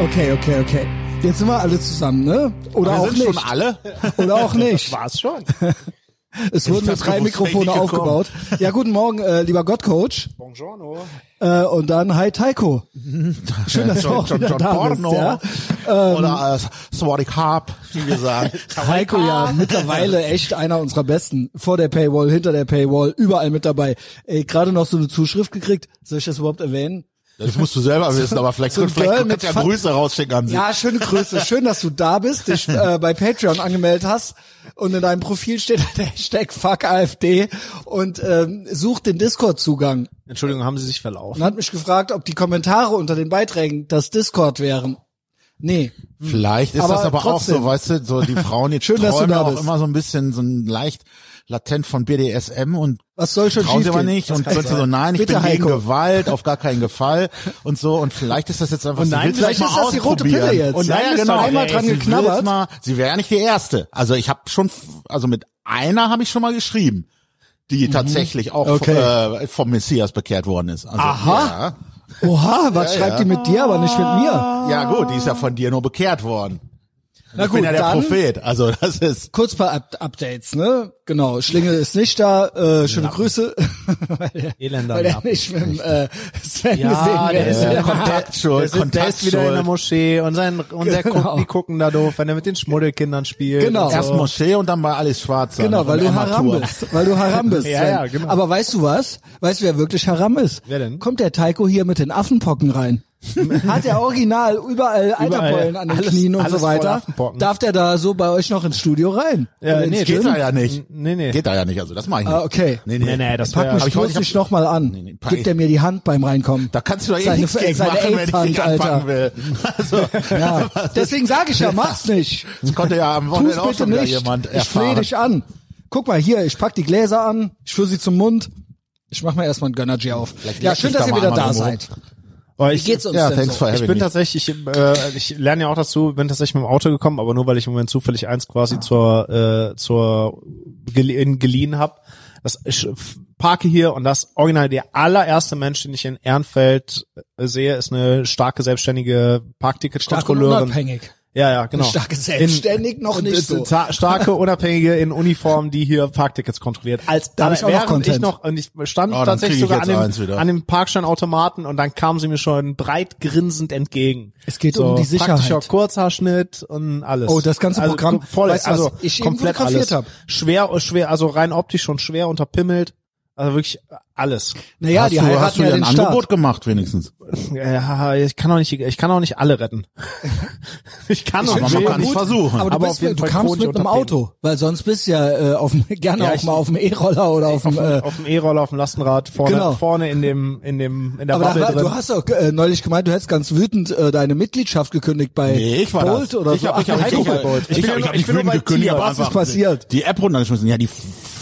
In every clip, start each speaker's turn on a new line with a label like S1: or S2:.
S1: Okay, okay, okay. Jetzt sind wir alle zusammen, ne? Oder
S2: Wir
S1: auch
S2: sind
S1: nicht.
S2: schon alle.
S1: Oder auch nicht.
S2: War's schon.
S1: Es wurden nur
S2: fast
S1: drei
S2: gewusst, wäre ich
S1: Mikrofone
S2: nicht gekommen.
S1: aufgebaut. Ja, guten Morgen, äh, lieber Gottcoach.
S2: Buongiorno.
S1: Äh, und dann Hi Taiko. Schön, dass du
S2: John,
S1: auch
S2: John,
S1: wieder
S2: John
S1: da bist.
S2: Porno.
S1: Ja?
S2: Oder äh, Swarty Carp, wie wir sagen.
S1: Heiko ja mittlerweile echt einer unserer besten. Vor der Paywall, hinter der Paywall, überall mit dabei. Ey, gerade noch so eine Zuschrift gekriegt. Soll ich das überhaupt erwähnen?
S2: Das musst du selber wissen, aber vielleicht,
S1: So ein
S2: könnt, vielleicht
S1: Girl
S2: kannst du ja
S1: mit Fa-
S2: Grüße rausschicken an sie.
S1: Ja, schöne Grüße. Schön, dass du da bist, dich äh, bei Patreon angemeldet hast und in deinem Profil steht der Hashtag Fuck AfD und ähm, sucht den Discord-Zugang.
S3: Entschuldigung, haben Sie sich verlaufen?
S1: Und hat mich gefragt, ob die Kommentare unter den Beiträgen das Discord wären. Nee.
S2: Vielleicht ist
S1: Aber
S2: das aber auch
S1: trotzdem.
S2: so, weißt du, so die Frauen, die
S1: Schön, dass du
S2: träumen
S1: da
S2: auch
S1: bist.
S2: immer so ein bisschen so ein leicht latent von BDSM und
S1: Was soll schon
S2: trauen sie aber
S1: schiefgehen?
S2: nicht
S1: Das
S2: und
S1: kann
S2: sind so, nein, ich
S1: Bitte,
S2: bin gegen
S1: Heiko.
S2: Gewalt, auf gar keinen Gefall und so und vielleicht ist das jetzt einfach
S3: Und
S2: sie
S3: nein,
S2: will's
S1: vielleicht
S2: mal
S1: ist das die rote
S2: ausprobieren.
S1: Pille jetzt.
S2: Und
S1: Nein,
S2: ja, ja,
S1: ist
S2: genau.
S1: doch einmal dran
S2: sie will's
S1: geknabbert.
S2: Mal, sie wäre ja nicht die erste. Also ich habe schon, f- also mit einer habe ich schon mal geschrieben, die tatsächlich auch
S1: Mhm. Okay.
S2: äh, vom Messias bekehrt worden ist. Also,
S1: Aha. Oha, was
S2: Ja,
S1: schreibt
S2: ja.
S1: die mit dir, aber nicht mit mir?
S2: Ja. ja gut, die ist ja von dir nur bekehrt worden.
S1: Na
S2: Ich bin ja der
S1: dann-
S2: Prophet, also das ist
S1: kurz paar Up Updates, ne? Genau, Schlingel ist nicht da. Äh, schöne Grüße, weil der,
S3: Elender
S1: weil der
S3: Lappen.
S1: nicht mit dem, äh, Sven
S3: Ja, der ist
S1: gesehen wird.
S3: in der
S2: äh, Kontaktschuld,
S3: Der, sitzt- der ist wieder in der
S2: Kontaktschuld.
S3: Moschee und sein und der
S1: Genau.
S3: guckt, die gucken da doof, wenn er mit den Schmuddelkindern spielt.
S1: Genau.
S3: und
S2: erst
S3: So.
S2: Moschee und dann mal alles schwarz. sein.
S1: Genau, weil du
S2: Von der
S1: Haram
S2: Armatur.
S1: bist. Weil du Haram bist.
S3: Ja,
S1: Sven.
S3: ja, genau.
S1: Aber weißt du was? Weißt du, wer wirklich Haram ist?
S3: Wer denn?
S1: Kommt der Taiko hier mit den Affenpocken rein? Hat er original überall Eiterpollen an den
S3: Alles-
S1: Knien und
S3: alles
S1: so
S3: voll
S1: weiter?
S3: Affenpocken.
S1: Darf der da so bei euch noch ins Studio rein?
S3: Ja,
S1: Oder
S3: nee,
S1: ins
S3: geht
S1: Gym?
S2: Geht da ja nicht.
S3: Nee, nee.
S2: Geht da ja nicht, also das mache ich nicht.
S1: Ah, okay.
S2: Nee, nee.
S3: Nee, nee, das
S1: Pack
S3: wär-
S1: mich
S2: hab ich heute-
S1: bloß nicht nochmal an.
S2: Nee, nee, pack
S1: Gibt
S2: ich-
S1: er mir die Hand beim Reinkommen?
S2: Da kannst du doch eh
S1: Seine-
S2: nichts gegen
S1: seine
S2: machen, wenn ich
S1: AIDS-Hand,
S2: dich anpacken
S1: Alter.
S2: will. Also,
S1: Ja, deswegen sage ich ja, mach's nicht.
S2: das konnte ja am
S1: Tu's
S2: Wochenende auch
S1: bitte
S2: schon wieder
S1: nicht.
S2: jemand
S1: Ich flehe
S2: erfahren.
S1: dich an. Guck mal hier, ich pack die Gläser an, ich führe sie zum Mund. Ich mach mal erstmal ein Gönnergy auf. ja,
S2: leck
S1: schön,
S2: ich
S1: dass
S2: da
S1: ihr
S2: mal
S1: wieder da
S2: einmal irgendwo rum.
S1: seid.
S3: Aber
S1: Wie
S3: ich,
S1: geht's uns
S2: Ja,
S1: denn
S2: thanks
S1: so?
S2: for
S3: ich
S2: having
S3: bin
S2: me.
S3: tatsächlich, ich, äh, ich lerne ja auch dazu, bin tatsächlich mit dem Auto gekommen, aber nur weil ich im Moment zufällig eins quasi zur, äh, zur geliehen, geliehen habe. Das ich parke hier und das original der allererste Mensch, den ich in Ehrenfeld äh, sehe, ist eine starke selbstständige
S1: Stark und
S3: Parkticketkontrolleurin.
S1: unabhängig.
S3: Ja, ja, genau.
S1: Starke selbstständig noch nicht
S3: äh,
S1: so.
S3: za- Starke Unabhängige in Uniform, die hier Parktickets kontrolliert. Als
S1: Da hab ich auch noch
S3: während
S1: Content.
S3: ich noch und ich stand
S2: Oh, dann
S3: tatsächlich
S2: krieg ich
S3: sogar
S2: jetzt
S3: an
S2: eins
S3: dem,
S2: wieder.
S3: an dem Parkscheinautomaten und dann kam sie mir schon breit grinsend entgegen.
S1: Es geht um die Sicherheit.
S3: Praktischer Kurzhaarschnitt und alles.
S1: Oh, das ganze Programm.
S3: Also, voll,
S1: Weißt du, was
S3: also
S1: ich eben
S3: komplett
S1: fotografiert
S3: alles.
S1: hab?
S3: Schwer, schwer, also rein optisch schon schwer unterpimmelt. Also wirklich alles.
S1: Naja,
S2: hast
S1: die
S2: du,
S1: heiraten
S2: hast du
S1: ja
S2: dir
S1: den
S2: ein
S1: Staat.
S2: Angebot gemacht wenigstens?
S3: Ja, Äh, ich kann auch nicht, ich kann auch nicht alle retten. ich kann auch
S2: Aber
S3: nicht.
S2: man kann es versuchen.
S1: Aber du,
S3: Aber
S1: bist,
S3: auf jeden
S1: du
S3: Fall
S1: kamst
S3: chronisch
S1: mit einem
S3: unterpinnt.
S1: Auto, weil sonst bist du ja äh, auf, dem- gerne
S3: Ja,
S1: auch
S3: ich-
S1: mal auf dem E-Roller oder auf dem... Äh,
S3: auf dem E-Roller, auf dem Lastenrad, vorne,
S1: Genau.
S3: vorne in dem, in dem, in der
S1: aber
S3: Bubble
S1: da,
S3: drin.
S1: du hast doch äh, neulich gemeint, du hättest ganz wütend äh, deine Mitgliedschaft gekündigt bei
S2: Nee, ich war
S1: Bolt
S2: das.
S1: oder
S2: ich
S1: so.
S2: Hab, ich
S1: Ach,
S2: habe
S1: Heiko
S2: ich,
S1: Bolt.
S2: ich, ich,
S3: bin
S2: hab- ich
S3: nur-
S2: hab
S3: ich
S2: nicht
S3: bin nur
S2: wütend
S3: bei
S2: gekündigt,
S3: Tier.
S2: aber
S1: Was ist
S2: einfach
S1: passiert?
S2: Die App runtergeschmissen. Ja, die f-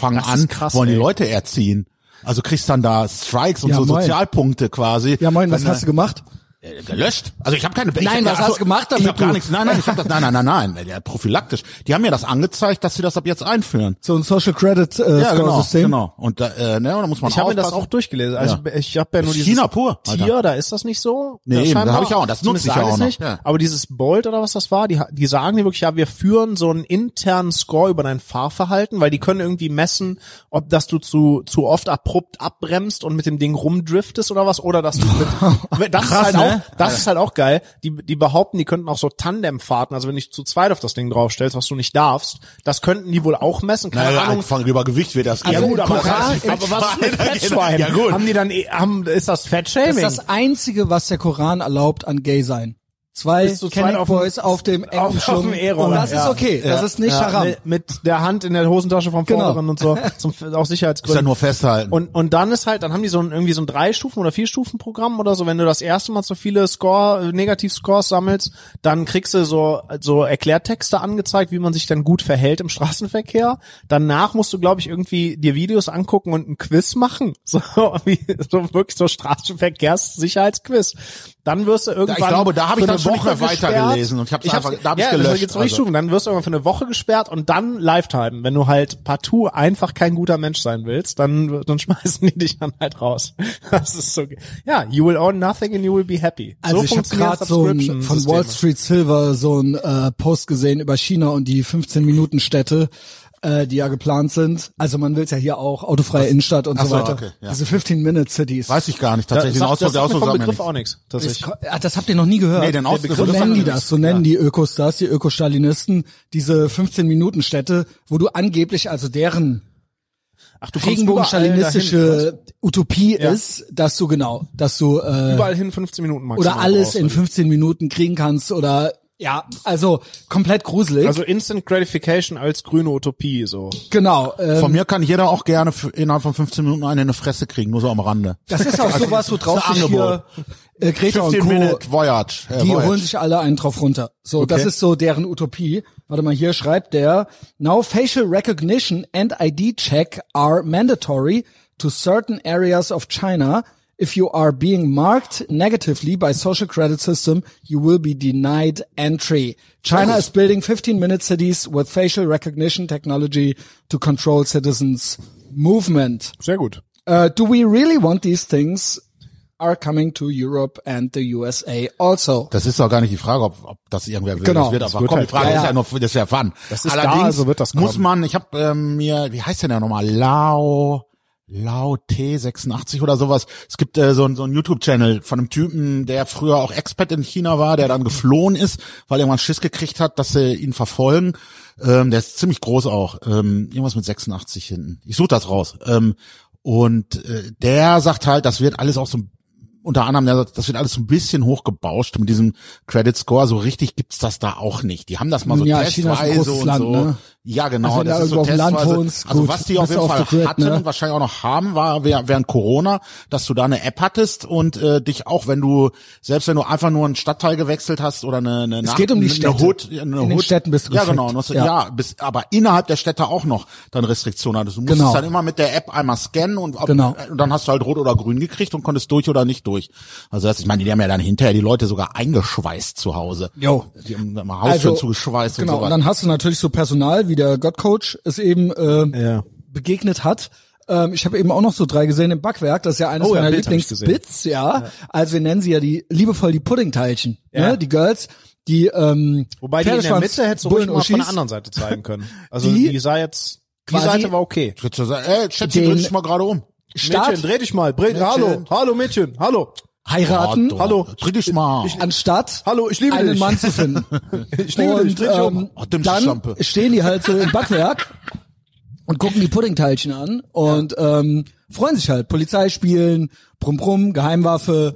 S2: fangen
S3: Das ist
S2: an,
S3: krass,
S2: wollen die
S3: ey.
S2: Leute erziehen. Also kriegst dann da Strikes und
S1: Ja,
S2: so
S1: moin.
S2: Sozialpunkte quasi.
S1: Ja moin, was
S2: Wenn,
S1: hast du gemacht?
S2: äh, Gelöscht. Also ich habe keine. Ich,
S1: Nein, was hast
S2: also,
S1: du gemacht
S2: Ich
S1: damit
S2: habe gar
S1: du-
S2: nichts. Nein, nein, ich habe das. Nein, nein, nein, nein. Ja, prophylaktisch. Die haben mir das angezeigt, dass sie das ab jetzt einführen.
S1: So ein Social Credit äh,
S2: Ja,
S1: Score
S2: genau,
S1: System.
S2: genau. Und da, äh, ne, und da muss man
S3: ich habe mir das
S2: aufpassen.
S3: auch durchgelesen. Also
S2: Ja.
S3: ich, ich habe ja nur
S2: Ist
S3: dieses
S2: China pur, Alter.
S3: Tier, da ist das nicht so.
S2: Nee, eben, da
S3: scheinbar.
S2: hab ich auch, das
S3: Zumindest
S2: nutze ich
S3: sagen
S2: auch
S3: es
S2: noch,
S3: Nicht.
S2: ja.
S3: Aber dieses Bolt oder was das war, die, die sagen dir wirklich, ja, wir führen so einen internen Score über dein Fahrverhalten, weil die können irgendwie messen, ob dass du zu zu oft abrupt abbremst und mit dem Ding rumdriftest oder was oder dass du mit, das
S2: Krass,
S3: ist halt auch
S2: ne?
S3: das ist halt auch geil. Die die behaupten, die könnten auch so Tandemfahrten, also wenn du dich zu zweit auf das Ding draufstellst, was du nicht darfst, das könnten die wohl auch messen. Keine
S2: Naja,
S3: Ahnung,
S2: von über Gewicht wird das.
S1: Also
S2: gehen.
S1: gut, aber
S2: das
S1: Koran-
S2: heißt,
S3: aber was ist mit Fettschwein?
S2: Ja gut.
S3: Haben die dann, eh- haben, ist das
S1: Das
S3: Fettshaming?
S1: ist das Einzige, was der Koran erlaubt an Gay sein. Zwei
S3: Bist du zwei
S1: Kenneck
S3: auf dem-
S1: Boys auf dem
S3: auf
S1: engen
S3: dem
S1: Schlund.
S3: E-Roller,
S1: Und das ist
S3: ja.
S1: okay, das ist nicht
S3: Ja,
S1: Haram.
S3: mit- Mit der Hand in der Hosentasche vom
S1: Genau.
S3: Vorderen und so, zum, auch
S2: Ist ja
S3: Sicherheitsgründen.
S2: nur festhalten.
S3: Und, und dann ist halt, dann haben die so ein, irgendwie so ein Drei-Stufen- oder Vier-Stufen-Programm oder so. Wenn du das erste Mal so viele Score, äh, Negativ-Scores sammelst, dann kriegst du so, so Erklärtexte angezeigt, wie man sich dann gut verhält im Straßenverkehr. Danach musst du, glaube ich, irgendwie dir Videos angucken und ein Quiz machen. So, wie, so wirklich so Straßenverkehrssicherheitsquiz. Dann wirst du irgendwann
S2: Ich glaube, da habe ich
S3: für
S2: dann
S3: eine
S2: schon nicht
S3: Woche
S2: mehr weitergelesen
S3: gesperrt.
S2: und ich hab's
S3: ich hab's,
S2: einfach- da hab ich's
S3: ja, das
S2: gelöscht,
S3: gibt's noch nicht
S2: also.
S3: Stufen. Dann wirst du irgendwann für eine Woche gesperrt und dann Lifetime. Wenn du halt partout einfach kein guter Mensch sein willst, dann, dann schmeißen die dich dann halt raus. Das ist so. ge- Ja, you will own nothing and you will be happy.
S1: Also
S3: so
S1: ich habe
S3: funktionieren
S1: gerade so ein, von
S3: Subscription-Systeme.
S1: Wall Street Silver so ein äh, Post gesehen über China und die 15-Minuten-Städte, äh, die ja geplant sind. Also man will ja hier auch autofreie Innenstadt und
S2: ach
S1: so
S2: so,
S1: weiter.
S2: okay, ja.
S1: Diese 15-Minute-Cities.
S2: Weiß ich gar nicht.
S3: Da-
S2: Tatsächlich,
S3: sagt-
S2: den Ausdruck,
S3: das
S2: der
S3: sagt mir
S2: Ausdruck
S3: vom
S2: sagt mir
S3: Begriff
S2: nichts.
S3: auch nichts. Tatsächlich.
S1: Ah, das habt ihr noch nie gehört.
S2: Nee, den Aus-
S1: so
S2: das sagt
S1: nennen
S2: mir
S1: die das,
S2: nichts.
S1: so nennen die Ökos das, die Ökostalinisten, diese 15-Minuten-Städte, wo du angeblich, also deren
S3: Ach, du kommst überall dahin,
S1: regenbogenstalinistische Utopie
S3: Ja.
S1: ist, dass du genau, dass du äh,
S3: überall hin 15 Minuten maximal
S1: oder alles
S3: brauchst,
S1: in
S3: also.
S1: 15 Minuten kriegen kannst oder ja, also komplett gruselig.
S3: Also Instant Gratification als grüne Utopie so.
S1: genau. Ähm,
S2: Von mir kann jeder auch gerne f- innerhalb von 15 Minuten einen in eine Fresse kriegen, nur so am Rande.
S1: das ist auch sowas, wo drauf
S2: ein
S1: sich hier äh, Greta und
S2: 15
S1: Co.
S2: Minute Voyage. äh,
S1: Die
S2: Voyage.
S1: holen sich alle einen drauf runter. So, das ist so deren Utopie. Warte mal, hier schreibt der, now facial recognition and ID check are mandatory to certain areas of China. If you are being marked negatively by social credit system, you will be denied entry. China is building 15-minute cities with facial recognition technology to control citizens' movement.
S3: Sehr gut.
S1: Uh, do we really want these things? Are coming to Europe and the USA also.
S2: Das ist doch gar nicht die Frage, ob, ob das irgendwer will.
S1: Genau.
S2: Das wird
S1: Das
S2: einfach
S3: wird
S2: kommen. die
S3: halt
S2: Frage
S1: kommen.
S2: ist
S1: Ja,
S2: ja noch, das ist ja fun.
S3: Das ist da,
S2: Allerdings
S3: also wird das
S2: muss
S3: kommen.
S2: man, ich habe ähm, mir, wie heißt denn der nochmal? Lao, Lao T86 oder sowas. Es gibt äh, so, einen- so einen YouTube-Channel von einem Typen, der früher auch Expat in China war, der dann geflohen ist, weil irgendwann Schiss gekriegt hat, dass sie ihn verfolgen. Ähm, der ist ziemlich groß auch. Ähm, irgendwas mit 86 hinten. Ich suche das raus. Ähm, und äh, der sagt halt, das wird alles auch so ein unter anderem, der sagt, das wird alles so ein bisschen hochgebauscht mit diesem Credit Score. So richtig gibt's das da auch nicht. Die haben das mal so
S1: Ja, China ist ein
S2: testweise
S1: großes
S2: und
S1: Land,
S2: so.
S1: ne?
S2: Ja, genau.
S1: Also wenn
S2: das
S1: du
S2: ist so
S1: irgendwo auf dem Land
S2: testweise.
S1: wohnst,
S2: also
S1: gut,
S2: was die auf
S1: bist du
S2: jeden
S1: off
S2: Fall
S1: the grid,
S2: hatten,
S1: ne?
S2: wahrscheinlich auch noch haben, war während während Corona, dass du da eine App hattest und äh, dich auch, wenn du selbst wenn du einfach nur einen Stadtteil gewechselt hast oder eine, eine Nacht-
S1: geht um die
S2: eine
S1: Städte.
S2: Hood, eine
S1: In den
S2: Hood,
S1: Städten bist du
S2: ja
S1: gefickt.
S2: genau, noch so-
S1: Ja.
S2: ja, bis, aber innerhalb der Städte auch noch dann Restriktionen hattest. Du musstest
S1: Genau.
S2: dann immer mit der App einmal scannen und ob,
S1: Genau.
S2: und dann hast du halt rot oder grün gekriegt und konntest durch oder nicht durch. Also das, ich meine, die haben ja dann hinterher die Leute sogar eingeschweißt zu Hause.
S1: Jo.
S2: Die haben dann mal Haustüren zugeschweißt
S1: genau,
S2: und so
S1: und
S2: weiter.
S1: dann hast du natürlich so Personal, wie der Gottcoach es eben äh,
S3: Ja.
S1: begegnet hat. Ähm, ich habe eben auch noch so drei gesehen im Backwerk. Das ist ja eines
S3: Oh ja,
S1: meiner
S3: Bild hab ich gesehen.
S1: Lieblingsbits, ja. Also wir nennen sie ja die liebevoll die Puddingteilchen,
S3: Ja.
S1: ne? die Girls, die ähm,
S3: Wobei die in der
S1: Pferdeschwanz-
S3: Mitte hätte so ruhig mal von
S1: Bullen-Oschis
S3: der anderen Seite zeigen können. Also
S1: Die
S3: die, sah jetzt die
S1: quasi-
S3: Seite war okay.
S2: Jetzt zu sagen, ey, äh, Schätzchen,
S1: Den-
S2: dreh dich mal gerade um.
S1: Staat
S3: Mädchen, dreh dich mal, dreh, hallo, hallo Mädchen, hallo.
S1: heiraten,
S2: Oh,
S3: hallo.
S2: Dreh dich mal.
S1: anstatt
S3: Genau. Hallo, ich liebe
S1: einen
S3: dich.
S1: Mann zu finden.
S3: Ich liebe dich,
S1: und
S3: dreh dich um.
S1: ähm,
S2: Oh, dumme
S1: dann
S2: Schlampe.
S1: stehen die halt so im Backwerk und gucken die Puddingteilchen an und ähm, freuen sich halt. Polizei spielen, Brumm Brumm, Geheimwaffe,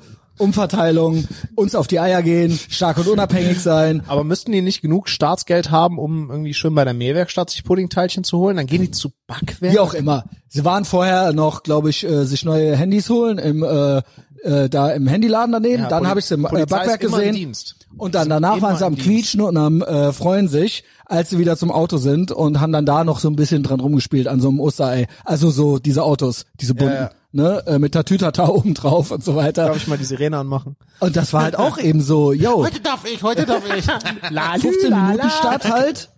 S1: Umverteilung, uns auf die Eier gehen, stark und unabhängig sein.
S3: Aber müssten die nicht genug Staatsgeld haben, um irgendwie schön bei der Mehrwerkstatt sich Puddingteilchen zu holen? Dann gehen die zu Backwerk.
S1: Wie auch immer. Sie waren vorher noch, glaube ich, äh, sich neue Handys holen im äh, äh, da im Handyladen daneben.
S3: Ja,
S1: dann
S3: Poli-
S1: habe ich sie im äh,
S3: Polizei
S1: Backwerk
S3: ist immer im
S1: gesehen.
S3: Dienst.
S1: Und dann danach
S3: immer
S1: waren sie
S3: im
S1: am
S3: Dienst.
S1: Quietschen und am äh, Freuen sich, als sie wieder zum Auto sind und haben dann da noch so ein bisschen dran rumgespielt an so einem Osterei. Also so diese Autos, diese bunten.
S3: ja.
S1: Ne, äh, mit Tatütata oben drauf und so weiter.
S3: Darf ich mal die Sirene anmachen?
S1: Und das war halt auch eben so, yo,
S2: Heute darf ich, heute darf ich.
S1: 15 Minuten Start halt.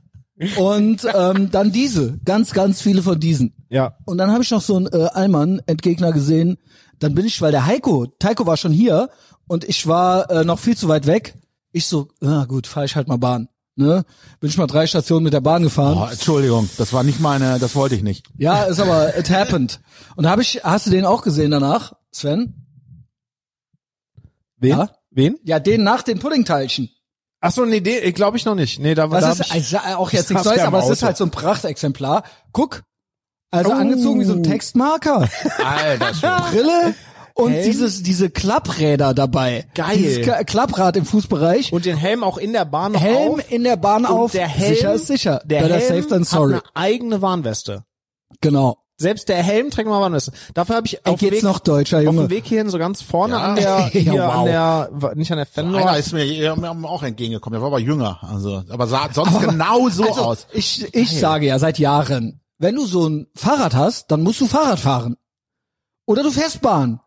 S1: Und ähm, dann diese, ganz, ganz viele von diesen.
S3: Ja.
S1: Und dann habe ich noch so einen äh, Allmann-Entgegner gesehen. Dann bin ich, weil der Heiko, Heiko war schon hier und ich war äh, noch viel zu weit weg. Ich so, na gut, fahre ich halt mal Bahn. Ne? Bin ich mal drei Stationen mit der Bahn gefahren.
S2: Oh, Entschuldigung, das war nicht meine, das wollte ich nicht.
S1: Ja, ist aber, it happened. Und da habe ich, hast du den auch gesehen danach, Sven?
S3: Wen?
S1: Ja?
S3: Wen?
S1: Ja, den nach den Puddingteilchen.
S3: Ach so, nee, den glaube ich noch nicht. Nee, da war da
S1: Das
S3: hab
S1: ist
S3: ich-
S1: also, auch
S3: ich
S1: jetzt nichts
S3: saß
S1: Neues,
S3: ja im
S1: aber es ist
S3: Auto.
S1: halt so ein Prachtexemplar. Guck, also
S3: Oh.
S1: angezogen wie so ein Textmarker.
S2: Alter, Schwede.
S1: Brille und
S3: Helm?
S1: dieses diese Klappräder dabei.
S3: Geil.
S1: Dieses Ka- Klapprad im Fußbereich.
S3: und den Helm auch in der Bahn noch
S1: Helm
S3: auf.
S1: in der Bahn
S3: Und
S1: auf.
S3: der Helm,
S1: sicher ist sicher.
S3: Der
S1: Better
S3: Helm
S1: safe than sorry.
S3: hat eine eigene Warnweste.
S1: Genau.
S3: Selbst der Helm trägt mal Warnweste. Dafür habe ich
S1: Ey,
S3: auf dem
S1: geht's
S3: Weg,
S1: noch deutscher,
S3: auf
S1: Junge?
S3: dem Weg hierhin so ganz vorne
S2: Ja.
S3: an der, hier
S1: Ja, wow.
S3: an der, wa- nicht an der Fendor.
S2: Einer ist mir, mir auch entgegengekommen, der war aber jünger, also, aber sah sonst genau so
S1: also,
S2: aus.
S1: Ich, ich sage ja seit Jahren, wenn du so ein Fahrrad hast, dann musst du Fahrrad fahren. Oder du fährst Bahn.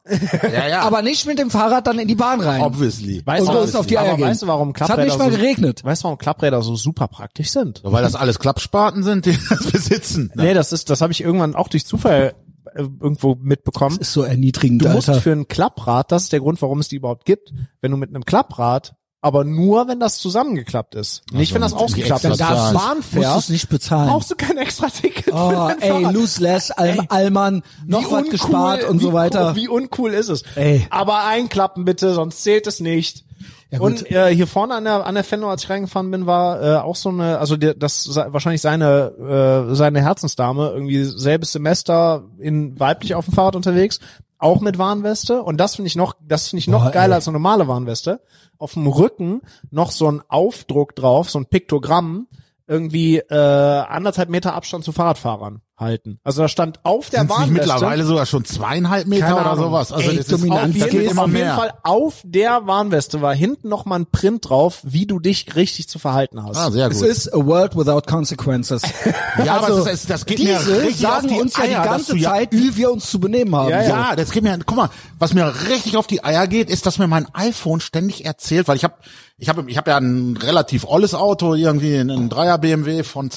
S2: Ja, ja.
S1: Aber nicht mit dem Fahrrad dann in die Bahn rein.
S2: obviously.
S3: Weißt
S1: Und
S3: du,
S1: du musst auf die Eier
S3: aber
S1: gehen.
S3: weißt du, warum
S1: es hat
S3: Klappräder
S1: nicht mal
S3: so,
S1: geregnet.
S3: Weißt du, warum Klappräder so super praktisch sind?
S2: Weil das alles Klappspaten sind, die das besitzen.
S3: Nee, das ist, das habe ich irgendwann auch durch Zufall äh, irgendwo mitbekommen.
S1: Ist so erniedrigend,
S3: Du musst
S1: Alter.
S3: für ein Klapprad, das ist der Grund, warum es die überhaupt gibt, wenn du mit einem Klapprad, aber nur wenn das zusammengeklappt ist.
S1: Also
S3: Nicht wenn das
S2: mit die
S3: ausgeklappt
S2: extra
S3: ist. Da
S2: Zahlen.
S3: Bahn
S1: musst es
S3: fährst,
S1: nicht bezahlen.
S3: brauchst du kein extra Ticket.
S1: Oh,
S3: für dein
S1: ey,
S3: Fahrrad.
S1: Loose Alm
S3: Ey,
S1: Allmann, noch
S3: Wie
S1: was
S3: uncool,
S1: gespart und
S3: wie
S1: so weiter.
S3: cool- Wie uncool ist es?
S1: Ey.
S3: Aber einklappen bitte, sonst zählt es nicht.
S1: Ja, gut.
S3: und äh, hier vorne an der an der Fenno, als ich reingefahren bin, war äh, auch so eine, also der, das se- wahrscheinlich seine äh, seine Herzensdame irgendwie selbes Semester in weiblich auf dem Fahrrad unterwegs, auch mit Warnweste. Und das finde ich noch, das finde ich noch
S1: Boah,
S3: geiler
S1: ey.
S3: als eine normale Warnweste. Auf dem Rücken noch so ein Aufdruck drauf, so ein Piktogramm. Irgendwie äh, anderthalb Meter Abstand zu Fahrradfahrern halten. Also da stand auf der
S2: Sind nicht
S3: Warnweste
S2: mittlerweile sogar schon zweieinhalb Meter
S3: Keine
S2: oder
S3: Ahnung.
S2: sowas? Also
S1: Ey,
S2: das ist
S1: dominant.
S2: auf
S1: Das
S3: auf
S2: jeden,
S3: jeden,
S1: geht
S2: immer
S3: auf jeden
S2: mehr.
S3: Fall auf der Warnweste war hinten noch mal ein Print drauf, wie du dich richtig zu verhalten hast.
S2: Ah, sehr
S1: Es
S2: gut.
S1: ist a world without consequences.
S2: Ja, aber
S1: also,
S2: es ist- das geht mir
S1: diese
S2: richtig auf
S1: sagen
S2: die
S1: uns ja
S2: Eier,
S1: die
S2: dass
S1: ganze
S2: du ja
S1: Zeit, wie wir uns zu benehmen haben.
S3: Ja,
S2: Ja, das geht mir, guck mal, was mir richtig auf die Eier geht, ist, dass mir mein iPhone ständig erzählt, weil ich habe ich hab, ich hab ja ein relativ olles Auto, irgendwie ein, ein Dreier BMW von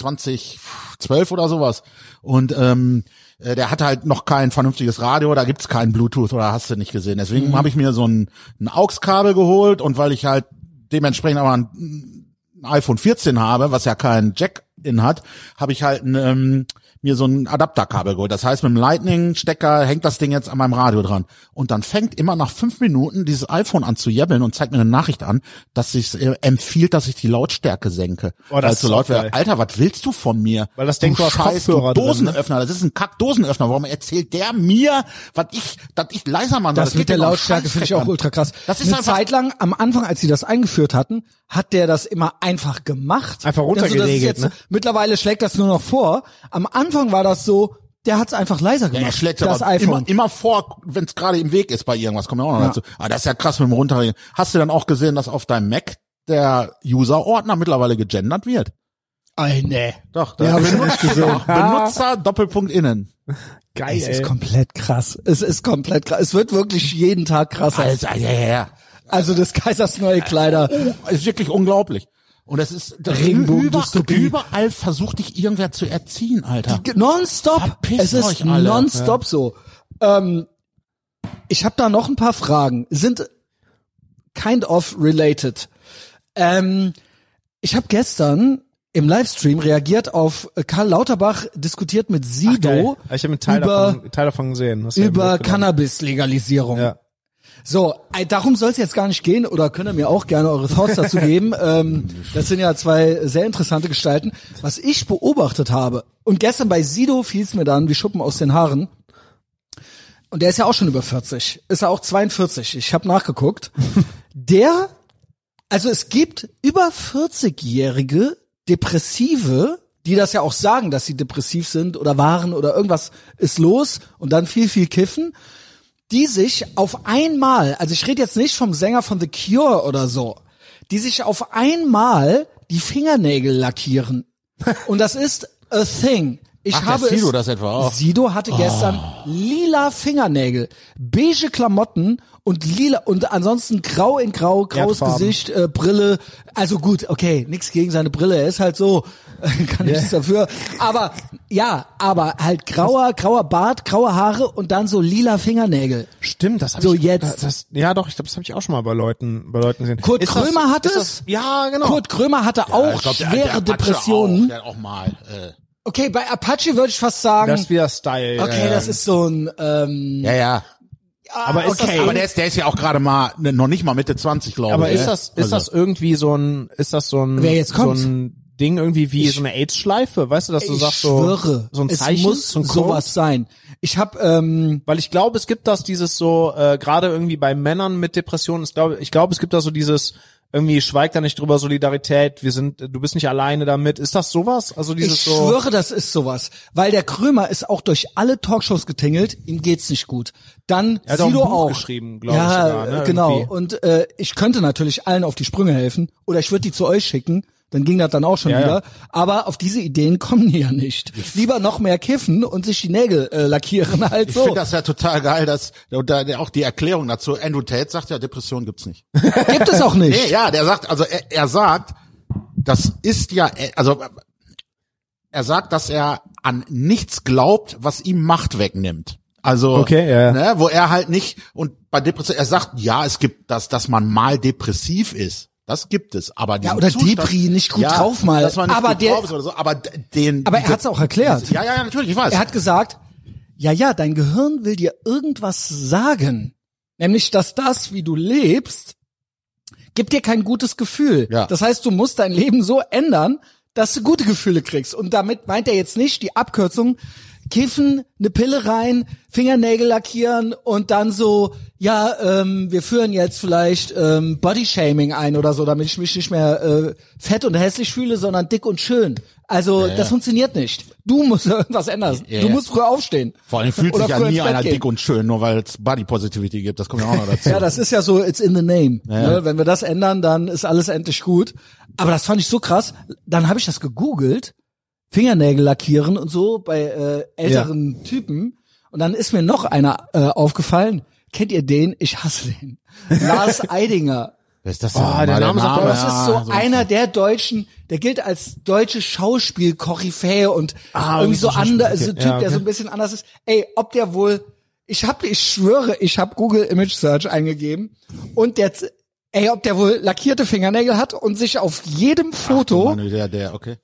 S2: 2012 oder sowas. Und ähm, äh, der hatte halt noch kein vernünftiges Radio, da gibt's keinen Bluetooth oder hast du nicht gesehen. Deswegen hab habe ich mir so ein, ein AUX-Kabel geholt und weil ich halt dementsprechend aber ein ein iPhone 14 habe, was ja keinen Jack in hat, habe ich halt ein, ähm, mir so ein Adapterkabel geholt. Das heißt, mit dem Lightning-Stecker hängt das Ding jetzt an meinem Radio dran. Und dann fängt immer nach fünf Minuten dieses iPhone an zu jebbeln und zeigt mir eine Nachricht an, dass es äh, empfiehlt, dass ich die Lautstärke senke.
S3: Oh, das
S2: Weil
S3: ist
S2: zu
S3: auch
S2: laut
S3: geil.
S2: wäre. Alter, was willst du von mir?
S3: Weil das denkt, du hast
S2: Scheiß, du
S3: Kopfhörer drin, ne?
S2: Dosenöffner. Das ist ein Kack-Dosenöffner. Warum erzählt der mir, was ich, dass ich leiser machen soll?
S1: Das, mit
S2: geht
S1: der
S2: mir doch
S1: Lautstärke finde ich
S2: scheißdreck
S1: auch
S2: an.
S1: ultra krass.
S2: Das ist
S1: Eine
S2: einfach
S1: Zeit lang, am Anfang, als sie das eingeführt hatten, hat der das immer einfach gemacht.
S3: Einfach
S1: Also das ist
S3: runtergeregelt,
S1: jetzt,
S3: ne?
S1: Mittlerweile schlägt das nur noch vor. Am Anfang war das so, der hat es einfach leiser gemacht.
S2: Ja, er schlägt
S1: das
S2: aber
S1: iPhone.
S2: immer, immer vor, wenn es gerade im Weg ist bei irgendwas, kommt ja auch noch
S1: Ja.
S2: dazu. Ah, das ist ja krass mit dem Runterreden. Hast du dann auch gesehen, dass auf deinem Mac der User-Ordner mittlerweile gegendert wird?
S1: Ey, nee.
S2: Doch,
S1: Ja,
S2: da
S1: hab ich
S2: Benutzer, doch, Benutzer Doppelpunkt innen.
S3: Geil.
S1: Es
S3: ey.
S1: ist komplett krass. Es ist komplett krass. Es wird wirklich jeden Tag krasser.
S2: Also, ja, ja, ja.
S1: Also des Kaisers neue Kleider.
S2: Ist wirklich unglaublich. Und das ist das über,
S1: Regenbogendystopie.
S2: überall versucht dich irgendwer zu erziehen, Alter.
S1: Nonstop.
S2: Verpisst
S1: Es ist
S2: euch alle.
S1: nonstop so. Ähm, ich habe da noch ein paar Fragen. Sind kind of related. Ähm, ich habe gestern im Livestream reagiert auf äh, Karl Lauterbach diskutiert mit
S3: Ach, geil.
S1: Sido
S3: Ich habe einen Teil,
S1: über-
S3: davon, Teil davon gesehen. Hast du ja
S1: über
S3: mitgenommen.
S1: Cannabis-Legalisierung.
S3: Ja.
S1: So, äh, darum soll es jetzt gar nicht gehen oder könnt ihr mir auch gerne eure Thoughts dazu geben. Ähm, das sind ja zwei sehr interessante Gestalten. Was ich beobachtet habe, und gestern bei Sido fiel es mir dann wie Schuppen aus den Haaren, und der ist ja auch schon über 40, ist ja auch 42, ich habe nachgeguckt, der, also es gibt über 40-jährige Depressive, die das ja auch sagen, dass sie depressiv sind oder waren oder irgendwas ist los und dann viel, viel kiffen die sich auf einmal, also ich rede jetzt nicht vom Sänger von The Cure oder so, die sich auf einmal die Fingernägel lackieren. Und das ist a thing. Ich
S2: Macht der
S1: habe
S2: Sido
S1: es,
S2: das etwa auch?
S1: Sido hatte gestern lila Fingernägel, beige Klamotten und lila und ansonsten grau in grau, graues
S3: Erdfarben.
S1: Gesicht, äh, Brille. Also gut, okay, nix gegen seine Brille, er ist halt so, kann nichts dafür. Aber ja, aber halt grauer, grauer Bart, graue Haare und dann so lila Fingernägel.
S3: Stimmt, das hab
S1: So,
S3: ich,
S1: jetzt.
S3: Das, ja, doch, ich glaube, das habe ich auch schon mal bei Leuten, bei Leuten gesehen.
S1: Kurt
S3: Ist
S1: Krömer
S3: das,
S1: hat
S3: ist
S1: es?
S3: Das, ja, genau.
S1: Kurt Krömer hatte auch
S2: Ich glaub, Also, der-
S1: schwere
S2: der Apache Auch,
S1: Depressionen.
S2: der hat auch mal, äh,
S1: Okay, bei Apache würde ich fast sagen,
S3: das ist wieder Style.
S1: okay,
S3: ja.
S1: das ist so ein, ähm, ah,
S2: ja, ja.
S3: aber ist
S1: okay.
S3: das,
S2: Aber der ist, der ist ja auch gerade mal, ne, noch nicht mal Mitte 20, glaube
S3: aber
S2: ich.
S3: ist
S2: ne?
S3: das, ist das irgendwie so ein, ist das so ein,
S1: Also. Wer jetzt kommt?
S3: so ein Ding irgendwie wie so eine AIDS-Schleife? Weißt du, dass du
S1: ich
S3: sagst
S1: schwöre,
S3: so, so ein
S1: es
S3: Zeichen,
S1: muss
S3: so ein Code?
S1: sowas sein. Ich habe, ähm,
S3: weil ich glaube, es gibt das dieses so äh, gerade irgendwie bei Männern mit Depressionen. Ich glaube, ich glaube, es gibt da so dieses irgendwie schweig da nicht drüber Solidarität. Wir sind, du bist nicht alleine damit. Ist das sowas? Also dieses
S1: ich
S3: so.
S1: schwöre, das ist sowas, weil der Krömer ist auch durch alle Talkshows getingelt, ihm geht's nicht gut. Dann
S3: Er hat auch ein
S1: Sido
S3: Buch
S1: auch
S3: geschrieben, glaube
S1: ja,
S3: ich sogar, ne,
S1: genau.
S3: irgendwie.
S1: Und äh, ich könnte natürlich allen auf die Sprünge helfen oder ich würde die zu euch schicken. dann ging das dann auch schon
S3: Ja, ja.
S1: wieder. Aber auf diese Ideen kommen die ja nicht. Lieber noch mehr kiffen und sich die Nägel äh, lackieren halt
S2: Ich
S1: so.
S2: finde das ja total geil, dass und da, auch die Erklärung dazu. Andrew Tate sagt ja, Depression gibt's nicht.
S1: Gibt es auch nicht.
S2: Nee, ja, der sagt, also er, er sagt, das ist ja, äh, also äh, er sagt, dass er an nichts glaubt, was ihm Macht wegnimmt. Also,
S3: Okay, ja, ja.
S2: ne, wo er halt nicht, und bei Depression, er sagt, ja, es gibt das, dass man mal depressiv ist. Das gibt es, aber diesen
S1: oder
S2: Zustand,
S1: Depri, nicht gut drauf mal.
S2: dass man nicht
S1: Aber
S2: gut
S1: der-
S2: drauf ist oder so, aber d- den,
S1: Aber er hat's auch erklärt.
S2: ja, ja, ja, natürlich, ich weiß.
S1: Er hat gesagt, ja, ja, dein Gehirn will dir irgendwas sagen. Nämlich, dass das, wie du lebst, gibt dir kein gutes Gefühl.
S2: Ja.
S1: Das heißt, du musst dein Leben so ändern, dass du gute Gefühle kriegst. Und damit meint er jetzt nicht die Abkürzung, kiffen, eine Pille rein, Fingernägel lackieren und dann so, ja, ähm, wir führen jetzt vielleicht ähm, Bodyshaming ein oder so, damit ich mich nicht mehr äh, fett und hässlich fühle, sondern dick und schön. Also das funktioniert nicht. Du musst irgendwas ändern.
S2: Ja,
S1: du
S2: ja.
S1: musst früher aufstehen.
S2: Vor allem fühlt
S1: Oder
S2: sich ja
S1: früher
S2: nie
S1: ins Bett
S2: einer
S1: gehen.
S2: dick und schön, nur weil es Body Positivity gibt. Das kommt ja auch noch dazu.
S1: Ja, das ist ja so, it's in the name. Ne? Wenn wir das ändern, dann ist alles endlich gut. Aber das fand ich so krass. Dann habe ich das gegoogelt, Fingernägel lackieren und so bei äh, älteren Typen. Und dann ist mir noch einer äh, aufgefallen. Kennt ihr den? Ich hasse den. Lars Eidinger.
S2: Wer ist das
S3: Oh,
S2: nochmal?
S3: der Name sagt
S1: Aber
S3: Ah,
S1: das ist so
S2: ja,
S1: einer der Deutschen, der gilt als deutsche Schauspiel-Koryphäe und irgendwie
S3: Ah, irgendwie
S1: so
S3: so Schauspiel,
S1: anders,
S3: okay.
S1: so ein Typ,
S3: Ja,
S1: der so
S3: okay.
S1: ein bisschen anders ist. Ey, ob der wohl, ich hab, ich schwöre, ich hab Google Image Search eingegeben und der, z- ey, ob der wohl lackierte Fingernägel hat und sich auf jedem Foto
S2: Mann, der, der, okay.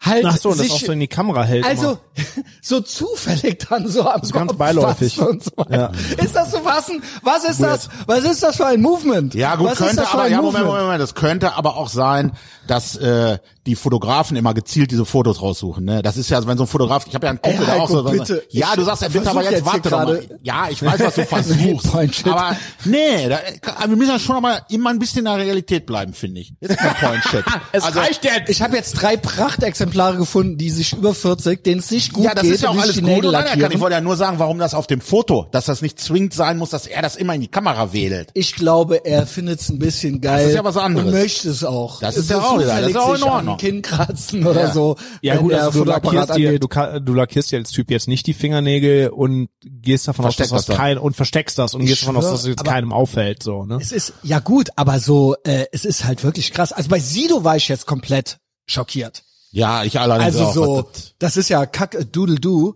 S1: halt
S3: Ach so, und das
S1: sich,
S3: auch so in die Kamera hält.
S1: also
S3: immer. Also
S1: so zufällig dann so am
S3: ganz
S1: Kopf
S3: beiläufig.
S1: fassen Und so weiter. Ist das zu fassen? Was ist das? Was ist das für ein Movement?
S2: Ja, gut,
S1: Was ist
S2: könnte
S1: das für
S2: aber,
S1: ein
S2: ja, Moment,
S1: Movement?
S2: Moment, Moment, das könnte aber auch sein, dass äh, die Fotografen immer gezielt diese Fotos raussuchen. Ne? Das ist ja, wenn so ein Fotograf, ich habe ja einen Kumpel,
S1: Ey,
S2: der auch
S1: Heiko,
S2: so. so-
S1: bitte.
S2: ja, du sagst ja
S1: Ich
S2: bitte, aber
S1: versuch
S2: jetzt,
S1: jetzt hier
S2: warte doch mal.
S1: gerade-
S2: Ja, ich weiß, was du versuchst.
S1: Point Shit.
S2: aber nee, da, also wir müssen ja schon mal immer ein bisschen in der Realität bleiben, finde ich. Ist kein Point Shit.
S3: es
S2: Also,
S3: reicht ja.
S1: Ich habe jetzt drei Prachtexemplare gefunden, die sich über 40, denen es nicht gut
S2: Ja, das
S1: geht,
S2: ist ja auch
S1: die sich
S2: alles
S1: die
S2: gut
S1: Nägel
S2: und anerkannt. Ich
S1: lackieren.
S2: wollte ja nur sagen, warum das auf dem Foto, dass das nicht zwingend sein muss, dass er das immer in die Kamera wedelt.
S1: Ich glaube, er findet es ein bisschen geil.
S2: ist ja was anderes.
S1: Und möchte es auch.
S2: Das ist ja auch wieder- das ist
S1: zufällig
S2: auch in
S1: sich am
S2: Ordnung.
S1: Kinn kratzen oder so.
S3: Ja
S1: wenn
S3: gut,
S1: der
S3: also du
S1: Fotoapparat
S3: lackierst, dir,
S1: angeht.
S3: du, ka- du lackierst dir als Typ jetzt nicht die Fingernägel und gehst davon aus, dass
S2: Versteckst das
S3: das
S2: dann.
S3: kein und versteckst das und gehst davon aus,
S1: schwör,
S3: dass es jetzt
S1: aber-
S3: keinem auffällt so, ne?
S1: Es ist, ja gut, aber so, äh, es ist halt wirklich krass. Also bei Sido war ich jetzt komplett schockiert.
S2: Ja, ich allerdings
S1: Also
S2: auch.
S1: so,
S2: Das-
S1: das ist ja kack a doodle doo.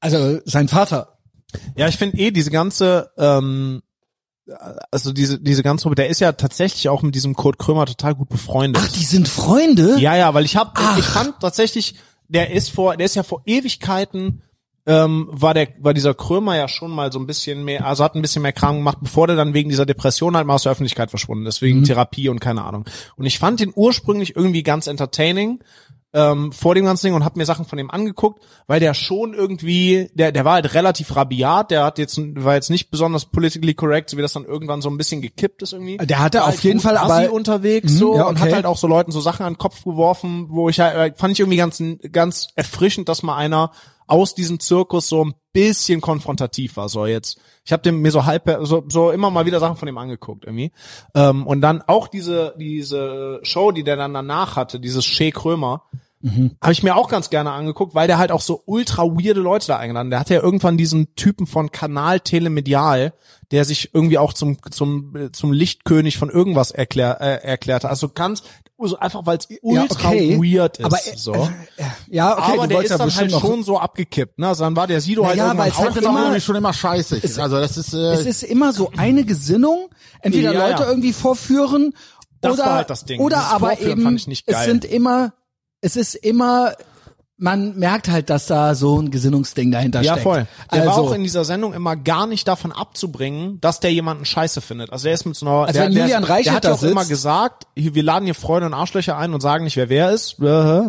S1: Also sein Vater.
S3: Ja, ich finde eh diese ganze, ähm, also diese diese ganze, der ist ja tatsächlich auch mit diesem Kurt Krömer total gut befreundet.
S1: Ach, die sind Freunde?
S3: Ja, ja, weil ich hab, ich
S1: Ach.
S3: fand tatsächlich, der ist vor, der ist ja vor Ewigkeiten, ähm, war der, war dieser Krömer ja schon mal so ein bisschen mehr, also hat ein bisschen mehr Kram gemacht, bevor der dann wegen dieser Depression halt mal aus der Öffentlichkeit verschwunden ist,
S1: Mhm.
S3: wegen Therapie und keine Ahnung. Und ich fand den ursprünglich irgendwie ganz entertaining ähm, vor dem ganzen Ding und hab mir Sachen von dem angeguckt, weil der schon irgendwie, der, der war halt relativ rabiat, der hat jetzt, war jetzt nicht besonders politically correct, so wie das dann irgendwann so ein bisschen gekippt ist irgendwie.
S1: Der hatte
S3: War
S1: auf
S3: halt
S1: jeden
S3: gut
S1: Fall
S3: assi
S1: aber-
S3: unterwegs
S1: Mhm,
S3: so
S1: ja,
S3: und
S1: okay.
S3: hat halt auch so Leuten so Sachen an den Kopf geworfen, wo ich halt, fand ich irgendwie ganz, ganz erfrischend, dass mal einer aus diesem Zirkus so ein bisschen konfrontativ war. So jetzt, ich habe dem mir so halb so, so immer mal wieder Sachen von dem angeguckt irgendwie. Ähm, und dann auch diese diese Show, die der dann danach hatte, dieses Shea Krömer. Habe ich mir auch ganz gerne angeguckt, weil der halt auch so ultra weirde Leute da eingeladen. Der hatte ja irgendwann diesen Typen von Kanal Telemedial, der sich irgendwie auch zum zum äh, zum Lichtkönig von irgendwas erklär, äh, erklärte. Also ganz also einfach weil es ultra
S1: okay.
S3: weird ist.
S1: Aber, äh,
S3: so.
S1: Ja, okay,
S3: Aber
S1: du
S3: der
S1: wolltest
S3: ist
S1: ja
S3: dann halt
S1: bestimmt noch
S3: schon so abgekippt. Ne? Also dann war der Sido halt
S1: Naja,
S3: irgendwann
S1: weil's
S3: auch
S1: halt
S2: Das ist auch
S1: immer-
S2: irgendwie schon immer scheiße. also das ist, äh,
S1: es ist immer so eine Gesinnung, entweder
S3: Ja,
S1: Leute
S3: ja.
S1: irgendwie vorführen
S3: Das
S1: oder
S3: war halt das Ding.
S1: oder
S3: Dieses
S1: aber
S3: Vorführen
S1: eben
S3: fand ich nicht
S1: es
S3: geil.
S1: sind immer es ist immer man merkt halt, dass da so ein Gesinnungsding dahinter
S3: Ja,
S1: steckt.
S3: voll. Der
S1: Also,
S3: war auch in dieser Sendung immer gar nicht davon abzubringen, dass der jemanden scheiße findet. Also der ist mit so einer, der,
S1: wenn
S3: der,
S1: Julian
S3: der
S1: Reichert
S3: hat ja
S1: da
S3: auch immer
S1: sitzt-
S3: gesagt, hier, wir laden hier Freunde und Arschlöcher ein und sagen nicht, wer wer ist. Äh,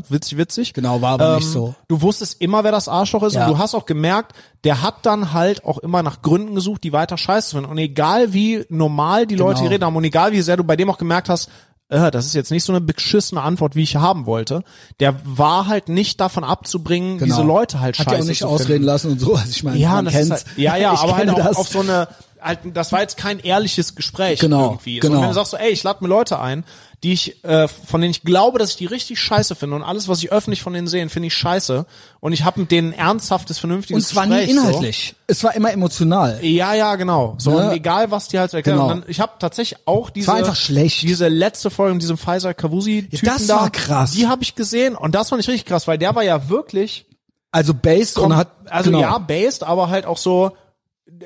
S3: witzig, witzig. Ähm,
S1: Genau, war aber nicht so.
S3: Du wusstest immer, wer das Arschloch ist
S1: Ja.
S3: und du hast auch gemerkt, der hat dann halt auch immer nach Gründen gesucht, die weiter scheiße finden. Und egal wie normal die
S1: Genau.
S3: Leute hier reden haben und egal wie sehr du bei dem auch gemerkt hast, äh, das ist jetzt nicht so eine beschissene Antwort, wie ich haben wollte. Der war halt nicht davon abzubringen,
S1: genau.
S3: diese Leute halt
S1: Hat
S3: scheiße
S1: ja auch nicht
S3: zu
S1: ausreden
S3: finden.
S1: lassen und so. Also ich meine,
S3: Ja,
S1: man
S3: das ist
S1: kennt's.
S3: halt, ja, ja,
S1: ich
S3: aber halt
S1: kenne
S3: auch
S1: das.
S3: auf so eine halt, das war jetzt kein ehrliches Gespräch
S1: Genau,
S3: irgendwie.
S1: genau.
S3: Und wenn du sagst so, ey, ich lade mir Leute ein, die ich, äh, von denen ich glaube, dass ich die richtig scheiße finde und alles, was ich öffentlich von denen sehe, finde ich scheiße und ich habe mit denen ein ernsthaftes,
S1: Und
S3: vernünftiges
S1: es war nie
S3: Gespräch.
S1: inhaltlich. Es war immer emotional.
S3: So. Ja, ja, genau. So,
S1: Ne?
S3: und egal, was die halt so erklären.
S1: Genau.
S3: Und dann, ich habe tatsächlich auch diese,
S1: war einfach schlecht.
S3: diese letzte Folge mit diesem Pfizer Kavusi Typen
S1: das
S3: da,
S1: war krass.
S3: Die habe ich gesehen und das fand ich richtig krass, weil der war ja wirklich
S1: Also based
S3: kom-
S1: und hat
S3: also
S1: genau.
S3: ja, based, aber halt auch so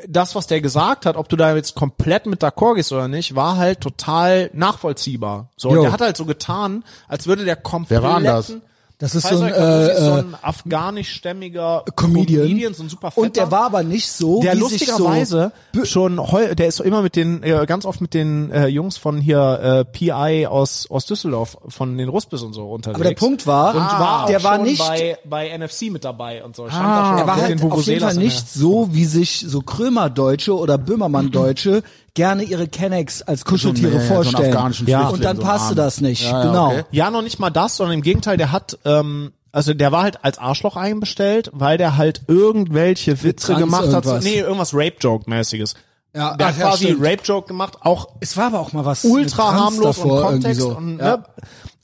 S3: das, was der gesagt hat, ob du da jetzt komplett mit d'accord gehst oder nicht, war halt total nachvollziehbar. So,
S1: Jo.
S3: und der hat halt so getan, als würde der komplett.
S2: Wer war denn das?
S1: Das ist so
S3: Faisal
S1: ein,
S3: Qadusi ist so
S1: äh, äh,
S3: ein afghanischstämmiger
S1: Comedian.
S3: Comedian so ein super
S1: und der
S3: Fetter.
S1: war aber nicht so,
S3: der
S1: wie sich so
S3: lustigerweise schon heu, der ist so immer mit den äh, ganz oft mit den äh, Jungs von hier äh, PI aus aus Düsseldorf von den Ruspis und so unterwegs.
S1: Aber der Punkt war, ah,
S3: und war auch
S1: der war
S3: schon
S1: nicht,
S3: bei, bei NFC mit dabei und so. Stand
S2: Ah.
S3: da schon
S2: Er
S1: er war
S3: mit
S1: halt
S3: den
S1: auf jeden
S3: Vuvuzelas
S1: Fall
S2: ne?
S3: in der-
S1: nicht so, wie sich so Krömerdeutsche oder Böhmermann-Deutsche gerne ihre Kennex als Kuscheltiere
S2: So einen, äh, so einen
S1: vorstellen.
S2: afghanischen
S1: ja. Und
S2: Flüchtling,
S1: dann
S2: so
S1: passte
S2: einen
S1: das nicht.
S2: Ja, ja,
S1: genau.
S2: okay.
S3: Ja, noch nicht mal das, sondern im Gegenteil, der hat, ähm, also der war halt als Arschloch einbestellt, weil der halt irgendwelche Witze
S1: Trans
S3: gemacht hat.
S1: irgendwas.
S3: Nee, irgendwas Rape-Joke-mäßiges.
S1: Ja,
S3: der
S1: ach
S3: hat
S1: ja,
S3: quasi
S1: stimmt.
S3: Rape-Joke gemacht, auch
S1: Es war aber auch mal was
S3: ultra
S1: mit Trans
S3: harmlos und
S1: davor, irgendwie
S3: Kontext
S1: so.
S3: und,
S1: ja.
S3: ne,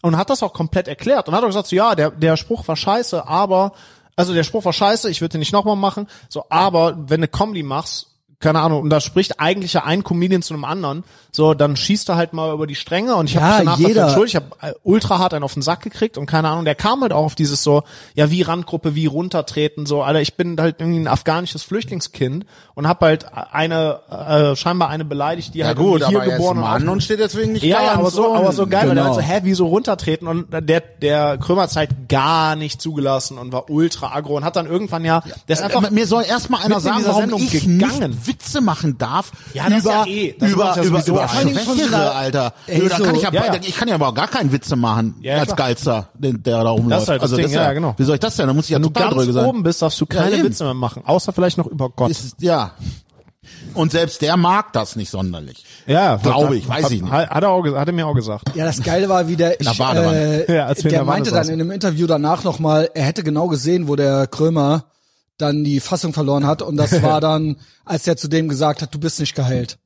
S3: und hat das auch komplett erklärt und hat auch gesagt, so, ja, der, der Spruch war scheiße, aber, also der Spruch war scheiße, ich würde den nicht nochmal machen, so, aber wenn du Comedy machst, keine Ahnung, und da spricht eigentlich ja ein Comedian zu einem anderen, so, dann schießt er halt mal über die Stränge und ich habe
S1: Ja,
S3: mich danach
S1: jeder.
S3: dafür entschuldigt, ich habe ultra hart einen auf den Sack gekriegt und keine Ahnung, der kam halt auch auf dieses so, ja, wie Randgruppe, wie runtertreten, so, Alter, ich bin halt irgendwie ein afghanisches Flüchtlingskind und habe halt eine, äh, scheinbar eine beleidigt, die
S2: Ja
S3: halt
S2: gut,
S3: irgendwie hier
S2: aber er ist
S3: geboren und
S2: Mann
S3: aufgewachsen
S2: und steht deswegen nicht
S3: ja,
S2: da.
S3: ja, aber so, aber so geil, weil der
S1: Genau.
S3: halt so, hä, wieso runtertreten? Und der, der Krömer hat halt gar nicht zugelassen und war ultra aggro und hat dann irgendwann ja, der ist
S2: Einfach,
S3: einfach,
S2: Äh, mir soll erstmal einer
S3: mitten in
S2: sagen,
S3: dieser
S2: warum
S3: Sendung
S2: ich
S3: gegangen.
S2: nicht Witze machen darf
S3: Ja, das ist
S2: über
S3: ja eh, das
S2: über
S3: macht ja
S2: über
S3: sowieso
S2: über
S3: einer. Vor allen
S1: Dingen von
S2: Schwächere,
S1: dieser-
S2: Alter.
S1: Ey,
S2: Nö, da
S1: so-
S2: kann ich ja,
S3: ja, ja.
S2: ich kann ja aber auch gar keinen Witze machen
S3: Ja,
S2: als
S3: klar.
S2: Geister, der, der da rumläuft.
S3: ist halt das
S2: also
S3: Ding,
S2: das ist
S3: ja, genau.
S2: Wie soll ich das denn? Da muss ich ja
S3: wenn du
S2: total
S3: ganz
S2: dröge sein.
S3: oben bist, darfst du keine
S2: eben.
S3: Witze mehr machen, außer vielleicht noch über Gott.
S2: Ist, ja. Und selbst der mag das nicht sonderlich.
S3: ja,
S2: glaube
S3: hat-
S2: ich, weiß
S3: hat,
S2: ich nicht.
S3: Hat, hat, er auch, ge- hat er mir auch gesagt.
S1: Ja, das Geile war, wie der, ich,
S2: der Badewanne.
S1: äh,
S3: Ja, als wir
S1: der
S3: in der Wanne
S1: meinte dann
S3: saßen.
S1: in einem Interview danach nochmal, er hätte genau gesehen, wo der Krömer dann die Fassung verloren hat und das war dann, als er zu dem gesagt hat, du bist nicht geheilt.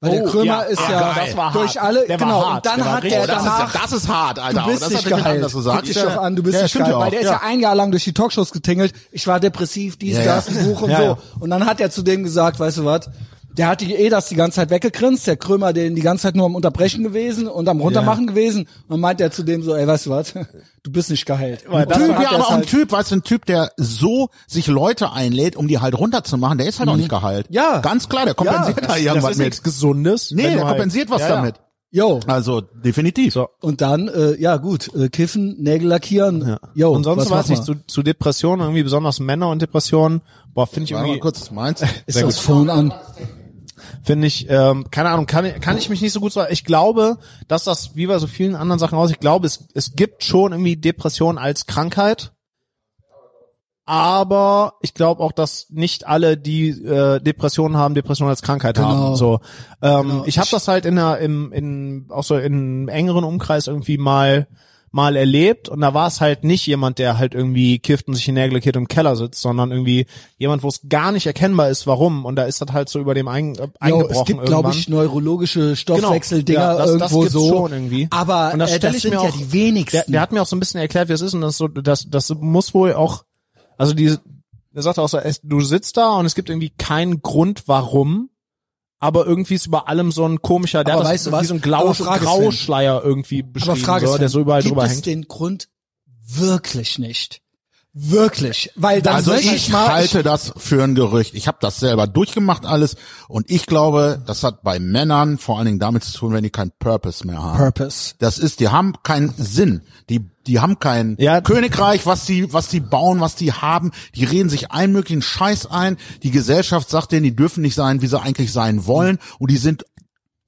S1: Weil der
S3: Oh,
S1: Krömer
S3: ja.
S1: ist
S3: Ah,
S1: ja
S3: geil. Das war
S1: durch
S3: hart.
S1: alle,
S3: Der war
S1: genau,
S3: hart.
S1: und dann
S3: Der war
S1: hat
S3: richtig-
S1: der
S2: Oh, das, ist, ja-
S1: danach,
S2: das ist hart, Alter.
S1: du
S2: aber
S1: bist
S2: das
S1: nicht
S2: hat er nicht
S1: geheilt,
S2: anders gesagt.
S1: guck dich doch an, du bist
S2: ja,
S1: nicht
S2: stimmt
S1: geheilt,
S2: ja
S1: weil
S2: auch.
S1: der ist ja ein Jahr lang durch die Talkshows getingelt, ich war depressiv, dies,
S2: Ja, ja.
S1: das, ein Buch und
S3: Ja,
S1: so.
S3: ja.
S1: Und dann hat er zu dem gesagt, weißt du was, der hat die eh das die ganze Zeit weggegrinst, der Krömer den die ganze Zeit nur am Unterbrechen gewesen und am Runtermachen gewesen. Und dann meint er zu dem so, ey, weißt du was, du bist nicht geheilt.
S3: Weil das
S2: Typ,
S3: hat
S2: ja,
S1: er's
S2: aber auch ein
S1: halt-
S2: Typ, weißt du, ein Typ, der so sich Leute einlädt, um die halt runterzumachen, der ist halt auch nicht geheilt.
S1: Mhm. Ja.
S2: Ganz klar, der kompensiert da irgendwas
S3: das ist
S2: mit.
S3: nichts Gesundes.
S2: Nee,
S3: wenn du
S2: der
S3: halt-
S2: kompensiert was
S3: Ja, ja.
S2: damit.
S1: Yo.
S2: Also, definitiv.
S3: So.
S1: Und dann, äh, ja gut, äh, kiffen, Nägel lackieren. Yo,
S3: und sonst
S1: was
S3: weiß ich
S1: machen
S3: nicht,
S1: wir?
S3: zu, zu Depressionen, irgendwie besonders Männer und Depressionen, boah, finde ich
S2: Warte
S3: irgendwie,
S2: mal kurz, was meinst
S1: Ist das Phone an?
S3: finde ich, ähm, keine Ahnung, kann, kann ich mich nicht so gut sagen. Ich glaube, dass das, wie bei so vielen anderen Sachen aus, ich glaube, es, es gibt schon irgendwie Depression als Krankheit. Aber ich glaube auch, dass nicht alle, die äh, Depressionen haben, Depressionen als Krankheit
S1: Genau.
S3: haben. So, ähm, ich habe das halt in der, im, in, auch so in engeren Umkreis irgendwie mal mal erlebt und da war es halt nicht jemand, der halt irgendwie kifft und sich in Nägel lackiert im Keller sitzt, sondern irgendwie jemand, wo es gar nicht erkennbar ist, warum und da ist das halt so über dem ein, äh,
S1: Yo,
S3: eingebrochen
S1: es gibt,
S3: irgendwann.
S1: glaube ich, neurologische Stoffwechseldinger
S3: Genau. ja, das, das
S1: irgendwo
S3: gibt's
S1: so.
S3: schon irgendwie.
S1: Aber
S3: Und das
S1: äh,
S3: stell
S1: das
S3: ich
S1: sind
S3: mir
S1: ja
S3: auch-
S1: die wenigsten.
S3: Der, der hat mir auch so ein bisschen erklärt, wie es ist und das so, das, das muss wohl auch, also die, er sagte auch so, es- du sitzt da und es gibt irgendwie keinen Grund, warum, aber irgendwie ist über allem so ein komischer, der
S1: Aber
S3: hat das
S1: weißt du was?
S3: wie so ein Glau
S1: Aber Frage, Sven.
S3: Grauschleier irgendwie beschrieben,
S1: Aber Frage
S3: so,
S1: ist,
S3: der so überall
S1: gibt
S3: drüber
S1: es
S3: hängt.
S1: den Grund wirklich nicht? Wirklich, weil dann
S2: Also
S1: sag
S2: ich
S1: mal,
S2: halte das für ein Gerücht. Ich habe das selber durchgemacht alles und ich glaube, das hat bei Männern vor allen Dingen damit zu tun, wenn die keinen Purpose mehr haben.
S1: Purpose.
S2: Das ist, die haben keinen Sinn. Die, die haben kein
S3: Ja.
S2: Königreich, was die, was die bauen, was die haben. Die reden sich allen möglichen Scheiß ein. Die Gesellschaft sagt denen, die dürfen nicht sein, wie sie eigentlich sein wollen. Und die sind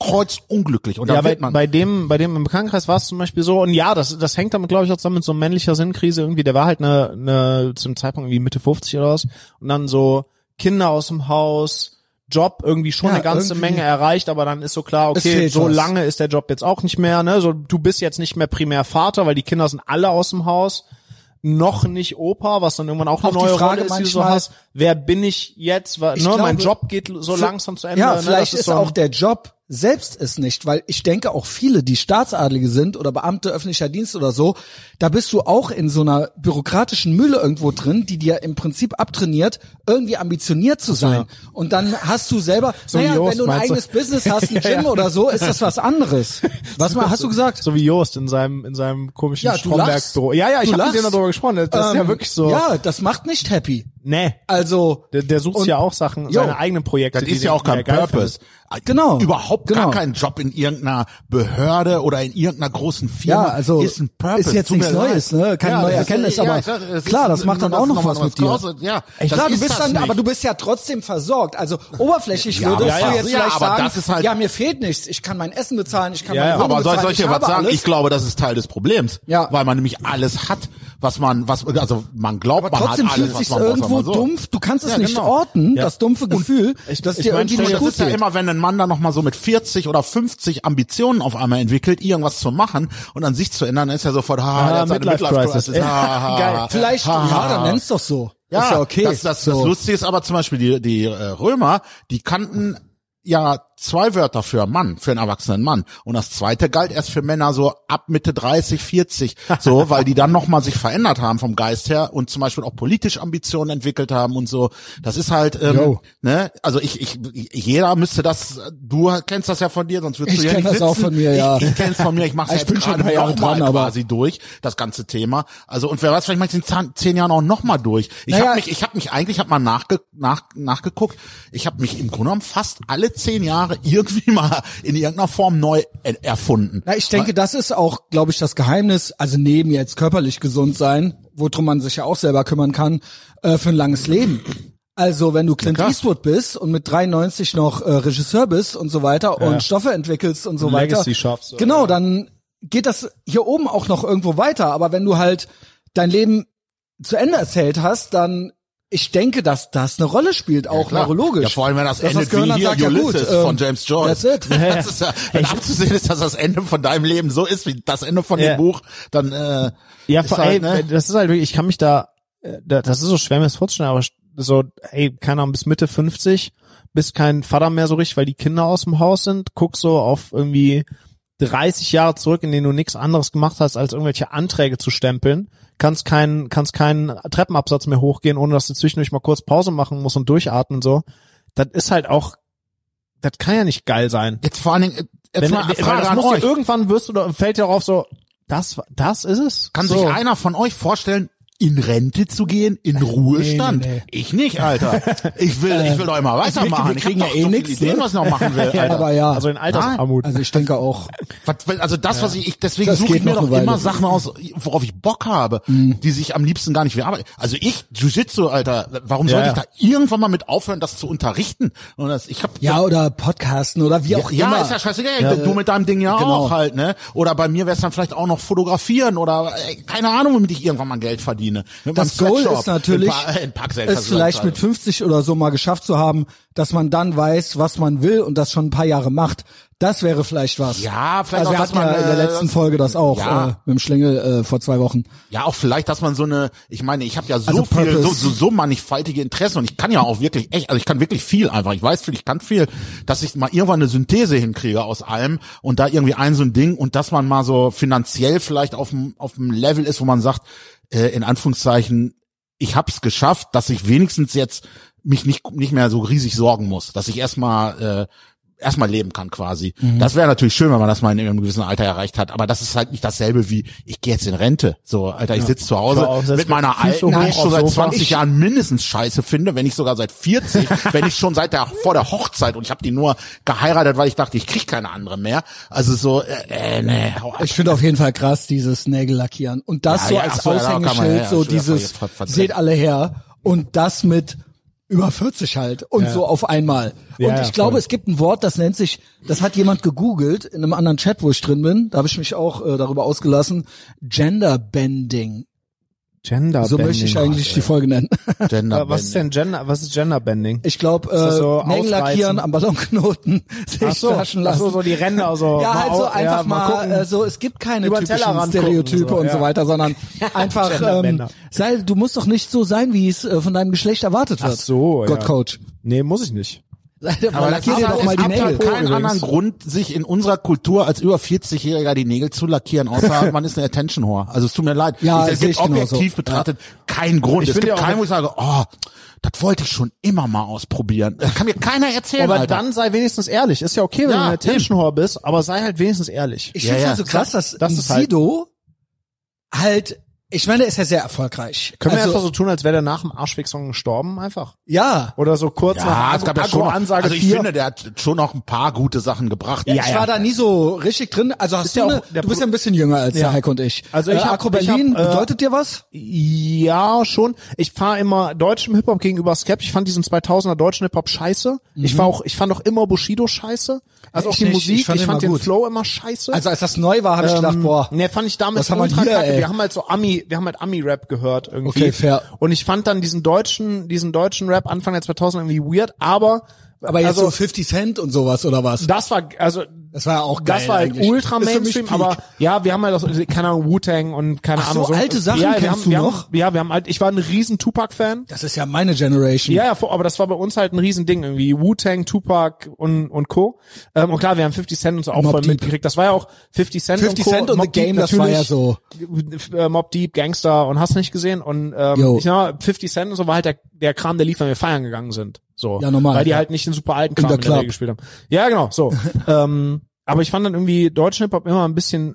S2: kreuzunglücklich. Und da
S3: Ja, bei,
S2: wird man,
S3: bei dem, bei dem im Bekanntenkreis war es zum Beispiel so, und ja, das, das hängt damit, glaube ich, auch zusammen mit so männlicher Sinnkrise irgendwie. Der war halt eine, eine zum Zeitpunkt irgendwie Mitte 50 oder was, und dann so Kinder aus dem Haus, Job irgendwie schon
S1: Ja,
S3: eine ganze
S1: irgendwie-
S3: Menge erreicht, aber dann ist so klar,
S1: Es
S3: okay,
S1: fehlt
S3: so
S1: was.
S3: lange ist der Job jetzt auch nicht mehr, ne, so du bist jetzt nicht mehr primär Vater, weil die Kinder sind alle aus dem Haus noch nicht Opa, was dann irgendwann auch eine
S1: Auch die
S3: neue
S1: Frage
S3: Rolle ist, die du so
S1: manchmal,
S3: hast. wer bin ich jetzt? Wa- Ne,
S1: Ich
S3: mein
S1: glaube-
S3: Job geht so langsam zu Ende.
S1: Ja,
S3: ne?
S1: vielleicht
S3: das
S1: ist
S3: so ein-
S1: auch der Job selbst es nicht, weil ich denke auch viele, die Staatsadlige sind oder Beamte öffentlicher Dienst oder so, da bist du auch in so einer bürokratischen Mühle irgendwo drin, die dir im Prinzip abtrainiert, irgendwie ambitioniert zu sein. Und dann hast du selber,
S3: So wie
S1: naja,
S3: Joost,
S1: wenn du ein
S3: meinst du?
S1: eigenes Business hast, ein Gym oder so, ist das was anderes. Was mal, hast du gesagt?
S3: So wie Joost in seinem, in seinem komischen
S1: Ja, du
S3: Stromberg-Büro.
S1: lachst.
S3: Ja, ja, ich
S1: Du
S3: habe mit
S1: lachst.
S3: denen darüber gesprochen. Das ist ja
S1: Ähm,
S3: wirklich so.
S1: Ja, das macht nicht happy.
S3: Nee.
S1: Also.
S3: Der, der sucht
S1: und-
S3: ja auch Sachen,
S1: Jo.
S3: seine eigenen Projekte.
S2: Das
S3: die
S2: ist ja
S3: den-
S2: auch
S3: die er
S2: kein
S3: geil
S2: Purpose.
S1: Genau.
S2: Überhaupt
S1: Genau.
S2: gar kein Job in irgendeiner Behörde oder in irgendeiner großen
S1: Ja,
S2: Firma
S1: also
S2: ist ein Purpose.
S1: ist jetzt
S2: Tut mir
S1: nichts
S2: leid.
S1: Neues, ne? Keine
S2: Ja,
S1: neue
S2: das ist-
S1: Erkenntnis,
S2: ja,
S1: aber
S2: ich sag, es
S1: klar,
S2: ist
S1: das macht dann
S2: das
S1: auch
S2: ist
S1: noch was mit dir.
S2: Großes. Ja,
S1: Ich
S2: das
S1: klar, du
S2: ist
S1: bist
S2: das
S1: dann,
S2: nicht.
S1: aber du bist ja trotzdem versorgt. Also oberflächlich
S2: Ja,
S1: würdest
S2: aber
S1: du
S2: ja,
S1: jetzt
S2: ja,
S1: vielleicht
S2: aber
S1: sagen,
S2: das ist halt-
S1: ja, mir fehlt nichts, ich kann mein Essen bezahlen, ich kann
S3: Ja, ja,
S1: meine Wohnung
S2: aber soll,
S1: bezahlen,
S2: soll ich dir
S1: habe
S2: was sagen?
S1: alles.
S2: Ich glaube, das ist Teil des Problems.
S1: Ja.
S2: Weil man nämlich alles hat, was man, was, also man glaubt, man hat
S1: Trotzdem
S2: halt alles,
S1: fühlt
S2: was
S1: sich's
S2: man braucht,
S1: irgendwo
S2: sagen wir so.
S1: dumpf, du kannst es
S2: Ja,
S1: nicht
S2: genau.
S1: orten,
S3: Ja.
S1: das dumpfe Gefühl,
S3: ich-
S1: dass
S3: ich
S1: dir
S3: mein,
S1: irgendwie
S3: stell dir
S1: nicht
S2: Das
S1: gut
S2: ist ja
S1: geht.
S2: immer, wenn ein Mann dann nochmal so mit 40 oder 50 Ambitionen auf einmal entwickelt, irgendwas zu machen und an sich zu ändern, dann ist ja sofort, ha,
S3: Ah,
S2: der hat seine
S3: Midlife
S2: Midlife-Crisis.
S3: Crisis.
S2: Ha, ha,
S3: Geil.
S2: ha.
S1: Vielleicht,
S2: Ha, ha,
S1: ja, dann
S2: ha.
S1: nenn's doch so.
S2: Ja,
S1: ist ja okay.
S2: Das, das, das
S1: so.
S2: Lustige ist aber zum Beispiel, die, die äh, Römer, die kannten ja zwei Wörter für einen Mann, für einen erwachsenen Mann. Und das zweite galt erst für Männer so ab Mitte 30, 40, so, weil die dann nochmal sich verändert haben vom Geist her und zum Beispiel auch politisch Ambitionen entwickelt haben und so. Das ist halt, ähm,
S1: Yo.
S2: ne, also ich, ich, jeder müsste das, du kennst das ja von dir, sonst würdest
S1: Ich
S2: du ja
S1: kenn
S2: nicht
S1: das
S2: sitzen.
S1: auch von mir, ja.
S2: Ich, ich kenn's von mir, ich mach's
S1: Ich
S2: jetzt
S1: bin schon ein
S2: gerade
S1: paar Jahre
S2: noch mal
S1: dran, aber-
S2: quasi durch, das ganze Thema. Also und wer weiß, vielleicht mache ich in zehn- zehn Jahren auch nochmal durch. Ich
S1: Naja.
S2: habe mich, ich habe mich eigentlich, ich habe mal nachge, nach, nachgeguckt, ich habe mich im Grunde genommen fast alle zehn Jahre irgendwie mal in irgendeiner Form neu er erfunden.
S1: Na, ich denke, das ist auch, glaube ich, das Geheimnis. Also neben jetzt körperlich gesund sein, worum man sich ja auch selber kümmern kann, äh, für ein langes Leben. Also wenn du Clint
S2: klar.
S1: Eastwood bist und mit 93 noch äh, Regisseur bist und so weiter und Stoffe entwickelst und so weiter,
S3: Legacy schaffst, oder?
S1: genau, dann geht das hier oben auch noch irgendwo weiter. Aber wenn du halt dein Leben zu Ende erzählt hast, dann ich denke, dass das eine Rolle spielt, auch
S2: Klar.
S1: neurologisch.
S2: Ja, vor allem, wenn das
S1: Dass
S2: endet
S1: Gehirn
S2: wie
S1: dann
S2: hier
S1: sagt, ja, gut,
S2: Ulysses
S1: ähm,
S2: von James Joyce.
S1: That's it.
S2: Das ist ja, wenn abzusehen ist, dass das Ende von deinem Leben so ist, wie das Ende von
S3: Ja.
S2: dem Buch, dann äh,
S3: Ja,
S2: ist
S3: vor-
S2: halt,
S3: ey,
S2: ne?
S3: das ist halt wirklich, ich kann mich da, äh, da- das ist so schwer mir das vorzustellen, aber so, ey, keine Ahnung, bis Mitte 50 bist kein Vater mehr so richtig, weil die Kinder aus dem Haus sind, guck so auf irgendwie 30 Jahre zurück, in denen du nichts anderes gemacht hast, als irgendwelche Anträge zu stempeln, kannst keinen, kannst keinen Treppenabsatz mehr hochgehen, ohne dass du zwischendurch mal kurz Pause machen musst und durchatmen, so. Das ist halt auch, das kann ja nicht geil sein.
S2: jetzt vor allen Dingen, äh, jetzt
S3: Wenn,
S2: mal eine
S3: weil
S2: Frage
S3: das
S2: an
S3: musst du,
S2: euch.
S3: irgendwann wirst du, da- fällt dir darauf so, das, war- das ist es.
S2: Kann
S3: so.
S2: sich einer von euch vorstellen, in Rente zu gehen, in Ruhestand?
S1: nee, nee.
S2: Ich nicht, Alter. Ich will, ich will doch immer weitermachen.
S1: wir kriegen
S2: ich hab
S1: ja eh
S2: doch so viele
S1: nix,
S2: Ideen,
S1: ne?
S2: was ich noch machen will, Alter.
S1: aber ja,
S3: Also in Altersarmut.
S1: also ich denke auch.
S2: Was will- Also das, was ich, ich deswegen
S1: Das
S2: suche ich
S1: geht
S2: mir
S1: noch
S2: doch
S1: eine Weile. Mhm.
S2: immer Sachen aus, worauf ich Bock habe, die sich am liebsten gar nicht mehr arbeiten. Also ich, Jiu-Jitsu, Alter, warum sollte
S3: ja.
S2: ich da irgendwann mal mit aufhören, das zu unterrichten? Und das, ich hab,
S1: Ja, oder Podcasten oder wie auch
S2: ja,
S1: immer.
S2: ist ja scheißegal. du mit deinem Ding ja
S1: Genau.
S2: auch halt, ne? Oder bei mir wär's dann vielleicht auch noch fotografieren oder äh, keine Ahnung, womit ich irgendwann mal Geld verdiene. Mit
S1: Das
S2: meinem
S1: Goal
S2: Sweatshop.
S1: ist natürlich,
S2: In Pa- in Park selbst
S1: es vielleicht mit 50 oder so mal geschafft zu haben, dass man dann weiß, was man will und das schon ein paar Jahre macht. Das wäre vielleicht was.
S2: Ja, vielleicht
S1: also wir
S2: auch, dass
S1: hatten ja
S2: man,
S1: in der
S2: äh,
S1: letzten Folge das auch äh,
S2: ja.
S1: mit dem Schlingel äh, vor zwei Wochen.
S2: Ja, auch vielleicht, dass man so eine, ich meine, ich habe ja so
S1: Also
S2: viel,
S1: Purpose.
S2: so, so, so mannigfaltige Interessen und ich kann ja auch wirklich echt, also ich kann wirklich viel einfach. Ich weiß viel, ich kann viel, dass ich mal irgendwann eine Synthese hinkriege aus allem und da irgendwie ein so ein Ding und dass man mal so finanziell vielleicht auf dem auf dem Level ist, wo man sagt, äh, in Anführungszeichen, ich hab's geschafft, dass ich wenigstens jetzt mich nicht nicht mehr so riesig sorgen muss, dass ich erstmal äh, erstmal leben kann quasi. Das wäre natürlich schön, wenn man das mal in einem gewissen Alter erreicht hat, aber das ist halt nicht dasselbe wie ich gehe jetzt in Rente. So, Alter, ich sitz zu Hause
S3: Schau auf, setz
S2: mit meiner alten,
S3: Füße hoch
S2: die ich schon
S3: aufs
S2: seit
S3: Sofa.
S2: 20 Jahren mindestens scheiße finde, wenn nicht sogar seit 40, wenn ich schon seit der vor der Hochzeit und ich habe die nur geheiratet, weil ich dachte, ich krieg keine andere mehr. Also so äh, äh nee, hau ab.
S1: Ich finde auf jeden Fall krass, dieses Nägel lackieren. Und das
S2: Ja,
S1: so
S2: ja, ach
S1: als
S2: so, ja, da kann man-
S1: Aushängeschild,
S2: ja, ja,
S1: so
S2: schon wieder
S1: dieses,
S2: ver- ver- verdrängt.
S1: seht alle her. Und das mit über 40 halt. Und so auf einmal.
S3: Ja,
S1: und
S3: ja,
S1: ich glaube,
S3: voll.
S1: es gibt ein Wort, das nennt sich, das hat jemand gegoogelt in einem anderen Chat, wo ich drin bin. Da habe ich mich auch äh, darüber ausgelassen. Genderbending.
S3: Gender
S1: So möchte ich eigentlich die Folge nennen.
S2: Gender
S3: Äh, Was ist denn Gender, was ist Gender Bending?
S1: Ich glaube, äh,
S3: das so
S1: Nägel
S3: ausreizen?
S1: lackieren am Ballonknoten, sich
S3: ach
S1: waschen lassen.
S3: so, so die Ränder, so.
S1: ja, halt so
S3: Oh, au-
S1: einfach
S3: ja,
S1: mal,
S3: gucken.
S1: äh, so, es gibt keine
S3: Über den
S1: typischen
S3: Tellerrand
S1: Stereotype
S3: gucken, so,
S1: und so
S3: ja.
S1: weiter, sondern einfach, ähm,
S3: Genderbänder.
S1: sei, du musst doch nicht so sein, wie es äh, von deinem Geschlecht erwartet wird.
S3: Ach so,
S1: Gott
S3: ja.
S1: Coach.
S3: Nee, muss ich nicht.
S1: Aber lackier dir
S2: es
S1: doch mal die
S2: gibt halt
S1: Nägel.
S2: keinen anderen Grund, sich in unserer Kultur als über 40-Jähriger die Nägel zu lackieren, außer man ist eine Attention Whore. Also es tut mir leid.
S1: Ja,
S2: es,
S1: sehe
S2: gibt
S1: ich genauso.
S2: objektiv betrachtet keinen Grund.
S3: Ich
S2: es
S3: finde
S2: gibt
S3: ja auch-
S2: keinen, wo ich sage, oh, das wollte ich schon immer mal ausprobieren. Das kann mir keiner erzählen,
S3: Aber
S2: Alter.
S3: dann sei wenigstens ehrlich. Ist ja okay, wenn
S2: Ja,
S3: du eine Attention Whore bist, aber sei halt wenigstens ehrlich.
S1: Ich
S2: Ja,
S1: finde es
S2: ja.
S1: halt so krass, dass
S3: Das
S1: ein
S3: ist halt-
S1: Sido halt, ich meine, er ist ja sehr erfolgreich.
S3: Können wir
S1: also,
S3: einfach so tun, als wäre der nach dem Arschweg-Song gestorben, einfach?
S1: ja.
S3: Oder so kurz
S2: ja,
S3: nach
S2: es gab ja
S3: Agro-
S2: schon noch,
S3: Ansage
S2: Also ich
S3: 4.
S2: finde, der hat schon noch ein paar gute Sachen gebracht.
S1: ich war da nie so richtig drin. Also hast du,
S3: ja
S1: eine,
S3: auch der
S1: du bist
S3: Pro-
S1: ja ein bisschen jünger als der
S3: Ja.
S1: Heiko und ich.
S3: Also ich
S1: äh,
S3: hab-
S1: Akro
S3: ich
S1: Berlin,
S3: hab, äh,
S1: bedeutet dir was?
S3: Ja, schon. Ich fahre immer deutschem Hip-Hop gegenüber Skep. Ich fand diesen 2000er deutschen Hip-Hop scheiße. Ich war auch, ich fand auch immer Bushido scheiße. Also
S1: Mhm. Echt
S3: auch die
S1: nicht?
S3: Musik.
S1: Ich fand den mal
S3: den
S1: gut.
S3: Flow immer scheiße.
S1: Also als das neu war, habe ich gedacht, boah.
S3: Ne, fand ich damals
S1: Was haben wir
S3: ultra
S1: hier,
S3: kacke.
S1: ey?
S3: Wir haben halt so Ami, wir haben halt Ami-Rap gehört irgendwie.
S1: Okay, fair.
S3: Und ich fand dann diesen deutschen, diesen deutschen Rap Anfang der 2000 irgendwie weird, aber,
S1: Aber jetzt
S3: also,
S1: so 50 Cent und sowas oder was?
S3: das war, also,
S1: Das war ja auch geil
S3: das war halt
S1: eigentlich.
S3: ultra
S1: Ist für mich
S3: Mainstream,
S1: Peak.
S3: aber ja, wir haben halt auch, so- keine Ahnung, Wu-Tang und keine
S1: Ach so,
S3: Ahnung.
S1: alte Sachen
S3: ja, wir
S1: kennst
S3: haben,
S1: du
S3: wir
S1: noch?
S3: Haben, ja, wir haben halt, ich war ein riesen Tupac-Fan.
S1: Das ist ja meine Generation.
S3: Ja, ja, vor- aber das war bei uns halt ein Riesending irgendwie. Wu-Tang, Tupac und, und Co. Ähm, und klar, wir haben 50 Cent und so auch
S1: Mobb
S3: voll
S1: Deep.
S3: mitgekriegt. Das war ja auch 50 Cent
S1: 50
S3: und Co.
S1: Cent und
S3: Mobb
S1: The Game,
S3: Deep
S1: das war ja
S3: natürlich.
S1: so.
S3: äh, Mob Deep, Gangster und hast nicht gesehen. Und ähm,
S1: Jo.
S3: ich sag mal, 50 Cent und so war halt der, der Kram, der lief, wenn wir feiern gegangen sind. So.
S1: Ja, normal,
S3: Weil die
S1: ja.
S3: halt nicht den super alten Kram
S1: der
S3: in der Regel
S1: Club.
S3: gespielt haben. Ja, genau, so. ähm, aber ich fand dann irgendwie deutschen Hip-Hop immer ein bisschen,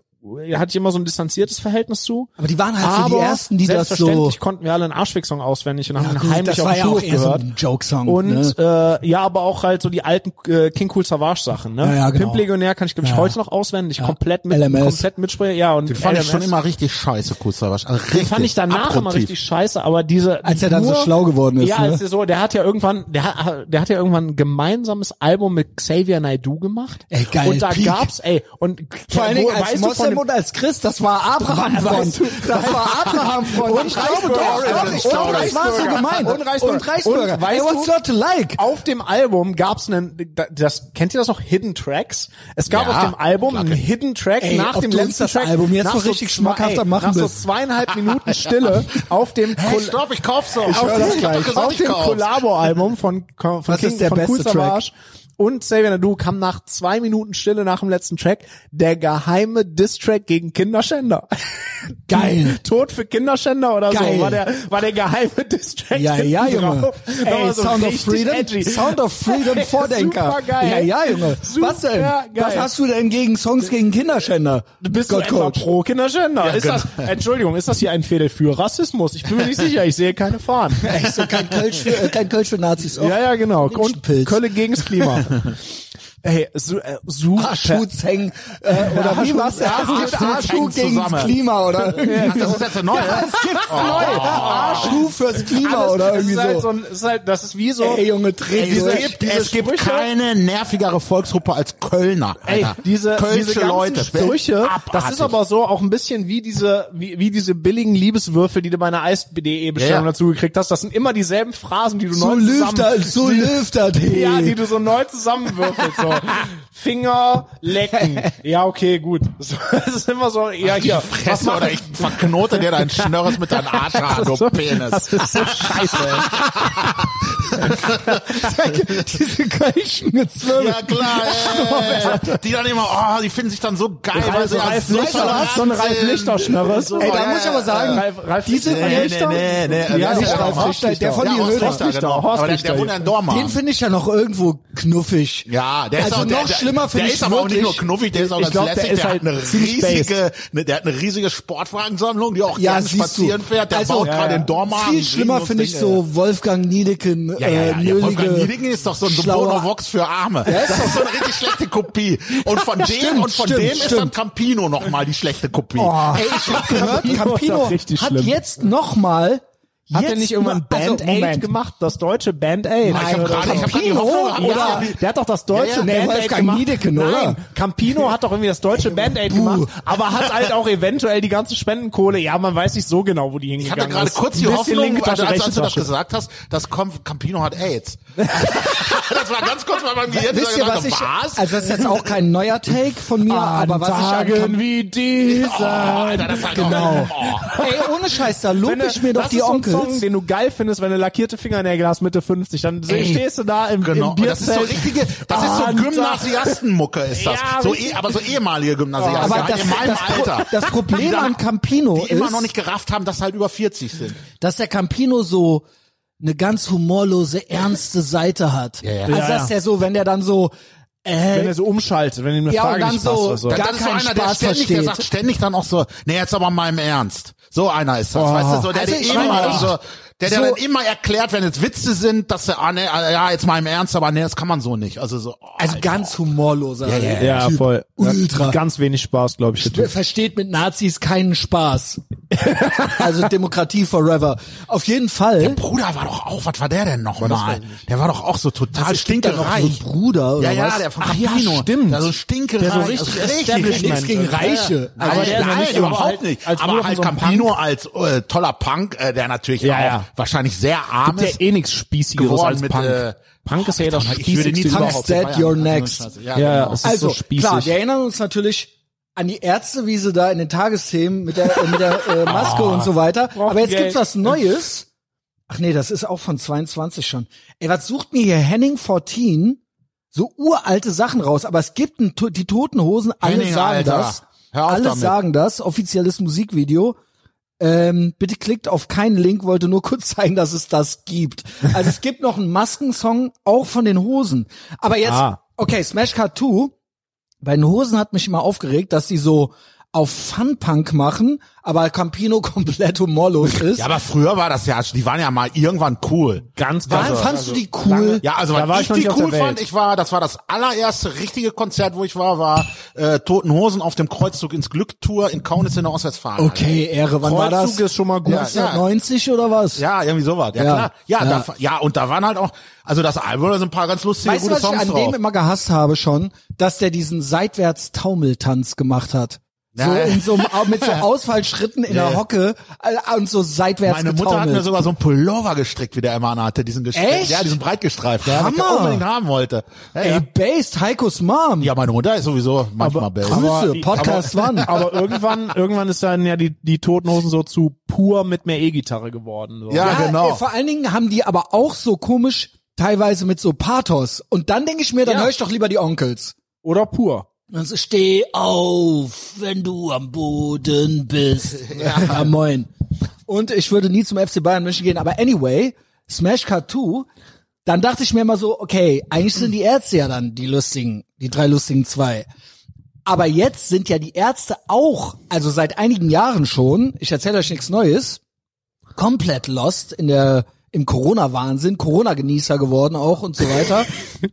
S3: da hatte ich immer so ein distanziertes Verhältnis zu.
S1: Aber die waren halt so die
S3: Aber
S1: ersten, die das so.
S3: selbstverständlich konnten wir alle einen Arschweg-Song auswendig und haben
S1: Ja,
S3: ihn
S1: gut,
S3: heimlich
S1: das
S3: auf
S1: war
S3: dem
S1: ja auch
S3: Schulhof
S1: eher so
S3: gehört.
S1: ein Joke-Song.
S3: Und
S1: ne?
S3: äh, ja, aber auch halt so die alten äh, King Cool Savage Sachen. Ne?
S1: Ja, ja, genau.
S3: Pimp Legionär kann ich glaube ich heute noch auswendig, komplett mit,
S1: LMS.
S3: komplett mitsprechen. Ja und
S2: den fand ich schon
S3: LMS.
S2: immer richtig scheiße, Kusawasch. Also richtig,
S3: Den fand ich danach immer
S2: abgrundtief.
S3: richtig scheiße, aber diese
S1: Als er dann so schlau geworden ist,
S3: Ja,
S1: ne?
S3: als er so, der hat ja irgendwann, der hat, der hat ja irgendwann ein gemeinsames Album mit Xavier Naidoo gemacht.
S1: Ey, geil,
S3: Und da
S1: Peak.
S3: gab's, ey, und
S1: Vor allen Dingen als
S3: weißt du von
S1: Moslem
S3: dem,
S1: und als Christ, das war Abraham
S3: Weißt
S1: Front.
S3: du-
S1: Das war Abraham Front. Und ich glaube doch,
S3: Reisbürger.
S1: doch, ich glaube, das war so
S3: Reisbürger.
S1: gemeint.
S3: Und Reisbürger.
S1: Und Reisbürger.
S3: Und weißt
S1: Hey, what's
S3: du-
S1: not to like?
S3: auf dem Album gab's einen, das kennt ihr das noch Hidden Tracks? Es gab
S2: Ja,
S3: auf dem Album einen Hidden Track
S1: Ey,
S3: nach
S1: ob
S3: dem
S1: du uns
S3: letzten
S1: das
S3: Track.
S1: Album jetzt
S3: nach
S1: noch richtig
S3: zwei-
S1: schmackhafter
S3: ey,
S1: machen
S3: Nach so
S1: willst.
S3: zweieinhalb Minuten Stille auf dem
S2: Hey,
S3: Kol-
S2: stopp, ich kauf's doch.
S3: auf
S2: Ich hab
S3: dem,
S2: doch gesagt,
S3: auf
S2: ich
S3: dem
S2: kauf's.
S3: Collabo-Album von, von
S1: Was
S3: King,
S1: ist der
S3: von
S1: beste
S3: Kool
S1: Track?
S3: Savas und Xavier Nadu kam nach zwei Minuten Stille nach dem letzten Track der geheime Diss-Track gegen Kinderschänder.
S1: Geil.
S3: Tod für Kinderschänder oder
S1: Geil.
S3: so war der, war der geheime Diss-Track.
S1: Ja, ja,
S3: hinten
S1: Junge.
S3: drauf. Der
S1: Ey,
S3: war so
S1: Sound of
S3: richtig
S1: Freedom.
S3: edgy.
S1: Sound of Freedom
S3: Ey,
S1: Vordenker.
S3: supergeil.
S1: Ja, ja, Junge. Was denn?
S3: Supergeil.
S1: Was hast du denn gegen Songs gegen Kinderschänder?
S3: Bist du etwa pro Kinderschänder? ist
S2: genau.
S3: das, Entschuldigung, ist das hier ein Fehler für Rassismus? Ich bin mir nicht sicher, ich sehe keine Fahnen.
S1: Echt so kein Kölsch für, äh, kein Kölsch für Nazis. Oh,
S3: Ja, ja, genau. Und
S1: Menschenpilz.
S3: Kölle gegens Klima. Ey, su äh,
S1: Ah,
S3: super.
S1: Arschhutz hängen. Äh, oder wie war's?
S2: ja,
S1: Ja, es gibt
S2: Arschhutz hängen
S1: Arschhut gegens
S2: zusammen.
S1: Klima oder irgendwie
S2: Ach, das ist jetzt eine neue.
S1: Ja, es gibt's neu. Arschhut fürs Klima oder
S3: es
S1: irgendwie
S3: Oh.
S1: so.
S3: ist halt so ein, es ist halt, das ist wie so.
S1: Ey, Junge, dreh
S2: Ey,
S1: durch.
S2: es gibt, es gibt
S3: Sprüche-
S2: keine nervigere Volksgruppe als Kölner.
S3: Ey,
S2: Alter.
S3: diese,
S2: Kölsche
S3: diese ganzen
S2: Leute.
S3: Sprüche, das
S2: abartig.
S3: ist aber so auch ein bisschen wie diese, wie, wie diese billigen Liebeswürfel, die du bei einer Eis.de-Bestellung
S2: Ja, ja.
S3: dazu gekriegt hast. Das sind immer dieselben Phrasen, die du
S1: So
S3: neu zusammen...
S1: lüftert, so lüftert. hey.
S3: Ja, die du so neu zusammenwürfelst. So. Finger lecken. Ja, okay, gut. So, es ist immer so, ja,
S2: Ich
S3: hier. Was
S2: fresse
S3: mach
S2: oder ich verknote dir dein Schnörres mit deinem Arschhaar, du Penis.
S3: Das ist so scheiße, ey.
S1: Diese Kölschen gezwirrt.
S2: Ja klar, ey. Die dann immer, oh, die finden sich dann so geil, weil sie am
S3: Ralf Lichter,
S2: Sucher
S3: hast so eine Ralf
S2: sind.
S3: Lichter Schnörres.
S1: Ey, da muss ich aber sagen,
S3: Ralf, Ralf
S1: diese-
S3: Lichter-
S2: Nee, nee, nee, nee.
S1: Ja,
S2: Wer ist
S1: nicht
S2: der
S1: Ralf
S2: Horst
S1: Lichter, der von
S2: ja,
S1: die
S2: Horst
S1: Höhle.
S2: Lichter,
S3: Horst
S2: genau.
S3: Lichter, Horst
S2: Aber der,
S3: Lichter.
S2: der wohnt ja in Dorma.
S1: Den finde ich ja noch irgendwo knuffig.
S2: Ja, der ist
S1: also
S2: auch,
S1: noch
S2: der, der,
S1: schlimmer finde
S2: der
S1: ich
S2: ist aber auch nicht nur
S1: wirklich-
S2: knuffig, der ist auch
S3: Ich
S2: ganz
S3: glaub, der
S2: lässig, der,
S3: ist halt
S2: hat eine
S3: ziemlich
S2: riesige, ne, der hat eine riesige Sportwagensammlung, die auch
S1: Ja,
S2: gerne
S1: siehst du.
S2: spazieren fährt, der
S1: Also,
S2: baut
S1: ja,
S2: gerade
S1: ja.
S2: in Dorma.
S1: Viel schlimmer finde ich so Wolfgang Niedeken,
S2: Ja, ja, ja.
S1: äh,
S2: ja
S1: nölige,
S2: Wolfgang Niedingen ist doch so ein Bono
S1: schlauer,
S2: Vox für Arme. Das ist doch so eine richtig schlechte Kopie. Und von dem,
S1: Stimmt,
S2: und von
S1: stimmt,
S2: dem ist dann
S1: stimmt. Oh,
S2: Campino nochmal die schlechte Kopie.
S1: Ey, ich hab gehört, Campino
S3: richtig
S1: hat
S3: schlimm.
S1: jetzt nochmal
S3: Hat
S1: Jetzt
S3: er nicht irgendwann
S1: nur- also,
S3: Band Aid
S1: Moment.
S3: gemacht? Das deutsche Band
S2: Nein,
S3: Aid.
S2: ich hab
S3: Oder
S2: gerade- ich hab gerade die
S3: Campino,
S2: Hoffnung gehabt,
S3: oder?
S2: ja.
S3: Der hat doch das deutsche
S2: Ja, ja.
S1: Nee,
S3: Band Aid
S1: Wolfgang
S3: gemacht.
S1: Niedecken,
S3: Nein,
S1: oder?
S3: Campino hat doch irgendwie das deutsche Band Aid gemacht, aber hat halt auch eventuell die ganze Spendenkohle. Ja, man weiß nicht so genau, wo die
S2: Ich
S3: hingegangen
S2: hatte gerade
S3: ist.
S2: kurz die
S3: Ein bisschen
S2: Hoffnung, als,
S3: linke Tasche,
S2: als,
S3: rechte
S2: als du das
S3: Tasche.
S2: gesagt hast, dass Com- Campino hat AIDS. das war ganz kurz mal beim Gehirn.
S1: Wisst ihr, was ich,
S2: was?
S1: also das ist jetzt auch kein neuer Take von mir, aber was ich an Cam-
S3: wie dieser.
S2: oh, Alter, das war
S1: Genau.
S2: Oh.
S1: Ey, ohne Scheiß, da lob
S3: Wenn du-
S1: ich mir doch
S3: das
S1: die
S3: ist so ein
S1: Onkels.
S3: Song, den du geil findest, wenn du lackierte Fingernägel hast Mitte 50, dann se-
S2: Ey,
S3: stehst du da im,
S2: Genau,
S3: im
S2: und das ist so
S3: Bierzelt.
S2: richtige, das ist
S3: Ah,
S2: so Gymnasiastenmucke ist das.
S3: Ja,
S2: so
S3: richtig.
S2: eh, aber so ehemalige Gymnasiasten,
S1: Oh, Aber
S2: halt
S1: das,
S2: in meinem
S1: das, Pro-
S2: Alter.
S1: das Problem
S2: da-
S1: an Campino
S2: die immer
S1: ist,
S2: noch nicht gerafft haben, dass sie halt über 40 sind.
S1: dass der Campino so eine ganz humorlose, ernste Seite hat.
S2: ja.
S1: Also
S3: Ja, ja.
S1: dass der so, wenn der dann so, äh,
S3: Wenn er so umschaltet, wenn ihm eine
S1: Ja, und
S3: Frage
S1: dann
S3: nicht passt
S1: so-
S3: oder so.
S1: Gar
S2: Dann das ist so
S1: keinen
S2: einer, der
S1: Spaß
S2: ständig, der
S1: versteht.
S2: sagt ständig dann auch so, nee, jetzt aber mal im Ernst. So einer ist das, weißt du, so der,
S1: Also
S2: der
S1: ich meine,
S2: immer
S1: ich-
S2: so, der, der
S1: so-
S2: dann immer erklärt, wenn jetzt Witze sind, dass er, ah, nee, ah, ja, jetzt mal im Ernst, aber nee, das kann man so nicht. Also so, oh,
S1: also
S2: Alter.
S1: ganz humorloser.
S2: ja,
S3: ja,
S1: Typ.
S3: voll.
S1: Ultra.
S3: Ganz wenig Spaß, glaube ich. der Typ.
S1: versteht mit Nazis keinen Spaß. also Demokratie forever. Auf jeden Fall.
S2: Bruder war doch auch, was war der denn nochmal? Der war doch auch so total
S1: Also da noch so ein
S2: stinkereich.
S1: Bruder oder
S2: Ja, ja,
S1: was?
S2: der von
S1: Ach ja,
S2: Campino.
S1: stimmt.
S2: Der so stinkereich.
S3: Der so
S2: also
S3: richtig
S2: richtig
S3: Establishment.
S1: Nichts gegen Reiche.
S2: Nein,
S3: Aber der ist noch
S2: nein,
S3: nicht so
S2: überhaupt
S3: alt,
S2: nicht.
S3: als
S2: aber
S3: Bruder
S2: halt
S3: von so einem
S2: Campino als äh, toller Punk, äh, der natürlich
S3: Ja,
S2: auch
S3: ja.
S2: wahrscheinlich sehr arm
S3: Gibt
S2: ist.
S3: ja eh nichts Spießigeres
S2: geworden
S3: als
S2: mit,
S3: Punk.
S2: äh,
S3: Punk ist ja das
S2: ich würde nie
S3: Spießigste
S1: Punk ist
S3: überhaupt.
S1: dead, you're next.
S2: Ja,
S3: Ja,
S2: genau.
S3: es ist
S1: Also
S3: so spießig.
S1: klar, wir erinnern uns natürlich an die Ärztewiese da in den Tagesthemen mit der, äh, mit der äh, Maske und so weiter. Aber jetzt
S3: Geld.
S1: gibt's was Neues. Ach nee, das ist auch von 22 schon. Ey, was sucht mir hier Henning 14 so uralte Sachen raus? Aber es gibt ein, To- die Toten Hosen, alle
S2: Henning,
S1: sagen
S2: Alter,
S1: das.
S2: hör auf
S1: Alle
S2: damit.
S1: sagen das, offizielles Musikvideo. Ähm, bitte klickt auf keinen Link, wollte nur kurz zeigen, dass es das gibt. Also es gibt noch einen Maskensong, auch von den Hosen. Aber jetzt,
S3: Ah.
S1: okay, Smash Cut 2, bei den Hosen hat mich immer aufgeregt, dass sie so auf Funpunk machen, aber Campino komplett humorlos ist.
S2: Ja, aber früher war das ja, die waren ja mal irgendwann cool.
S3: Ganz
S1: Wann
S2: also,
S3: krass.
S1: fandst du die cool?
S2: Ja, also
S3: Da war
S2: was
S3: ich
S2: ich,
S3: noch
S2: die
S3: nicht auf
S2: cool
S3: der Welt.
S2: fand, ich war, das war das allererste richtige Konzert, wo ich war, war äh, Toten Hosen auf dem Kreuzzug ins Glück Tour in Kaunitz in der Ostwestfalen.
S1: Okay, Ehre, wann war das?
S3: Kreuzzug ist schon mal gut.
S2: Ja,
S1: 1990 oder was?
S2: Ja, irgendwie sowas. Ja,
S1: Ja.
S2: klar. Ja,
S1: Ja.
S2: ja. Da, ja, und da waren halt auch, also das Album, da sind ein paar ganz lustige,
S1: Weißt du, was
S2: gute
S1: ich
S2: Songs
S1: an
S2: drauf.
S1: dem immer gehasst habe schon? Dass der diesen seitwärts Taumeltanz gemacht hat. So
S2: Ja.
S1: in so einem, mit so Ausfallschritten in der
S2: Ja.
S1: Hocke äh, und so seitwärts
S2: Meine
S1: getaumelt.
S2: Mutter hat mir sogar so einen Pullover gestrickt, wie der immer anhatte, diesen gestrickt.
S1: Echt?
S2: Ja, diesen breitgestreift, ja, was ich
S1: Hammer.
S2: unbedingt haben wollte. Ja,
S1: Ey,
S2: ja.
S1: based, Heikos Mom.
S2: ja, meine Mutter ist sowieso manchmal
S3: Aber-
S2: best.
S1: Grüße,
S3: die-
S1: Podcast wann?
S3: Aber irgendwann, irgendwann ist dann ja die, die Toten Hosen so zu pur mit mehr E-Gitarre geworden. So.
S2: Ja,
S1: Ja,
S2: genau.
S1: äh, vor allen Dingen haben die aber auch so komisch teilweise mit so Pathos. Und dann denke ich mir, dann
S3: Ja.
S1: höre ich doch lieber die Onkels.
S3: Oder pur.
S1: Und so, Also steh auf, wenn du am Boden bist. Ja. moin. Und ich würde nie zum FC Bayern München gehen, aber anyway, Smash Cut 2, dann dachte ich mir immer so, okay, eigentlich sind die Ärzte ja dann die lustigen, die drei lustigen zwei. Aber jetzt sind ja die Ärzte auch, also seit einigen Jahren schon, ich erzähle euch nichts Neues, komplett lost in der im Corona-Wahnsinn, Corona-Genießer geworden auch und so weiter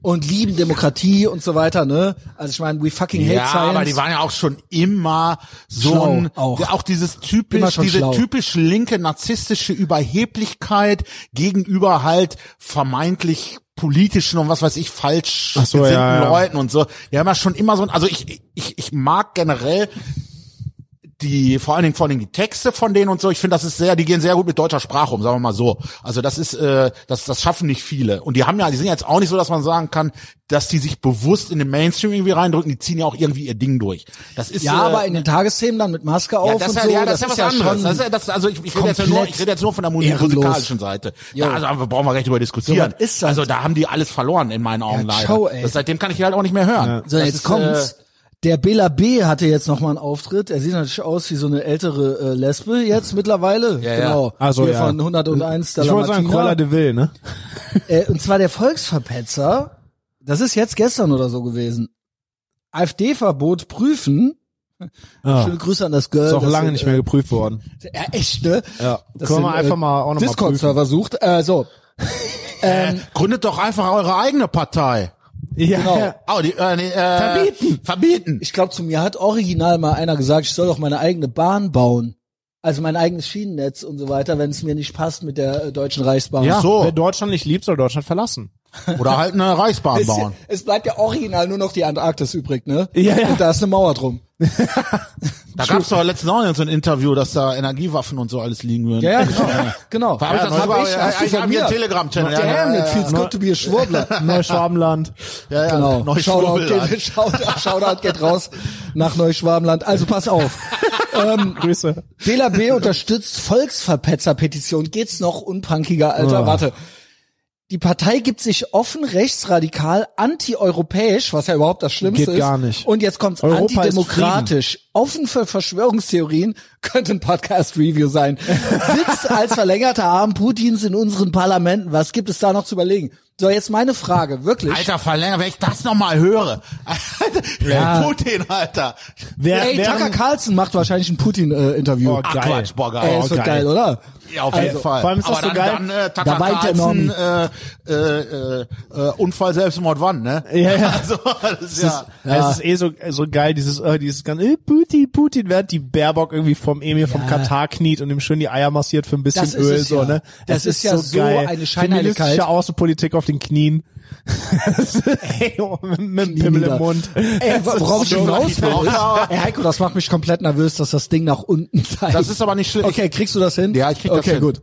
S1: und lieben Demokratie und so weiter, ne? Also ich meine, we fucking hate
S2: Ja,
S1: science.
S2: aber die waren ja auch schon immer so
S1: Schlau
S2: ein,
S1: auch.
S2: auch dieses
S1: Immer
S2: typisch,
S1: schon
S2: diese
S1: schlau.
S2: typisch linke narzisstische Überheblichkeit gegenüber halt vermeintlich politischen und was weiß ich falsch
S3: Ach so,
S2: gesinnten
S3: ja, ja.
S2: Leuten und so. Die haben ja schon immer so ein, also ich, ich, ich mag generell die, vor allen Dingen, vor allen Dingen die Texte von denen und so, ich finde, das ist sehr, die gehen sehr gut mit deutscher Sprache um, sagen wir mal so. Also das ist, äh, das, das schaffen nicht viele. Und die haben ja, die sind jetzt auch nicht so, dass man sagen kann, dass die sich bewusst in den Mainstream irgendwie reindrücken, die ziehen ja auch irgendwie ihr Ding durch. Das ist
S1: ja,
S2: äh,
S1: aber in den Tagesthemen dann mit Maske auf
S2: ja, das
S1: und
S2: ist ja,
S1: so.
S2: ja, das, ist ja was anderes.
S1: schon-
S2: Das ist ja, das, also ich, ich rede jetzt ja nur,
S1: komplett
S2: ich rede jetzt nur von der mu-
S1: ehrenlos.
S2: musikalischen Seite.
S1: Jo.
S2: Ja, also aber brauchen wir gar nicht drüber diskutieren.
S1: So was ist das?
S2: Also da haben die alles verloren in meinen Augen leider.
S1: ciao, ey.
S2: Das, seitdem kann ich die halt auch nicht mehr hören.
S1: So,
S2: das
S1: jetzt
S2: ist,
S1: kommt's.
S3: äh,
S1: der Bela B. hatte jetzt nochmal einen Auftritt. Er sieht natürlich aus wie so eine ältere äh, Lesbe jetzt mittlerweile.
S2: Ja, ja.
S1: genau.
S3: Also,
S1: Hier
S3: ja.
S1: von 101
S3: Ich wollte sagen,
S1: Dalmatiner.
S3: Cruella de Vil, ne?
S1: äh, und zwar der Volksverpetzer, das ist jetzt gestern oder so gewesen. AfD-Verbot prüfen.
S3: Ah.
S1: Schöne Grüße an das Girl.
S3: Ist auch
S1: das,
S3: lange nicht mehr geprüft worden.
S1: Äh, ja, echt, ne?
S3: Ja.
S1: Das
S3: Können wir
S1: sind, äh,
S3: einfach mal auch noch mal prüfen.
S1: Discord-Server sucht. Äh, so. ähm,
S2: äh, gründet doch einfach eure eigene Partei.
S3: Ja.
S1: Genau.
S2: Oh, die, äh, nee, äh, verbieten. Verbieten.
S1: ich glaube, zu mir hat original mal einer gesagt, ich soll doch meine eigene Bahn bauen. Also mein eigenes Schienennetz und so weiter, wenn es mir nicht passt mit der äh, Deutschen Reichsbahn.
S3: Ja,
S2: so.
S3: wer Deutschland nicht liebt, soll Deutschland verlassen.
S2: Oder halt eine Reichsbahn
S1: Es,
S2: bauen.
S1: es bleibt ja original nur noch die Antarktis übrig, ne?
S3: Ja, ja.
S1: Und da ist eine Mauer drum.
S2: Da gab es doch letztens auch so ein Interview, dass da Energiewaffen und so alles liegen würden.
S1: Ja, ja, genau. genau.
S2: Hab ich das- äh, hab ich-
S1: hast du
S2: ich
S1: von
S2: hab hier
S1: mir.
S2: einen Telegram-Channel, ja,
S1: Damn,
S2: ja, ja,
S1: it feels good to be a Schwurbler.
S3: Neuschwabenland.
S2: ja, ja,
S1: Genau.
S2: Neu-
S1: Shoutout,
S2: Schwurbel,
S1: geht, Shoutout, Shoutout geht raus nach Neuschwabenland. Also pass auf. ähm,
S3: Grüße.
S1: DLAB unterstützt Volksverpetzer-Petition. Geht's noch unpunkiger, Alter?
S3: Ah.
S1: Warte. Die Partei gibt sich offen rechtsradikal antieuropäisch, was ja überhaupt das Schlimmste
S3: Geht
S1: ist.
S3: gar nicht.
S1: Und jetzt kommt's
S3: Europa ist
S1: antidemokratisch. Offen für Verschwörungstheorien könnte ein Podcast-Review sein. Sitzt als verlängerter Arm Putins in unseren Parlamenten. Was gibt es da noch zu überlegen? So, jetzt meine Frage, wirklich.
S2: Alter, verlängert, wenn ich das nochmal höre. Alter,
S3: Ja.
S2: Putin, Alter.
S3: Wer,
S1: Ey,
S3: wer-
S1: Tucker Carlson macht wahrscheinlich ein Putin-Interview.
S3: Oh,
S2: Ach,
S3: Geil.
S2: Quatsch, boah, geil.
S1: Ey, ist doch
S3: Oh, geil.
S1: geil, Also, oder?
S2: Ja, auf jeden Fall.
S3: vor allem ist das
S2: Aber dann,
S3: so geil,
S2: Dann, äh,
S1: da
S2: Tata
S1: weint der
S2: Carlson, äh, äh, äh, äh, Unfall, Selbstmord, wann, ne?
S3: Ja, ja.
S2: Also, das ist ja.
S3: Ja. Es ist eh so, so geil, dieses, äh, dieses ganze, äh, Putin, Putin, während die Baerbock irgendwie vom Emir vom Katar kniet und ihm schön die Eier massiert für ein bisschen
S1: Das ist
S3: Öl,
S1: es
S3: so,
S1: ja.
S3: ne?
S1: Das ist ja so eine Scheinheiligkeit.
S3: Feministische Außenpolitik auf den Knien. Ey, oh, mit mit dem Pimmel
S1: nieder.
S3: im Mund.
S1: Ey, worauf ich
S2: so
S1: hinaus will,
S2: geil.
S1: ist, ey, Heiko, das macht mich komplett nervös, dass das Ding nach unten zeigt.
S2: Das ist aber nicht schlimm.
S1: Okay, kriegst du das hin?
S2: Ja, ich krieg das
S1: okay,
S2: hin.
S1: gut.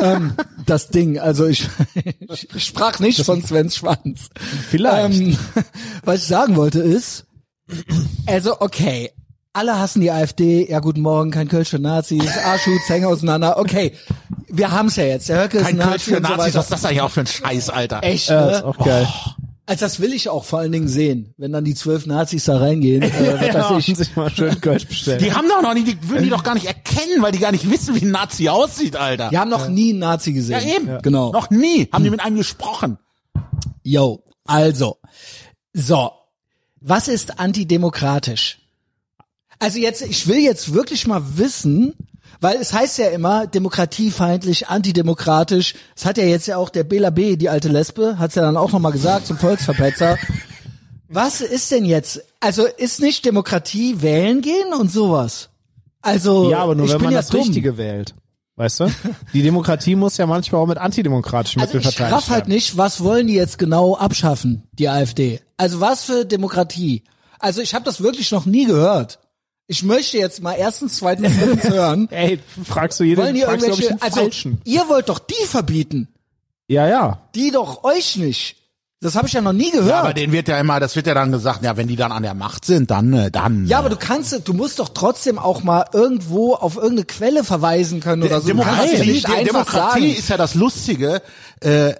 S1: ähm, das Ding, also ich, ich sprach nicht von Svens Schwanz.
S3: Vielleicht.
S1: Ähm, was ich sagen wollte ist, also okay, alle hassen die AfD, ja guten Morgen, kein Kölsch für Nazis, Arschhut, Zänger auseinander, okay, wir haben's ja jetzt, der Höcke ist
S2: Kein
S1: Nazi
S2: Kölsch für
S1: und so
S2: Nazis,
S1: weiter.
S2: was ist das eigentlich auch für ein Scheiß, Alter?
S1: Echt,
S3: Ja,
S1: ne?
S3: ist auch geil.
S1: Also das will ich auch vor allen Dingen sehen, wenn dann die zwölf Nazis da reingehen. Äh, was
S3: ja,
S1: weiß ich.
S3: sich mal schön Kölsch bestellen.
S2: Die haben doch noch nicht, die würden die doch gar nicht erkennen, weil die gar nicht wissen, wie ein Nazi aussieht, Alter.
S1: Die haben noch nie einen Nazi
S2: Ja,
S1: gesehen.
S2: eben.
S1: Genau.
S2: Noch nie haben die mit einem gesprochen.
S1: Yo, also. So. Was ist antidemokratisch? Also jetzt, ich will jetzt wirklich mal wissen, weil es heißt ja immer demokratiefeindlich, antidemokratisch. Es hat ja jetzt ja auch der Bela B., die alte Lesbe, hat's ja dann auch nochmal gesagt zum Volksverpetzer. Was ist denn jetzt? Also ist nicht Demokratie wählen gehen und sowas? Also
S3: ja, aber nur
S1: ich
S3: wenn
S1: bin
S3: man
S1: ja
S3: das
S1: dumm.
S3: Richtige wählt. Weißt du? Die Demokratie muss ja manchmal auch mit antidemokratischen
S1: Also
S3: Mitteln
S1: ich
S3: verteidigt
S1: raff halt
S3: werden.
S1: nicht, was wollen die jetzt genau abschaffen, die AfD? Also was für Demokratie? Also ich habe das wirklich noch nie gehört. Ich möchte jetzt mal erstens, zweitens, drittens hören.
S3: Ey, fragst du jeden,
S1: Wollen die
S3: fragst du, ob ich
S1: irgendwelche,
S3: einen
S1: also
S3: Falschen?
S1: ihr wollt doch die verbieten,
S3: Ja, ja.
S1: die doch euch nicht. Das habe ich ja noch nie gehört.
S2: Ja, aber denen wird ja immer, das wird ja dann gesagt, ja, wenn die dann an der Macht sind, dann, äh, dann.
S1: Ja, aber du kannst, du musst doch trotzdem auch mal irgendwo auf irgendeine Quelle verweisen können oder so. Du kannst das ja
S2: äh, Demokratie,
S1: also nicht einfach
S2: Demokratie
S1: sagen.
S2: ist ja das Lustige, äh,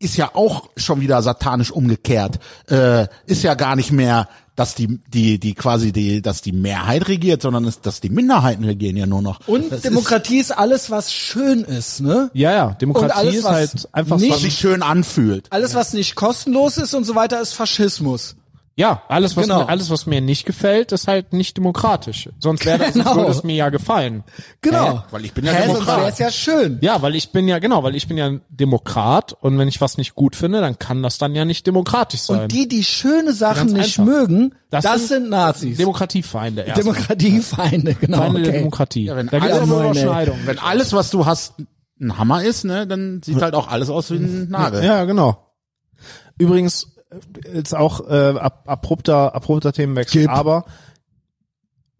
S2: ist ja auch schon wieder satanisch umgekehrt. Äh, ist ja gar nicht mehr, dass die, die, die quasi die, dass die Mehrheit regiert, sondern ist, dass die Minderheiten regieren ja nur noch.
S1: Und
S2: das
S1: Demokratie ist alles, was schön ist, ne?
S3: Ja, ja, Demokratie
S1: Und alles,
S3: ist
S1: was
S3: halt einfach
S1: nicht-
S2: ist, was sich schön anfühlt.
S1: Alles, was nicht kostenlos ist und so weiter, ist Faschismus.
S3: Ja, alles was
S1: Genau.
S3: mir, alles was mir nicht gefällt, ist halt nicht demokratisch. Sonst wäre das,
S1: Genau.
S3: sonst würde es mir ja gefallen.
S1: Genau.
S3: Hä?
S2: Weil ich bin ja
S1: Hä,
S2: Demokrat.
S1: Sonst wär's ja schön.
S3: Ja, weil ich bin ja genau, weil ich bin ja ein Demokrat und wenn ich was nicht gut finde, dann kann das dann ja nicht demokratisch sein.
S1: Und die, die schöne Sachen
S3: Ganz
S1: nicht
S3: einfach.
S1: mögen, das,
S3: Das
S1: sind,
S3: sind
S1: Nazis.
S3: Demokratiefeinde erst.
S1: Demokratiefeinde, genau.
S3: Feinde der
S1: okay.
S3: Demokratie.
S2: Ja,
S3: da gibt es
S1: alle-
S3: eine
S1: Moin, ey.
S3: Überschneidung.
S2: Wenn alles, was du hast, ein Hammer ist, ne, dann sieht halt auch alles aus wie ein Nagel.
S3: Ja, genau. Übrigens äh, jetzt auch äh, ab, abrupter abrupter Themenwechsel,
S1: Gib.
S3: aber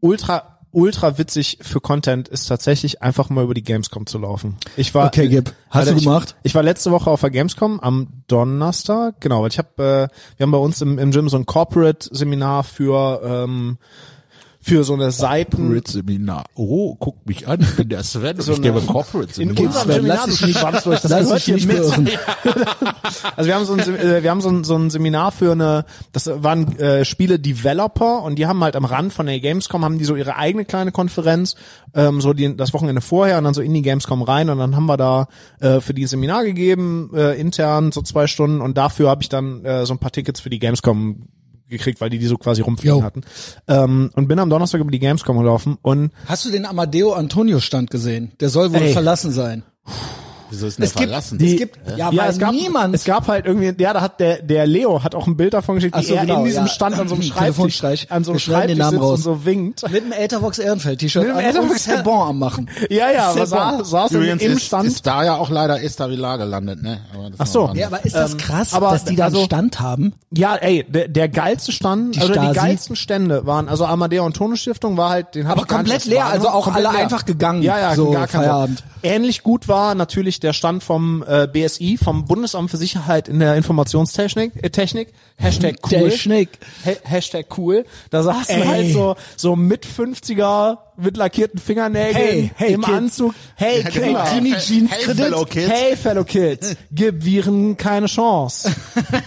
S3: ultra ultra witzig für Content ist tatsächlich einfach mal über die Gamescom zu laufen. Ich war
S1: Okay, gib. Hast
S3: Alter,
S1: du gemacht?
S3: Ich, ich war letzte Woche auf der Gamescom am Donnerstag, genau, weil ich habe äh, wir haben bei uns im, im Gym so ein Corporate Seminar für ähm, für so eine Seiten
S2: Seminar. Oh, guck mich an, ich bin der Sven
S3: So eine-
S2: Corporate
S1: Gibt's unserem Sven, lass dich nicht-
S3: Schwanzlurch, das
S1: Lass
S3: gehört
S1: dich
S3: hier
S1: nicht
S3: mit.
S1: beirren.
S3: Also wir haben so ein, Sem- äh, wir haben so ein, so ein Seminar für eine, das waren äh, Spiele Developer und die haben halt am Rand von der Gamescom haben die so ihre eigene kleine Konferenz, ähm, so die, das Wochenende vorher und dann so in die Gamescom rein und dann haben wir da äh, für die Seminar gegeben äh, intern so zwei Stunden und dafür habe ich dann äh, so ein paar Tickets für die Gamescom gekriegt, weil die die so quasi rumfliegen
S1: Jo.
S3: hatten ähm, und bin am Donnerstag über die Gamescom gelaufen und
S1: Hast du den Amadeo Antonio Stand gesehen? Der soll wohl
S3: Ey.
S1: verlassen sein.
S2: Wieso ist denn der verlassen?
S1: es gibt, ja, weil
S3: es gab,
S1: niemand,
S3: Es gab halt irgendwie, ja, da hat der, der Leo hat auch ein Bild davon geschickt,
S1: Ach
S3: wie
S1: so,
S3: er
S1: genau,
S3: in diesem
S1: ja.
S3: Stand an so einem Schreibtisch,
S1: Telefonstreich.
S3: an so einem
S1: Wir schneiden den
S3: Schreibtisch
S1: Namen
S3: sitzt und
S1: raus.
S3: so winkt.
S1: mit einem Eltervox Ehrenfeld-T-Shirt
S3: Mit einem
S1: an und
S3: Eltervox-
S1: Sabon am machen.
S3: Ja, ja, aber
S1: Sehr
S3: sa
S1: bon.
S3: saß
S2: Übrigens
S3: im
S2: ist,
S3: Stand.
S2: ist da ja auch leider Estavilla gelandet, ne? Aber das
S3: Ach so.
S1: Ja, aber ist das krass,
S3: Ähm, aber
S1: dass die da
S3: also-
S1: einen Stand haben?
S3: ja, ey, der, der geilste Stand,
S1: Die
S3: also die
S1: Stasi.
S3: geilsten Stände waren, also Amadeo und Tone Stiftung war halt, den hab
S1: Aber
S3: ich gar nicht
S1: komplett
S3: erst
S1: leer,
S3: wahrgenommen.
S1: also auch alle einfach gegangen,
S3: Ja, ja,
S1: so
S3: gar kein
S1: Feierabend.
S3: Bock. Ähnlich gut war natürlich der Stand vom äh, BSI, vom Bundesamt für Sicherheit in der Informationstechnik, äh, Technik, Hashtag cool.
S1: Technik.
S3: Ha- Hashtag cool. Da saßen
S1: Ey.
S3: halt so, so mit 50er, mit lackierten Fingernägeln,
S1: Hey, hey,
S3: im
S1: Kids.
S3: Anzug. Hey,
S2: Ja,
S3: Kinder.
S2: genau.
S1: Jimmy Jeans
S2: Hey,
S1: Kredit.
S2: fellow kids.
S3: Hey, fellow Kids, gib Viren keine Chance.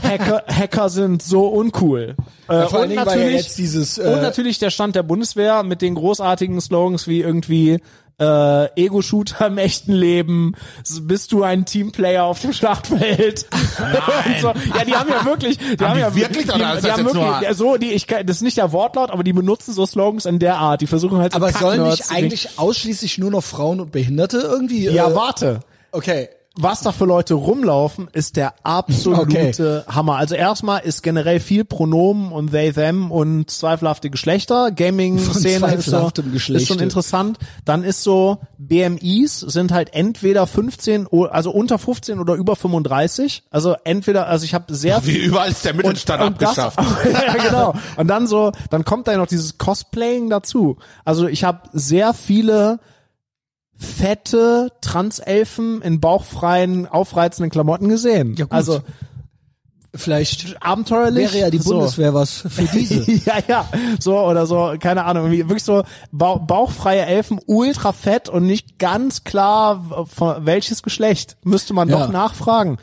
S3: Hacker, Hacker sind so uncool. Äh,
S1: vor allen Dingen, weil ja jetzt dieses, äh,
S3: und natürlich der Stand der Bundeswehr mit den großartigen Slogans wie irgendwie äh, Ego-Shooter im echten Leben, s- bist du ein Teamplayer auf dem Schlachtfeld? Und so. Ja, die haben ja wirklich, die haben,
S2: die
S3: ja
S2: wirklich
S3: die,
S2: oder ist
S3: die
S2: das
S3: haben
S2: jetzt
S3: wirklich,
S2: nur-
S3: ja, so, die, ich, kann- das ist nicht der Wortlaut, aber die benutzen so Slogans in der Art. Die versuchen halt so
S1: Aber sollen
S3: Kacknerds
S1: nicht
S3: zu kriegen.
S1: eigentlich ausschließlich nur noch Frauen und Behinderte irgendwie?
S3: Ja,
S1: äh,
S3: warte.
S1: Okay.
S3: was da für Leute rumlaufen, ist der absolute Hammer. Also erstmal ist generell viel Pronomen und they, them und zweifelhafte Geschlechter. Gaming-Szene ist, so,
S1: zweifelhaftem Geschlecht.
S3: ist schon interessant. Dann ist so, BMIs sind halt entweder 15, o- also unter 15 oder über 35. Also entweder, also ich habe sehr
S2: Wie überall ist der Mittelstand abgeschafft.
S3: das, ja, genau. Und dann so, dann kommt da noch dieses Cosplaying dazu. Also ich habe sehr viele fette Transelfen in bauchfreien, aufreizenden Klamotten gesehen.
S1: Ja, gut.
S3: Also
S1: Vielleicht
S3: abenteuerlich.
S1: wäre ja die
S3: so.
S1: Bundeswehr was für diese.
S3: ja, ja, so oder so, keine Ahnung, irgendwie wirklich so bau bauchfreie Elfen, ultra fett und nicht ganz klar, w- von welches Geschlecht, müsste man
S1: Ja.
S3: doch nachfragen.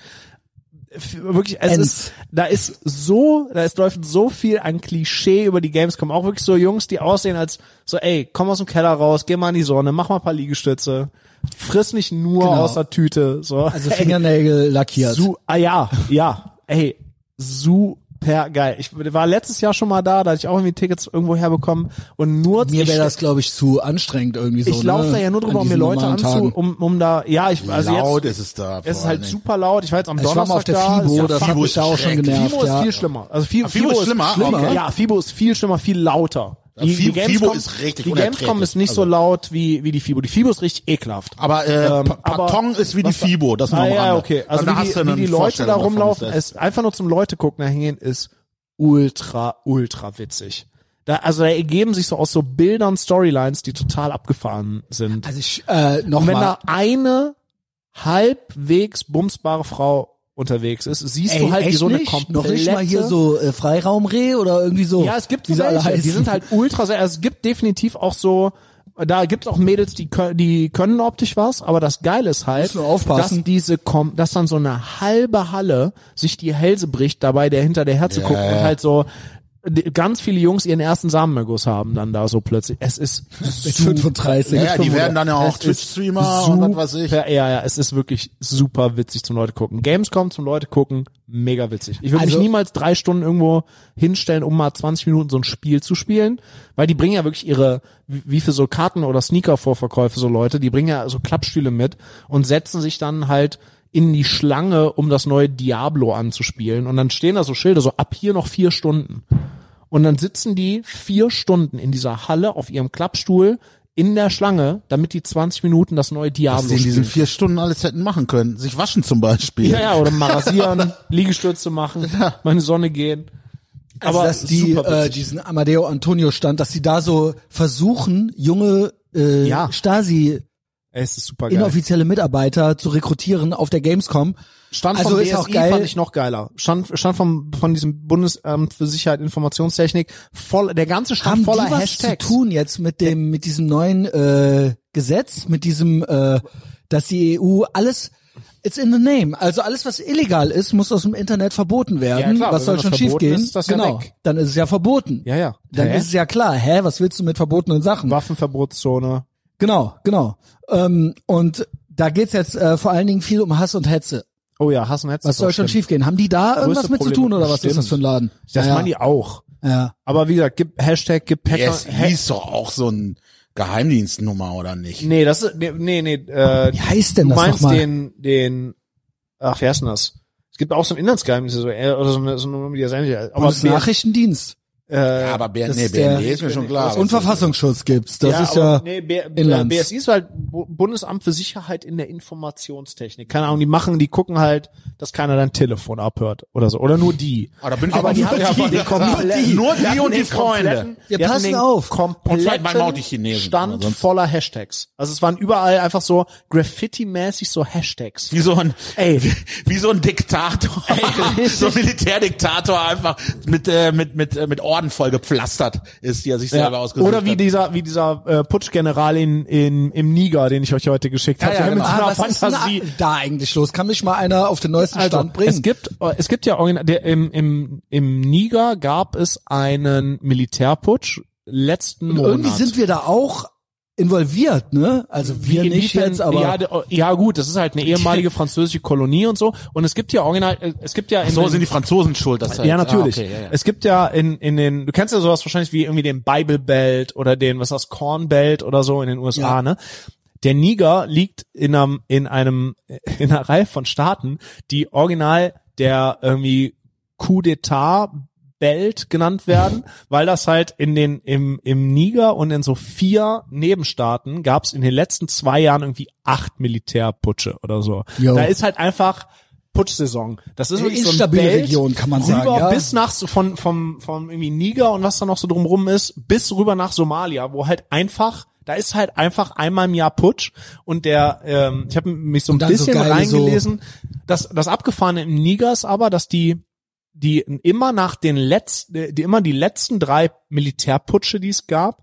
S3: F- Wirklich, es
S1: Ents.
S3: ist, da ist so, da ist, läuft so viel an Klischee über die Gamescom, auch wirklich so Jungs, die aussehen als so, ey, komm aus dem Keller raus, geh mal in die Sonne, mach mal ein paar Liegestütze, friss nicht nur
S1: Genau.
S3: aus der Tüte, so.
S1: Also
S3: Ey,
S1: Fingernägel lackiert.
S3: Su ah ja, ja. Ey, super geil. Ich war letztes Jahr schon mal da, da hatte ich auch irgendwie Tickets irgendwo herbekommen und nur
S1: Mir
S3: ich-
S1: wäre das, glaube ich, zu anstrangend irgendwie so.
S3: ich laufe
S1: ne?
S3: da ja nur drüber,
S1: An
S3: um mir
S1: diesen
S3: Leute
S1: normalen
S3: anzu,
S1: Tagen.
S3: um, um da, ja, ich, also
S2: Laut
S3: jetzt,
S2: ist es da.
S3: es
S2: vor
S3: ist halt
S2: allen Dingen.
S3: super laut, ich war jetzt am
S1: Ich war
S3: Donnerstag
S1: mal auf der
S3: da,
S1: FIBO,
S3: ist ja
S1: das
S2: Fibo
S1: hat mich da auch
S2: ist
S1: schon
S2: schräg.
S1: genervt.
S3: Fibo ist
S1: ja.
S3: viel schlimmer. Also Fibo,
S2: Ah, Fibo ist schlimmer? Okay.
S3: Ja, Fibo ist viel schlimmer, viel lauter. Die,
S2: Fi-
S3: die Gamescom,
S2: Fibo ist richtig
S3: die Gamescom
S2: unerträglich.
S3: ist nicht so
S2: Also-
S3: laut wie, wie die Fibo. Die Fibo ist richtig ekelhaft.
S2: Aber äh,
S3: Ähm,
S2: Pa-
S3: aber-
S2: Patong ist wie die Fibo, das nur
S3: Ah,
S2: am
S3: ja,
S2: Rande.
S3: okay.
S2: Dann
S3: Also
S2: hast
S3: wie
S2: du
S3: die, wie
S2: eine
S3: die Leute
S2: Vorstellung
S3: da
S2: davon,
S3: rumlaufen,
S2: wie das ist.
S3: es einfach nur zum Leute gucken da hingehen, ist ultra, ultra witzig. Da, also da ergeben sich so aus so Bildern Storylines, die total abgefahren sind.
S1: Also ich, äh, noch
S3: Und wenn
S1: mal.
S3: da eine halbwegs bumsbare Frau unterwegs ist, siehst du halt wie
S1: echt
S3: so eine
S1: nicht?
S3: komplette...
S1: Noch nicht mal hier so äh, Freiraumreh oder irgendwie so.
S3: Ja, es gibt
S1: wie
S3: so
S1: sie alle
S3: welche, die
S1: heißen.
S3: sind halt ultra sehr, also es gibt definitiv auch so, da gibt's auch Mädels, die, kö- die können optisch was, aber das Geile ist halt,
S1: Müssen wir aufpassen.
S3: dass diese kommen, dass dann so eine halbe Halle sich die Hälse bricht, dabei der hinter der Herze guckt und halt so die- ganz viele Jungs ihren ersten Samenerguss haben dann da so plötzlich. Es ist
S1: Mit 35.
S2: Ja, ja, die
S3: Fünfhundert.
S2: werden dann ja auch
S3: Es ist
S2: Twitch-Streamer und was weiß ich.
S3: super- Ja, ja, es ist wirklich super witzig zum Leute gucken. Gamescom zum Leute gucken, mega witzig. Ich würde
S1: Also-
S3: mich niemals drei Stunden irgendwo hinstellen, um mal 20 Minuten so ein Spiel zu spielen, weil die bringen ja wirklich ihre, wie wie für so Karten- oder Sneaker-Vorverkäufe so Leute, die bringen ja so Klappstühle mit und setzen sich dann halt in die Schlange, um das neue Diablo anzuspielen. Und dann stehen da so Schilder, so ab hier noch vier Stunden. Und dann sitzen die vier Stunden in dieser Halle auf ihrem Klappstuhl in der Schlange, damit die 20 Minuten das neue
S2: Was
S3: Diablo
S2: die in diesen
S3: spielen.
S2: vier Stunden alles hätten machen können. Sich waschen zum Beispiel.
S3: Ja, ja, oder mal rasieren, Liegestütze machen, mal in die Sonne gehen.
S1: Also,
S3: aber
S1: dass die
S3: super
S1: äh,
S3: witzig.
S1: diesen Amadeo Antonio stand, dass sie da so versuchen, junge äh,
S3: Ja.
S1: Stasi
S3: Ey, es ist super geil.
S1: inoffizielle Mitarbeiter zu rekrutieren auf der Gamescom.
S3: Stand
S1: also
S3: vom
S1: ist
S3: BSI
S1: auch geil.
S3: fand ich noch geiler. Stand, stand vom, von diesem Bundesamt für Sicherheit Informationstechnik voll, der ganze Stand
S1: Haben
S3: voller
S1: die was
S3: Hashtags.
S1: zu tun jetzt mit dem mit diesem neuen äh, Gesetz, mit diesem, äh, dass die EU alles It's in the name. Also alles, was illegal ist, muss aus dem Internet verboten werden.
S3: Ja, klar,
S1: was
S3: wenn
S1: soll
S3: das
S1: schon
S3: verboten
S1: schiefgehen?
S3: ist, ist das ja
S1: genau.
S3: weg.
S1: Dann ist es ja verboten.
S3: Ja, ja.
S1: Dann
S3: Hä?
S1: ist es ja klar. Hä, was willst du mit verbotenen Sachen?
S3: Waffenverbotszone.
S1: Genau, genau. Ähm, und da geht's jetzt äh, vor allen Dingen viel um Hass und Hetze.
S3: Oh ja, Hass und Hetz.
S1: Was soll schon schiefgehen? Haben die da irgendwas mit zu
S3: Problem.
S1: tun oder was
S3: Stimmt.
S1: ist das für ein Laden?
S3: Das
S1: ja,
S3: machen die auch.
S1: ja.
S3: Aber wie gesagt, gib Hashtag, gib Hacker,
S2: Es hieß doch auch so ein Geheimdienstnummer oder nicht?
S3: Nee, das ist, nee, nee, nee äh,
S1: Wie heißt denn
S3: du
S1: das
S3: meinst
S1: nochmal?
S3: den, den, ach, wie heißt denn das? Es gibt auch so ein Inlandsgeheimnis, so, äh, oder so eine, so eine Nummer, die das eigentlich, aber,
S1: Bundesnachrichtendienst.
S2: Ja, aber B
S1: das
S2: nee,
S1: ist der-
S2: BND ist mir schon klar.
S1: Und Verfassungsschutz gibt's. Das ist
S3: aber
S1: ja
S3: nee, B- B-
S1: Inlands.
S3: BSI ist halt Bu- Bundesamt für Sicherheit in der Informationstechnik. Keine Ahnung, die machen, die gucken halt, dass keiner dein Telefon abhört oder so. Oder nur die.
S2: Ah, da bin ich aber
S3: die
S2: nur
S3: hatten
S2: die,
S3: ja
S2: die komplett- nur die
S3: hatten
S2: und die
S3: den
S2: Freunde.
S3: kompletten-
S1: Wir
S3: die hatten
S1: passen
S3: den
S1: auf.
S2: Und vielleicht manchmal auch die
S3: kompletten
S2: Chinesen.
S3: Stand
S2: Aber sonst-
S3: voller Hashtags. Also es waren überall einfach so Graffiti-mäßig so Hashtags.
S2: Wie so ein,
S3: Ey.
S2: Wie, wie so ein Diktator. so ein Militärdiktator einfach mit, äh, mit, mit, äh, mit Orden voll gepflastert ist, die er sich selber ausgesucht
S3: Oder wie
S2: hat.
S3: dieser, wie dieser äh, Putschgeneral in, in, im Niger, den ich euch heute geschickt habe.
S2: ja,
S3: Der mit
S2: genau.
S3: seiner
S1: Ah, was ist denn da,
S3: Fantasie-
S1: da eigentlich los? Kann mich mal einer auf den neuesten Stand bringen?
S3: Also, Es gibt, äh, es gibt ja original, der, im, im, im Niger gab es einen Militärputsch letzten
S1: Und
S3: Monat.
S1: irgendwie sind wir da auch involviert, ne? Also wir
S3: Wie
S1: nicht
S3: inwiefern-
S1: jetzt, aber
S3: ja, der- oh, ja gut, das ist halt eine ehemalige französische Kolonie und so. Und es gibt ja original, äh, es gibt ja in
S2: So
S3: den-
S2: sind die Franzosen schuld. Dass
S3: ja, natürlich.
S2: Ah, okay, ja, ja.
S3: Es gibt ja in, in den, du kennst ja sowas wahrscheinlich wie irgendwie den Bible Belt oder den, was ist das, Corn Belt oder so in den USA,
S1: Ja.
S3: ne? Der Niger liegt in einem, in einem, in einer Reihe von Staaten, die original der irgendwie Coup d'etat Belt genannt werden, weil das halt in den, im, im Niger und in so vier Nebenstaaten gab es in den letzten zwei Jahren irgendwie acht Militärputsche oder so.
S1: Jo.
S3: Da ist halt einfach Putschsaison. Das ist
S1: Eine
S3: wirklich so ein
S1: instabile
S3: Belt
S1: Region, kann man
S3: rüber
S1: sagen, ja.
S3: bis nach so von vom vom irgendwie Niger und was da noch so drumrum ist, bis rüber nach Somalia, wo halt einfach da ist halt einfach einmal im Jahr Putsch und der ähm, ich habe mich so ein
S1: Und dann so
S3: bisschen
S1: geile so-
S3: reingelesen, dass das abgefahrene im Niger ist aber, dass die die immer nach den letzten die immer die letzten drei Militärputsche, die es gab,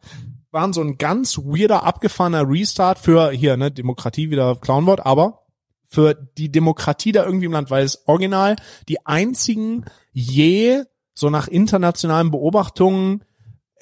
S3: waren so ein ganz weirder abgefahrener Restart für hier ne Demokratie wieder Clownwort, aber für die Demokratie da irgendwie im Land, weil es original die einzigen je so nach internationalen Beobachtungen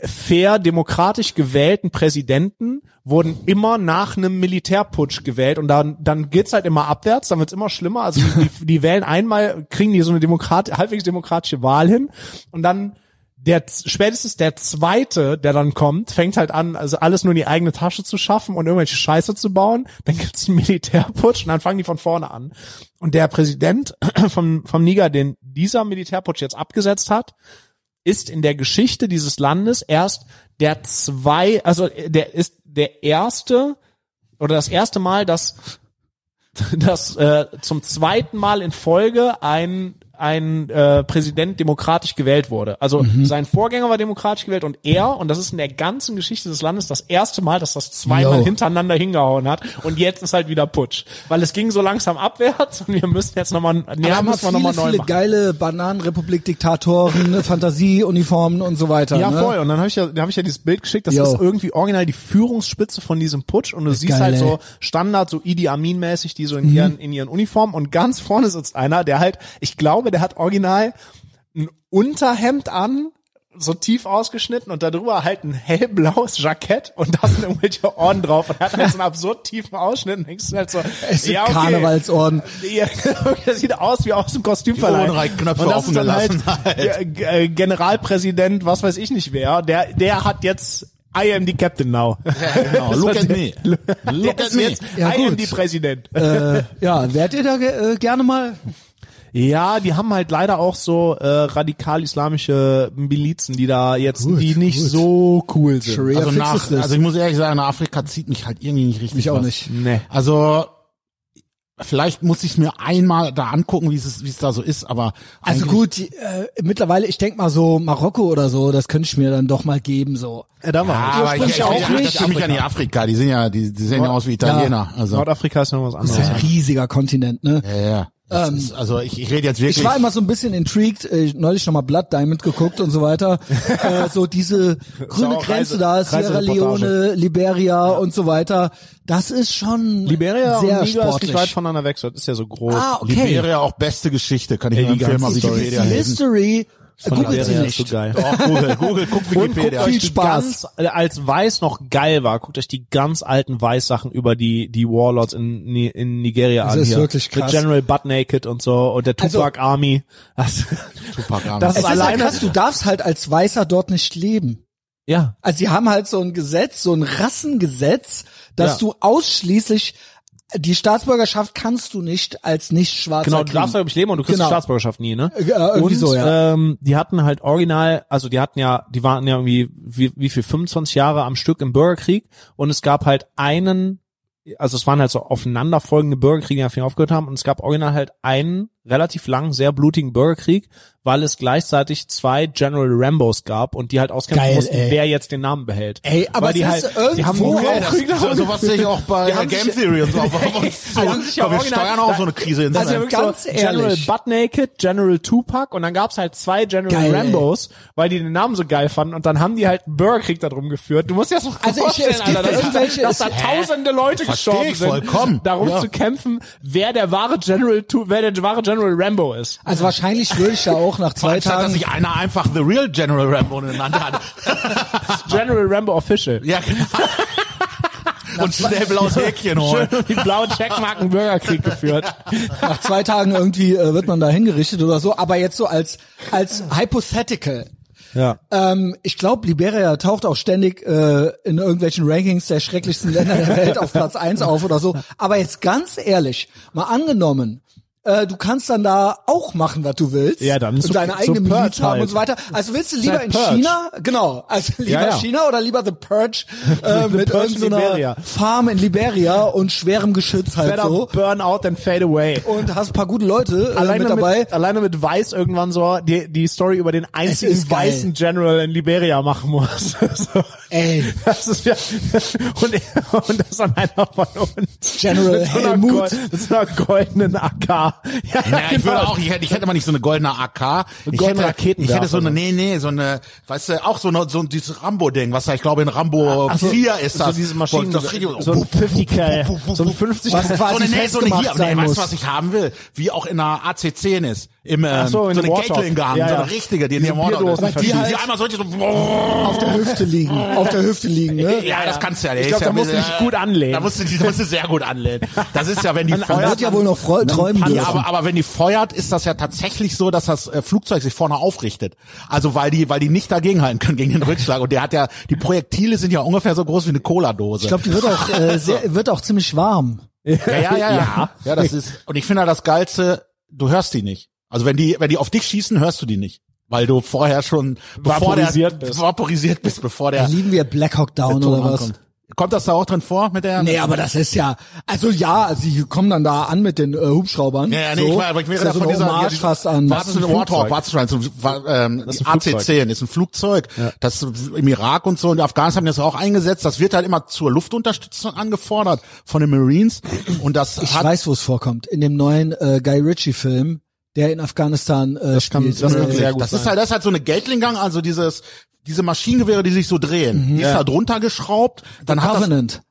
S3: fair demokratisch gewählten Präsidenten wurden immer nach einem Militärputsch gewählt und dann dann geht's halt immer abwärts, dann wird's immer schlimmer. Also die, die wählen einmal kriegen die so eine demokrat halbwegs demokratische Wahl hin und dann der z- spätestens der zweite, der dann kommt, fängt halt an, also alles nur in die eigene Tasche zu schaffen und irgendwelche Scheiße zu bauen. Dann gibt's einen Militärputsch und dann fangen die von vorne an. Und der Präsident vom vom Niger, den dieser Militärputsch jetzt abgesetzt hat, ist in der Geschichte dieses Landes erst der zwei, also der ist der erste oder das erste Mal, dass dass äh, zum zweiten Mal in Folge ein ein äh, Präsident demokratisch gewählt wurde. Also
S1: Mhm.
S3: sein Vorgänger war demokratisch gewählt und er, und das ist in der ganzen Geschichte des Landes das erste Mal, dass das zweimal
S1: Yo.
S3: hintereinander hingehauen hat und jetzt ist halt wieder Putsch. Weil es ging so langsam abwärts und wir müssen jetzt nochmal,
S1: wir
S3: ja,
S1: haben
S3: müssen wir nochmal
S1: viele,
S3: neu
S1: viele
S3: machen.
S1: geile Bananenrepublik-Diktatoren, ne, Fantasieuniformen und so weiter.
S3: Ja,
S1: ne?
S3: voll. Und dann habe ich ja, da habe ich ja dieses Bild geschickt. Das
S1: Jo.
S3: ist irgendwie original die Führungsspitze von diesem Putsch und du siehst
S1: geil,
S3: halt so
S1: ey. Mhm.
S3: Standard, so Idi Amin-mäßig, die so in ihren in ihren Uniformen und ganz vorne sitzt einer, der halt, ich glaube, der hat original ein Unterhemd an. So tief ausgeschnitten und darüber halt ein hellblaues Jackett und da sind irgendwelche Orden drauf und er hat halt so einen absurd tiefen Ausschnitt und denkst du halt so,
S1: Es sind
S3: ja, okay.
S1: Karnevalsorden.
S3: Ja, das sieht aus wie aus dem
S2: Die
S3: Kostümverleih.
S2: Ohrenreichknöpfe
S3: Und das
S2: offen
S3: ist dann halt,
S2: gelassen halt.
S3: Ge- Ge- Generalpräsident, was weiß ich nicht wer, der, der hat jetzt I am the Captain now.
S2: Genau. Look at me.
S3: Der
S2: Look at
S3: ist
S2: me.
S3: jetzt
S1: Ja,
S3: I am
S1: gut.
S3: the Präsident.
S1: Äh, ja, wärt ihr da ge äh, gerne mal?
S3: Ja, die haben halt leider auch so äh, radikal-islamische Milizen, die da jetzt,
S1: Gut,
S3: die nicht
S1: gut.
S3: so cool sind.
S1: Sharia
S2: Also,
S1: fix
S2: nach,
S1: ist das.
S2: also ich muss ehrlich sagen, nach Afrika zieht mich halt irgendwie nicht richtig.
S1: Mich auch
S2: was.
S1: nicht.
S3: Nee.
S2: Also vielleicht muss ich mir einmal da angucken, wie es wie es da so ist, aber
S1: Also
S2: eigentlich-
S1: gut, die, äh, mittlerweile, ich denk mal so Marokko oder so, das könnte ich mir dann doch mal geben, so.
S3: Ja, äh, da
S2: Ja,
S3: war
S2: Ah, aber ich,
S1: ursprünglich
S2: ich, ich,
S1: auch
S2: ich,
S1: nicht.
S2: ich mich an die Afrika, die sind ja die, die sehen ja aus wie Italiener, also
S3: Nordafrika ist noch was
S1: Das ist
S3: anderes.
S1: ein riesiger Kontinent, ne?
S2: ja, ja. Das ist, also ich, ich rede jetzt wirklich
S1: Ich war immer so ein bisschen intrigued, äh, neulich nochmal Blood Diamond geguckt und so weiter. äh, so diese grüne
S3: auch
S1: Grenze
S3: Reise-
S1: da, Sierra
S3: Reisereportage.
S1: Leone, Liberia und so weiter. Das ist schon
S3: Liberia
S1: sehr
S3: und Niger ist
S1: sportlich.
S3: nicht weit voneinander weg, so, das ist ja so groß.
S1: ah, okay.
S2: Liberia auch beste Geschichte, kann ich
S3: Ey,
S2: nur
S3: die
S2: empfehlen, mal
S3: ganze
S1: Die, die
S2: Wikipedia lesen.
S1: History, äh,
S3: Von
S1: googelt sie
S3: Liberia ist
S1: nicht.
S3: So geil.
S2: Doch, Google, Google, guck
S3: Und guckt
S2: Wikipedia.
S3: euch
S1: Viel
S3: die
S1: Spaß.
S3: ganz, äh, als Weiß noch geil war, guckt euch die ganz alten Weiß-Sachen über die, die Warlords in, Ni- in Nigeria
S1: Das
S3: an.
S1: ist
S3: hier.
S1: wirklich krass.
S3: Mit General Butt Naked und so und der
S1: Also-
S3: Tupac Army. Also, Das,
S2: Tupac Also, Army.
S3: Das
S1: Es ist
S3: Also alleine-
S1: halt krass, du darfst halt als Weißer dort nicht leben.
S3: Ja.
S1: Also sie haben halt so ein Gesetz, so ein Rassengesetz, dass
S3: Ja.
S1: du ausschließlich die Staatsbürgerschaft kannst du nicht als nicht schwarzer
S3: Genau, du
S1: kriegen.
S3: darfst ja nicht leben und du kriegst
S1: Genau.
S3: die Staatsbürgerschaft nie, ne?
S1: Äh, irgendwie
S3: und,
S1: so, ja.
S3: ähm, die hatten halt original, also die hatten ja, die waren ja irgendwie, wie, wie viel, 25 Jahre am Stück im Bürgerkrieg und es gab halt einen, also es waren halt so aufeinanderfolgende Bürgerkriege, die auf jeden Fall aufgehört haben und es gab original halt einen relativ langen, sehr blutigen Bürgerkrieg, weil es gleichzeitig zwei General Rambos gab und die halt auskämpfen
S1: Geil,
S3: mussten,
S1: ey.
S3: wer jetzt den Namen behält.
S1: Ey, aber
S3: weil die
S1: es
S3: halt,
S1: ist
S3: die haben
S1: irgendwo
S3: nur
S1: auch-
S3: Krieg nach
S2: so, sowas sehe ich auch bei
S3: Die haben
S2: Game
S3: sich-
S2: Theory und so. Aber, aber so
S3: haben sich ja
S2: aber wir
S3: original-
S2: steuern auch so eine Krise ins
S1: Also
S2: also,
S1: ja wirklich- Ganz
S3: General
S1: ehrlich.
S3: Butt Naked, General Tupac und dann gab's halt zwei General
S1: Geil, ey.
S3: Rambos, weil die den Namen so geil fanden und dann haben die halt einen Bürgerkrieg darum geführt. Du musst dir das mal
S1: Also ich-
S3: vorstellen,
S1: es gibt
S3: Alter, dass,
S1: irgendwelche-
S3: dass da
S1: Hä?
S3: tausende
S2: Versteh
S3: Leute gestorben
S2: ich
S3: sind,
S2: vollkommen.
S3: darum
S2: Ja.
S3: zu kämpfen, wer der wahre General Tu, wer der wahre General Rambo ist.
S1: Also wahrscheinlich würde ich ja auch nach zwei
S2: Anstatt, dass
S1: Tagen
S2: sich einer einfach The Real General Rambo genannt hat.
S3: General Rambo Official.
S2: ja, genau. Und schnell blaues Häkchen holen.
S3: Die blauen Checkmarken Bürgerkrieg geführt.
S1: nach zwei Tagen irgendwie äh, wird man da hingerichtet oder so, aber jetzt so als als hypothetical.
S3: Ja.
S1: Ähm, ich glaube, Liberia taucht auch ständig äh, in irgendwelchen Rankings der schrecklichsten Länder der Welt auf Platz eins auf oder so. Aber jetzt ganz ehrlich, mal angenommen, äh, du kannst dann da auch machen, was du willst.
S3: Ja, dann ist
S1: und
S3: so-
S1: deine
S3: so
S1: eigene
S3: Purge
S1: Miliz haben
S3: halt.
S1: und so weiter. Also willst du lieber
S3: halt
S1: in
S3: Purge.
S1: China, genau, also lieber
S3: Ja, ja.
S1: China oder lieber The Purge äh, mit
S3: Purge
S1: irgendeiner
S3: Liberia.
S1: Farm in Liberia und schwerem Geschütz halt
S3: Better
S1: so.
S3: burn out than fade away.
S1: Und hast ein paar gute Leute äh,
S3: alleine
S1: mit dabei.
S3: alleine mit Weiß irgendwann so die, die Story über den einzigen
S1: ist geil.
S3: weißen General in Liberia machen muss. so.
S1: Ey.
S3: Das ist ja, und, und das dann einer von uns.
S1: General
S3: mit so einer,
S1: Helmut.
S3: Gold, mit so einer goldenen AK. Ja, genau.
S2: Ja, ich würde auch, ich hätte, ich hätte mal nicht so eine goldene AK. Ich
S3: goldene
S2: hätte, ich
S3: Raketenwerfer.
S2: hätte so eine, nee, nee, so eine, weißt du, auch so eine, so ein, dieses Rambo-Ding, was da, ich glaube, in Rambo 4 ist das.
S3: So diese Maschinen,
S2: Wo das richtig-
S3: so ein 50 Cal, so ein 50
S1: Was
S2: so
S1: quasi
S2: eine, nee, so eine
S1: festgemacht
S2: hier,
S1: sein
S2: nee, weißt
S1: muss.
S2: du, was ich haben will? Wie auch in einer AC-10 ist. Im, ähm,
S3: so,
S2: so,
S3: in
S2: so
S3: dem
S2: eine
S3: Warthog.
S2: Gatling Gun,
S3: Ja,
S2: so
S3: ja.
S2: eine richtige, die in dem Warthog
S3: Bierdosen
S2: ist. Die, die
S3: verschießen.
S2: einmal solche so, ja,
S1: auf der Hüfte liegen, auf der Hüfte liegen, ne?
S3: ja.
S2: das kannst du ja
S3: Ich
S2: der
S3: glaub,
S2: ist
S3: da
S2: ja
S3: musst du
S2: mit-
S3: dich gut anlehnen.
S2: Da musst du, dich- da musst du sehr gut anlehnen. Das ist ja, wenn die
S1: Man
S2: Feuer,
S1: wird ja wohl noch freu- träumen
S2: Ja,
S1: dürfen.
S2: aber, aber wenn die feuert, ist das ja tatsächlich so, dass das äh, Flugzeug sich vorne aufrichtet. Also weil die, weil die nicht dagegenhalten können gegen den Rückschlag. Und der hat ja, die Projektile sind ja ungefähr so groß wie eine Cola-Dose.
S1: Ich glaube, die wird auch, äh, sehr, wird auch ziemlich warm.
S2: ja, ja, ja, ja. Ja, das ist. Und ich finde ja das Geilste, du hörst die nicht. Also wenn die, wenn die auf dich schießen, hörst du die nicht. Weil du vorher schon bevor
S3: Vaporisiert
S2: der,
S3: bist.
S2: vaporisiert bist, bevor der
S1: Lieben wir Black Hawk Down
S2: Ton
S1: oder was?
S2: ankommt. Kommt das da auch drin vor mit der?
S1: Nee, aber das ist ja, also ja, sie kommen dann da an mit den äh, Hubschraubern.
S2: Ja, ja, nee,
S1: so.
S2: ich meine, aber ich
S1: Ist
S2: wäre
S1: ja
S2: da
S1: so
S2: von
S1: eine
S2: dieser
S1: Hommage fast an.
S2: Was ist ein Warthog?
S3: Flugzeug.
S2: Was ist ein, so, wa- ähm,
S3: Das ist ein Flugzeug.
S2: AC-10 ist ein Flugzeug. Das im Irak und so und Afghanistan haben das auch eingesetzt. Das wird halt immer zur Luftunterstützung angefordert von den Marines und das
S1: Ich
S2: hat
S1: weiß, wo es vorkommt. In dem neuen äh, Guy Ritchie Film, der in Afghanistan äh, das
S3: kann-
S1: spielt.
S3: das kann
S1: äh,
S3: sehr gut
S2: ähm, das ist
S3: sein.
S2: halt das ist halt so eine Geldlingang, also dieses diese Maschinengewehre, die sich so drehen, die ist da drunter geschraubt, dann hat
S1: Mhm. Covenant.
S2: das,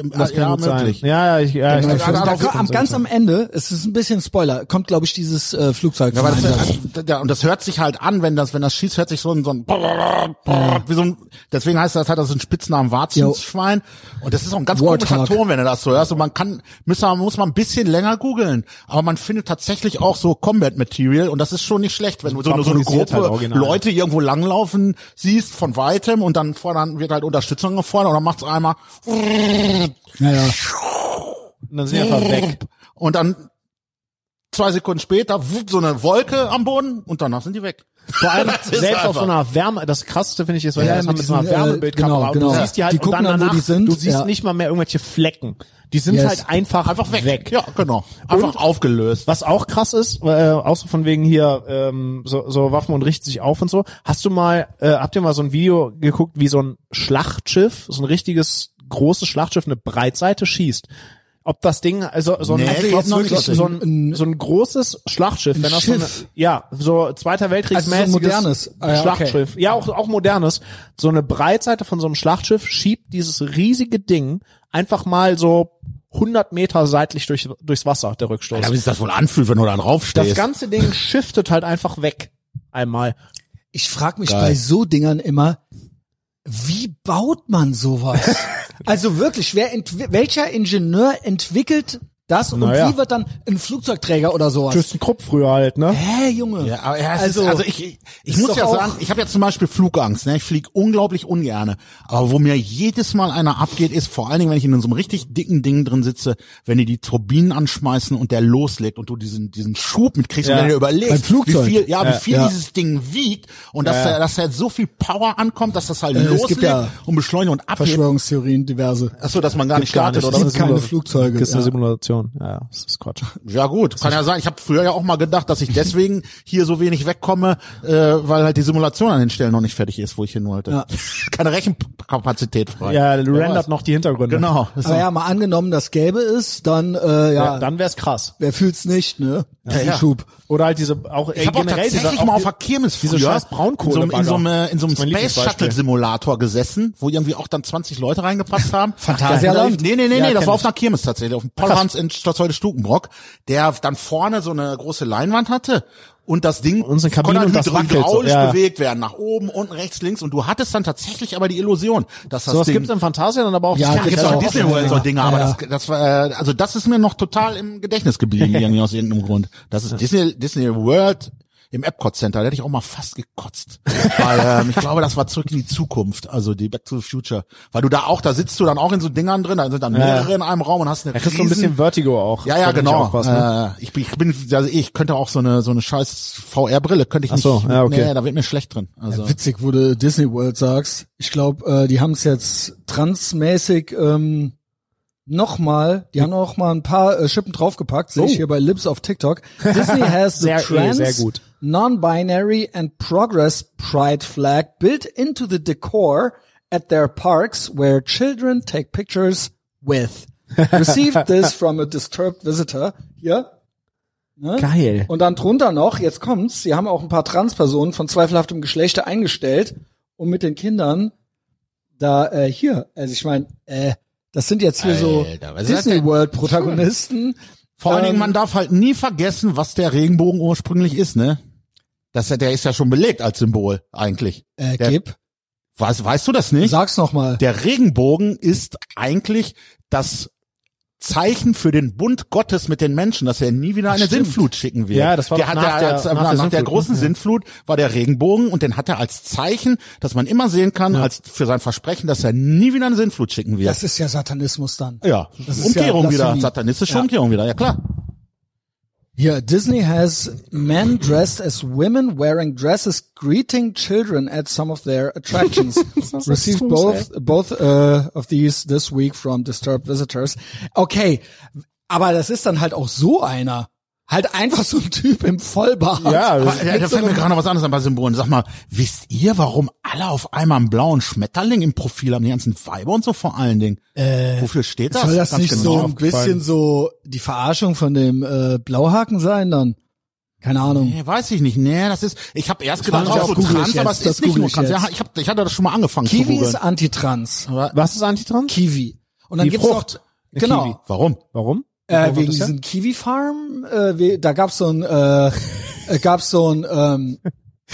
S2: im,
S3: Das
S2: äh,
S3: kann
S2: ja,
S3: gut sein.
S2: möglich.
S3: Ja, ja, ich, ja, ich,
S1: genau. Da,
S2: kann
S1: da,
S2: auch
S1: ko- am,
S2: Zukunft
S1: ganz am Ende, es ist ein bisschen Spoiler, kommt glaube ich dieses äh, Flugzeug.
S2: Ja,
S1: zum
S2: aber das,
S1: Einsatz.
S2: also, ja, und das hört sich halt an, wenn das, wenn das schießt, hört sich so ein, so ein, wie so ein deswegen heißt das, hat das einen Spitznamen Warzensschwein. Und das ist auch ein ganz komischer
S1: Warthog.
S2: Ton, wenn du das so hörst. Und man kann, muss man, muss man ein bisschen länger googeln. Aber man findet tatsächlich auch so Combat Material. Und das ist schon nicht schlecht, wenn du so, eine- so eine
S3: Vaporisiert
S2: Gruppe
S3: halt original.
S2: Leute irgendwo langlaufen siehst von weitem und dann fordern, wird halt Unterstützung gefordert und dann macht's einmal
S1: ja, ja.
S3: dann sind die einfach weg.
S2: und dann zwei Sekunden später wupp, so eine Wolke am Boden und danach sind die weg.
S3: Vor allem
S2: Das ist
S3: selbst auf
S2: einfach.
S3: so einer Wärme, das krasseste finde ich ist, weil
S1: Ja,
S3: ja, das
S1: mit
S3: haben mit so einer
S1: diesen, äh,
S3: Wärmebildkamera
S1: genau,
S3: und
S1: genau.
S3: du siehst die halt
S1: Die
S3: und
S1: gucken dann,
S3: dann
S1: wo
S3: danach,
S1: die sind,
S3: du siehst
S1: ja.
S3: nicht mal mehr irgendwelche Flecken. Die sind
S1: Yes.
S3: halt einfach, einfach weg.
S2: Ja, genau. Einfach aufgelöst.
S3: Was auch krass ist, äh, auch so von wegen hier ähm, so, so Waffen und richtet sich auf und so. Hast du mal, äh, habt ihr mal so ein Video geguckt, wie so ein Schlachtschiff, so ein richtiges großes Schlachtschiff eine Breitseite schießt? Ob das Ding, also so ein,
S2: Nee,
S3: also
S2: ich glaub
S3: jetzt
S2: noch
S3: wirklich
S2: nicht.
S3: so ein, so ein großes Schlachtschiff, wenn das so eine,
S1: Schiff?
S3: ja, so Zweiter Weltkriegsmäßiges
S1: Also so ein modernes. Ah, ja, okay.
S3: Schlachtschiff, ja auch, auch modernes, so eine Breitseite von so einem Schlachtschiff schiebt dieses riesige Ding einfach mal so 100 Meter seitlich durch, durchs Wasser, der Rückstoß.
S2: Ja, wie sich das wohl anfühlt, wenn du dann
S3: Das
S2: raufstehst.
S3: ganze Ding shiftet halt einfach weg. Einmal.
S1: Ich frage mich
S2: Geil.
S1: bei so Dingern immer, wie baut man sowas? also wirklich, wer entwi- welcher Ingenieur entwickelt Das und
S3: Naja.
S1: sie wird dann ein Flugzeugträger oder sowas.
S3: Thyssen Krupp früher halt, ne?
S1: Hä, Junge?
S2: Ja, aber ja, es
S1: also,
S2: ist, also ich, ich, ich
S1: ist
S2: muss
S1: doch
S2: ja
S1: auch-
S2: sagen, ich habe ja zum Beispiel Flugangst, ne? Ich fliege unglaublich ungerne. Aber wo mir jedes Mal einer abgeht, ist vor allen Dingen, wenn ich in so einem richtig dicken Ding drin sitze, wenn die die Turbinen anschmeißen und der loslegt und du diesen diesen Schub mitkriegst
S3: Ja.
S2: und wenn du
S1: Beim
S2: überlegst, wie
S1: Flugzeug.
S2: viel, ja,
S3: Ja,
S2: wie viel
S1: ja.
S2: dieses Ding wiegt und dass
S3: Ja, ja.
S2: da dass da jetzt so viel Power ankommt, dass das halt
S1: Äh, es gibt
S2: loslegt
S1: ja
S2: und beschleunigt und abhebt.
S1: Verschwörungstheorien diverse.
S2: Ach so, dass man gar nicht
S3: Gar
S2: startet
S3: nicht.
S2: oder
S1: Es
S2: was?
S1: gibt keine
S3: Simulation.
S1: Flugzeuge,
S3: Ist eine
S1: ja.
S3: Simulation. Ja, ja, das ist Quatsch.
S2: Ja gut, kann ja sein. Ich habe früher ja auch mal gedacht, dass ich deswegen hier so wenig wegkomme, äh, weil halt die Simulation an den Stellen noch nicht fertig ist, wo ich hin wollte.
S1: Ja.
S2: Keine Rechenkapazität frei.
S3: Ja,
S2: Wer
S3: rendert
S2: weiß.
S3: noch die Hintergründe.
S2: Genau. Das
S1: Aber ja, mal angenommen, das Gelbe ist, dann, äh, ja,
S3: Ja, dann wär's krass.
S1: wer fühlt's nicht, ne? Ja,
S2: ja.
S1: Schub.
S3: Oder halt diese auch ey,
S2: ich habe auch
S3: generell diese,
S2: tatsächlich
S3: auch
S2: mal auf
S3: die-
S2: der Kirmes
S3: diese
S2: früher
S3: scheiß
S2: in so
S3: Braunkohle-
S2: einem, in so einem, äh, in so einem
S3: Das ist mein
S2: Space Shuttle
S3: Lieblingsbeispiel.
S2: Simulator gesessen, wo irgendwie auch dann 20 Leute reingepasst haben.
S1: Phantasialand?
S2: Nee, nee, nee,
S3: Ja,
S2: nee, das
S3: kenn
S2: war
S3: ich.
S2: auf einer Kirmes tatsächlich, auf dem Paul Hans in Stukenbrock, der dann vorne so eine große Leinwand hatte und das Ding
S3: Und so eine Kabine
S2: konnte
S3: und das
S2: hydra-
S3: wackelt so,
S2: hydraulisch
S3: ja.
S2: bewegt werden, nach oben, unten, rechts, links und du hattest dann tatsächlich aber die Illusion, dass das
S3: sowas
S2: Ding
S3: gibt's im Phantasialand, aber auch
S1: Ja,
S2: ja, gibt's
S1: gibt's
S2: auch in
S1: auch.
S2: Disney World so Dinge,
S1: Ja,
S2: aber
S1: ja.
S2: das, das war, äh, also das ist mir noch total im Gedächtnis geblieben, irgendwie aus irgendeinem Grund. Das ist Disney, Disney World im Epcot Center, da hätte ich auch mal fast gekotzt. Weil ähm, ich glaube, das war zurück in die Zukunft, also die Back to the Future. Weil du da auch, da sitzt du dann auch in so Dingern drin, da sind dann mehrere in einem Raum und hast eine
S3: Da kriegst du ein
S2: riesen-
S3: bisschen Vertigo auch.
S2: ja, ja,
S3: wenn du nicht
S2: genau.
S3: aufpasst, ne?
S2: äh, ich, bin- ich bin, also ich könnte auch so eine so eine scheiß VR-Brille, könnte ich nicht.
S3: so, ja, okay.
S2: Nee, da wird mir schlecht drin. Also
S1: Witzig, wo du Disney World sagst. Ich glaube, äh, die haben es jetzt transmäßig ähm, nochmal, die haben noch mal ein paar äh, Schippen draufgepackt, sehe ich hier bei Lips auf TikTok. Disney has the
S3: Oh. Sehr- eh,
S1: trans,
S3: sehr gut.
S1: non-binary and progress pride flag built into the decor at their parks where children take pictures with. Received this from a disturbed visitor. Hier,
S3: Geil.
S1: und dann drunter noch, jetzt kommt's, sie haben auch ein paar Transpersonen von zweifelhaftem Geschlechter eingestellt, um mit den Kindern da äh, hier, also ich meine, äh, das sind jetzt hier
S2: Alter,
S1: so
S2: was ist das
S1: Disney
S2: denn?
S1: World Protagonisten.
S2: Vor allen Dingen,
S1: Ähm,
S2: man darf halt nie vergessen, was der Regenbogen ursprünglich ist, ne? Das, der ist ja schon belegt als Symbol, eigentlich.
S1: äh,
S2: der-
S1: Gib,
S2: Weißt, weißt du das nicht?
S1: sag's noch mal.
S2: Der Regenbogen ist eigentlich das Zeichen für den Bund Gottes mit den Menschen, dass er nie wieder eine
S1: stimmt.
S2: Sintflut schicken wird.
S3: Ja, das war
S2: der hat
S3: nach
S2: der,
S3: der-
S2: als, nach,
S3: nach der
S2: nach der,
S3: Sintflut,
S2: großen
S3: ne? Ja.
S2: Sintflut war der Regenbogen und den hat er als Zeichen, dass man immer sehen kann, als für sein Versprechen, dass er nie wieder eine Sintflut schicken wird.
S1: Das ist ja Satanismus dann.
S2: ja,
S1: ist
S2: Umkehrung
S1: ja
S2: wieder,
S1: Blasphemie.
S2: satanistische Umkehrung wieder, ja klar.
S1: Hier, Disney has men dressed as women wearing dresses greeting children at some of their attractions. Received
S3: süß,
S1: both both äh, of these this week from disturbed visitors. Okay, aber das ist dann halt auch so einer, halt einfach so ein Typ im Vollbart.
S3: Ja, das-
S2: Aber, ja, da fällt mir gerade noch was anderes an bei Symbolen. Sag mal, wisst ihr, warum alle auf einmal einen blauen Schmetterling im Profil haben, die ganzen Weiber und so vor allen Dingen? Wofür steht das?
S1: Äh, Soll das
S2: Ganz
S1: nicht
S2: genau.
S1: so ein bisschen so die Verarschung von dem äh, Blauhaken sein dann? Keine Ahnung.
S2: Nee, weiß ich nicht. Nee, das ist. Ich habe erst gedacht,
S1: war nicht
S2: auch so
S1: auf Google
S2: trans,
S1: jetzt.
S2: aber es
S1: Das
S2: ist nicht
S1: google
S2: nur
S1: ich
S2: trans.
S1: jetzt.
S2: Ja, ich, hab, ich hatte das schon mal angefangen zu
S1: Kiwi ist
S2: googeln.
S1: antitrans.
S3: Was ist Antitrans?
S1: Kiwi. Und dann
S3: Die
S1: gibt's
S3: Frucht.
S1: noch
S3: Eine
S1: genau.
S3: Kiwi.
S2: Warum?
S3: Warum?
S1: Äh,
S3: Warum
S1: wegen
S3: das denn?
S1: diesem Kiwi Farm, äh, we- da gab's so ein, äh, äh, gab's so ein, ähm,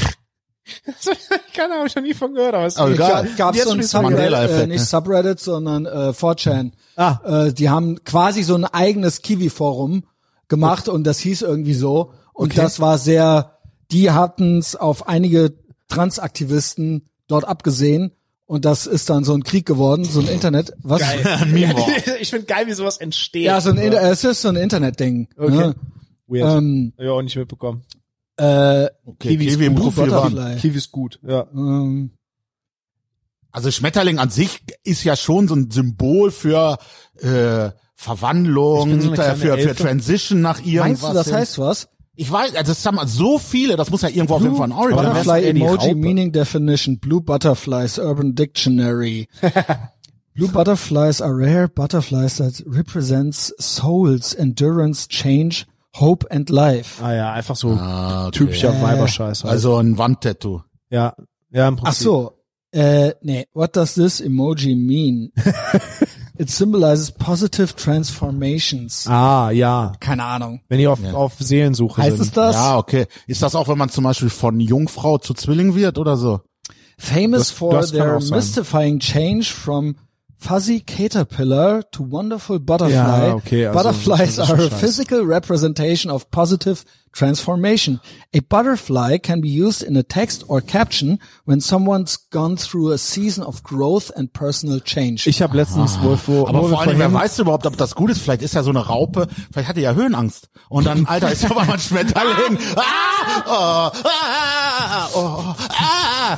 S3: Keine Ahnung, hab ich noch nie von gehört, aber es
S2: Aber egal.
S1: gab- Oh gab's
S2: Jetzt
S1: so ein
S2: spielst du Mandela
S1: Subreddit, äh,
S2: Effekt,
S1: nicht
S2: ne?
S1: Subreddit, sondern äh, 4chan.
S3: Ah.
S1: Äh, die haben quasi so ein eigenes Kiwi Forum gemacht und das hieß irgendwie so und
S3: Okay.
S1: das war sehr, die hatten's auf einige Transaktivisten dort abgesehen und das ist dann so ein Krieg geworden, so ein Internet, was?
S3: ich find geil, wie sowas entsteht.
S1: Ja, so ein, Inter- es ist so ein Internetding.
S3: Okay.
S1: Ne?
S3: Weird.
S1: Ähm,
S3: ja, auch nicht mitbekommen.
S1: äh,
S2: Okay,
S1: Kiwi
S2: Kiwi,
S1: ist
S2: im
S1: gut,
S2: Profil
S1: Butterfly.
S2: waren.
S3: Kiwi ist gut, ja.
S1: ähm,
S2: Also Schmetterling an sich ist ja schon so ein Symbol für äh,
S3: Ich bin
S2: Verwandlung,
S3: so eine
S2: äh, für,
S3: kleine
S2: für
S3: Elfe.
S2: Transition nach irgendwas.
S1: Meinst du, das
S2: hin.
S1: heißt was?
S2: Ich weiß, also das haben so viele, das muss ja irgendwo auf jeden Fall ein Origin
S3: aber dann
S2: haben.
S3: wär's-
S1: Butterfly
S3: eher die
S1: Emoji
S3: Raupe.
S1: Meaning Definition Blue Butterflies Urban Dictionary. Blue butterflies are rare butterflies that represents souls, endurance, change, hope and life.
S3: Ah ja, einfach so
S2: Ah, okay.
S3: typischer
S1: Äh,
S3: Weiberscheiß halt.
S2: Also ein Wandtattoo.
S3: ja, ja, im Prinzip.
S1: Ach so. Äh, nee, what does this emoji mean? It symbolizes positive transformations.
S3: Ah, ja.
S1: Keine Ahnung.
S3: Wenn die auf, auf Seelensuche
S1: Heißt
S3: sind.
S1: es das?
S2: Ja, okay. Ist das auch, wenn man zum Beispiel von Jungfrau zu Zwilling wird oder so?
S1: Famous
S3: Das-
S1: for
S3: das kann
S1: their
S3: auch sein.
S1: mystifying change from fuzzy caterpillar to wonderful butterfly.
S3: Ja, okay, also
S1: Butterflies
S3: das ist schon
S1: are a
S3: scheiße.
S1: physical representation of positive transformation. A butterfly can be used in a text or caption when someone's gone through a season of growth and personal change.
S3: Ich habe letztens Wolf, wo,
S2: Aber
S3: wo wir
S2: vor allem, wer
S3: vorhin-
S2: weiß überhaupt, ob das gut ist? Vielleicht ist ja so eine Raupe, vielleicht hat die ja Höhenangst. Und dann, Alter, ist ja mal ein Schmetterling. Ah, oh, ah, oh, ah.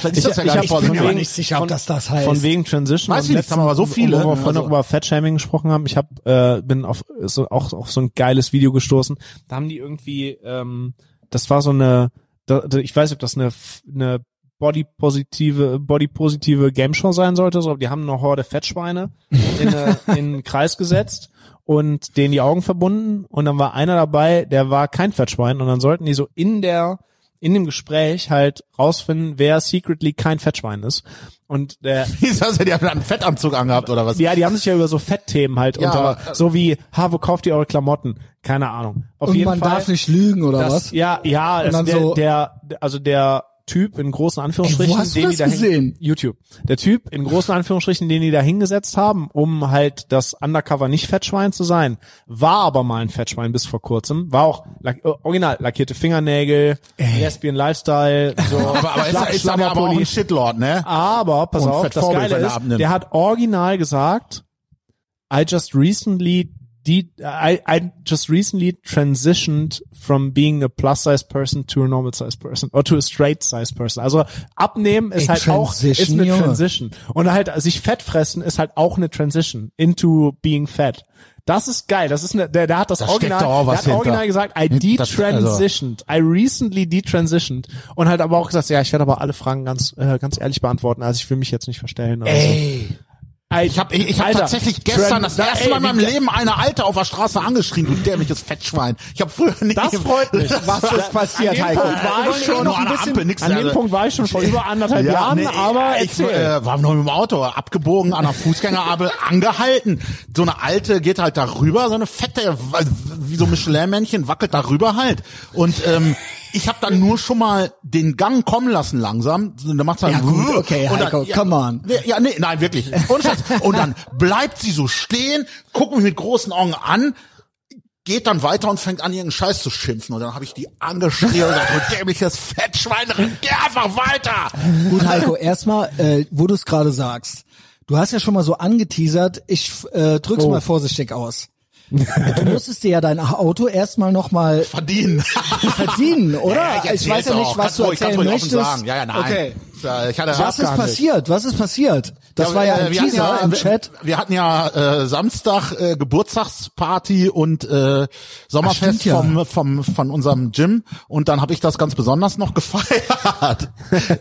S2: Vielleicht ist das ja
S3: ich
S2: gar
S3: hab
S2: nicht
S3: von
S2: so
S1: bin mir
S3: wegen-
S1: aber nicht sicher, ob
S3: von-
S1: das das heißt.
S3: Von wegen Transition.
S2: Weiß ich
S3: Am
S2: nicht, haben aber so viele.
S3: Wo wir vorhin
S2: Also-
S3: noch über Fatshaming gesprochen haben. Ich hab, äh, bin auf, so, auch auf so ein geiles Video gestoßen. Da haben die irgendwie, ähm, das war so eine, da, da, ich weiß nicht, ob das eine, F- eine bodypositive, bodypositive Gameshow sein sollte. So, aber die haben eine Horde Fettschweine in, eine, in einen Kreis gesetzt und denen die Augen verbunden. Und dann war einer dabei, der war kein Fettschwein. Und dann sollten die so in der, in dem Gespräch halt rausfinden, wer secretly kein Fettschwein ist. Und der,
S2: Wie ist das denn? Die haben da einen Fettanzug angehabt oder was?
S3: ja, die haben sich ja über so Fettthemen halt
S2: Ja,
S3: unter,
S1: äh,
S2: aber-
S3: so wie, ha, wo kauft ihr eure Klamotten? Keine Ahnung. Auf
S1: Und
S3: jeden
S1: man
S3: Fall,
S1: darf nicht lügen oder
S3: das,
S1: was?
S3: Ja, ja, das,
S1: dann
S3: der,
S1: so-
S3: der, also der Typ in großen Anführungsstrichen,
S1: Ey, wo hast du
S3: den
S1: das
S3: die da hin-
S1: gesehen?
S3: YouTube. Der Typ in großen Anführungsstrichen, den die da hingesetzt haben, um halt das Undercover nicht Fettschwein zu sein, war aber mal ein Fettschwein bis vor kurzem, war auch lack, äh, original lackierte Fingernägel, Lesbian Lifestyle, so
S2: Aber, aber ist,
S3: Schlag-
S2: ist dann ja aber auch ein
S3: Schlammerpulli.
S2: Shitlord, ne?
S3: Aber, pass
S2: Und
S3: auf,
S2: Fat
S3: das
S2: Vogel, wenn
S3: Geile
S2: er
S3: ist,
S2: abnimmt.
S3: der hat original gesagt, I just recently de I, I just recently transitioned from being a plus size person to a normal size person or to a straight size person. Also abnehmen ist
S1: Ey,
S3: halt auch ist
S1: Transition,
S3: eine
S1: Junge.
S3: Transition und halt sich fett fressen ist halt auch eine Transition into being fat. Das ist geil. Das ist eine, der, der hat das
S2: Da steckt
S3: original,
S2: doch auch
S3: der
S2: was
S3: hat original
S2: hinter.
S3: gesagt, I
S2: Das- also-
S3: detransitioned. I recently detransitioned. Und halt aber auch gesagt, ja, ich werde aber alle Fragen ganz, äh, ganz ehrlich beantworten. Also ich will mich jetzt nicht verstellen. Oder
S2: Ey.
S3: So.
S2: Ich habe ich, ich hab
S3: Alter,
S2: tatsächlich gestern das
S3: Tran-
S2: erste
S3: ey,
S2: Mal in meinem
S3: wie-
S2: Leben eine Alte auf der Straße angeschrien, du dämliches Fettschwein. Ich habe früher nicht...
S3: Das freut mich.
S1: Was ist passiert,
S3: an dem
S1: Heiko?
S3: Punkt war
S2: Wir
S3: ich
S2: wollen
S3: schon
S2: eh noch
S3: ein
S2: an der
S3: bisschen,
S2: Ampel, nix,
S3: an dem
S2: also.
S3: Punb war ich schon vor über anderthalb Jahren,
S2: nee,
S3: aber
S2: ich
S3: erzähl.
S2: äh, war noch mit dem Auto abgebogen an der Fußgängerampel angehalten. So eine alte geht halt da rüber, so eine fette, wie so Michelin-Männchen wackelt da rüber halt. Und ähm, ich habe dann nur schon mal den Gang kommen lassen langsam. Da macht's halt
S1: Ja, gut, okay,
S2: Und
S1: Heiko,
S2: ja,
S1: come on.
S2: Nee, Ja, nee, nein, wirklich. Und, und dann bleibt sie so stehen, guckt mich mit großen Augen an, geht dann weiter und fängt an, ihren Scheiß zu schimpfen. Und dann habe ich die angeschrien und gesagt, du dämliches Fettschwein, geh einfach weiter.
S1: Gut, Heiko, erstmal, äh, wo du es gerade sagst. Du hast ja schon mal so angeteasert, ich äh,
S2: Oh.
S1: drück's mal vorsichtig aus. Du musstest dir ja dein Auto erstmal nochmal
S2: Verdienen.
S1: verdienen, oder?
S2: Ja,
S1: ich,
S2: erzähl's
S1: weiß ja nicht,
S2: auch.
S1: was
S2: Kannst
S1: du
S2: ruhig-
S1: erzählen
S2: kannst ruhig
S1: möchtest.
S2: Offen sagen. Ja, ja, nein.
S1: Okay.
S2: Ja, Ich hatte
S1: Was ist passiert? Was ist passiert? Das war ja
S2: äh,
S1: ein
S2: wir hatten
S1: Teaser
S2: ja-
S1: im
S2: wir-
S1: Chat.
S2: Wir hatten ja äh, Samstag äh, Geburtstagsparty und äh,
S1: Ach, stimmt
S2: Sommerfest
S1: ja.
S2: vom, vom, von unserem Gym und dann habe ich das ganz besonders noch gefeiert.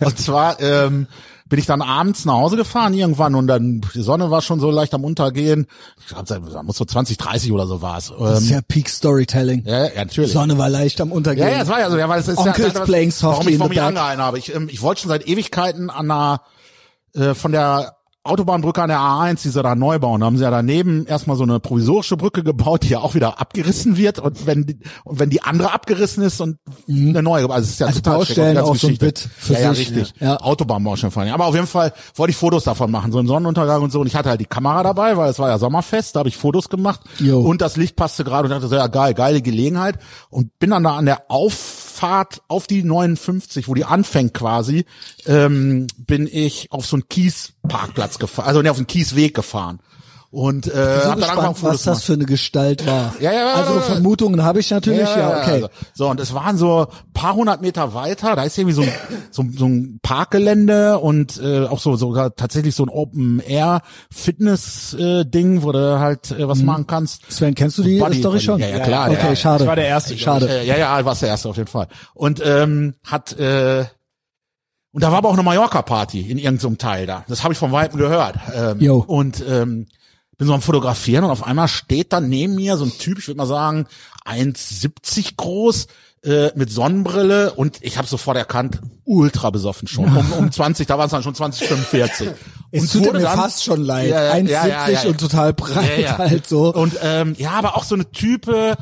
S2: und zwar ähm, bin ich dann abends nach Hause gefahren irgendwann und dann die Sonne war schon so leicht am Untergehen. Ich glaube, da muss so 20, 30 oder so war's.
S1: Das ist
S2: Ähm,
S1: ja Peak Storytelling.
S2: ja, ja, natürlich.
S1: Sonne war leicht am Untergehen.
S2: Ja, ja, es war ja so, ja, weil es ist
S1: Onkel
S2: ja,
S1: is playing softly
S2: warum ich
S1: in
S2: vor
S1: the
S2: mir
S1: dark.
S2: angehalten habe. Ich, ähm, ich wollte schon seit Ewigkeiten an einer, äh, von der Autobahnbrücke an der A1, die sie da neu bauen, da haben sie ja daneben erstmal so eine provisorische Brücke gebaut, die ja auch wieder abgerissen wird und wenn die, und wenn die andere abgerissen ist und eine neue, also es ist ja
S1: Mhm. Also
S2: total schräg, die
S1: Baustellen
S2: ganze
S1: auch so ein
S2: Geschichte.
S1: Bit für
S2: ja, ja,
S1: sich,
S2: richtig.
S1: ja. Ja.
S2: Autobahnbaustellen vor allem. Aber auf jeden Fall wollte ich Fotos davon machen, so im Sonnenuntergang und so und ich hatte halt die Kamera dabei, weil es war ja Sommerfest, da habe ich Fotos gemacht
S1: Jo.
S2: und das Licht passte gerade und dachte so, ja geil, geile Gelegenheit. Und bin dann da an der Auffahrt auf die 59, wo die anfängt quasi, ähm, bin ich auf so einen Kiesparkplatz gefahren, also nee, auf einen Kiesweg gefahren. Und äh,
S1: so
S2: hab dann angefangen,
S1: gespannt,
S2: Fotos
S1: was
S2: zu machen.
S1: das für eine Gestalt war.
S2: Ja, ja, ja,
S1: also
S2: ja, ja.
S1: Vermutungen habe ich natürlich, ja, okay.
S2: also. So, und es waren so ein paar hundert Meter weiter, da ist irgendwie so ein, so, so ein Parkgelände und äh, auch so sogar tatsächlich so ein Open-Air-Fitness-Ding, äh, wo du halt äh,
S1: Mhm.
S2: was machen kannst.
S1: Sven, kennst du die
S2: Buddy-
S1: Story schon?
S2: Ja, ja, klar,
S1: Okay,
S2: ja, ja.
S1: schade.
S3: Ich war der Erste, glaub
S1: Schade.
S2: Äh, ja, ja, warst der Erste auf jeden Fall. Und ähm, hat äh, und da war aber auch eine Mallorca-Party in irgendeinem Teil da. Das habe ich vom Weitem gehört. Ähm,
S1: Jo.
S2: Und ähm, bin so am Fotografieren und auf einmal steht dann neben mir so ein Typ, ich würde mal sagen 1,70 groß, äh, mit Sonnenbrille und ich habe sofort erkannt, ultra besoffen schon. Um, um 20, da waren es dann schon 20, 45.
S1: Es
S2: Und
S1: tut
S2: wurde
S1: mir
S2: dann-
S1: fast schon leid.
S2: Ja, ja,
S1: 1,70
S2: ja, ja, ja.
S1: und total breit
S2: Ja, ja.
S1: halt so.
S2: Und ähm, ja, aber auch so eine Type,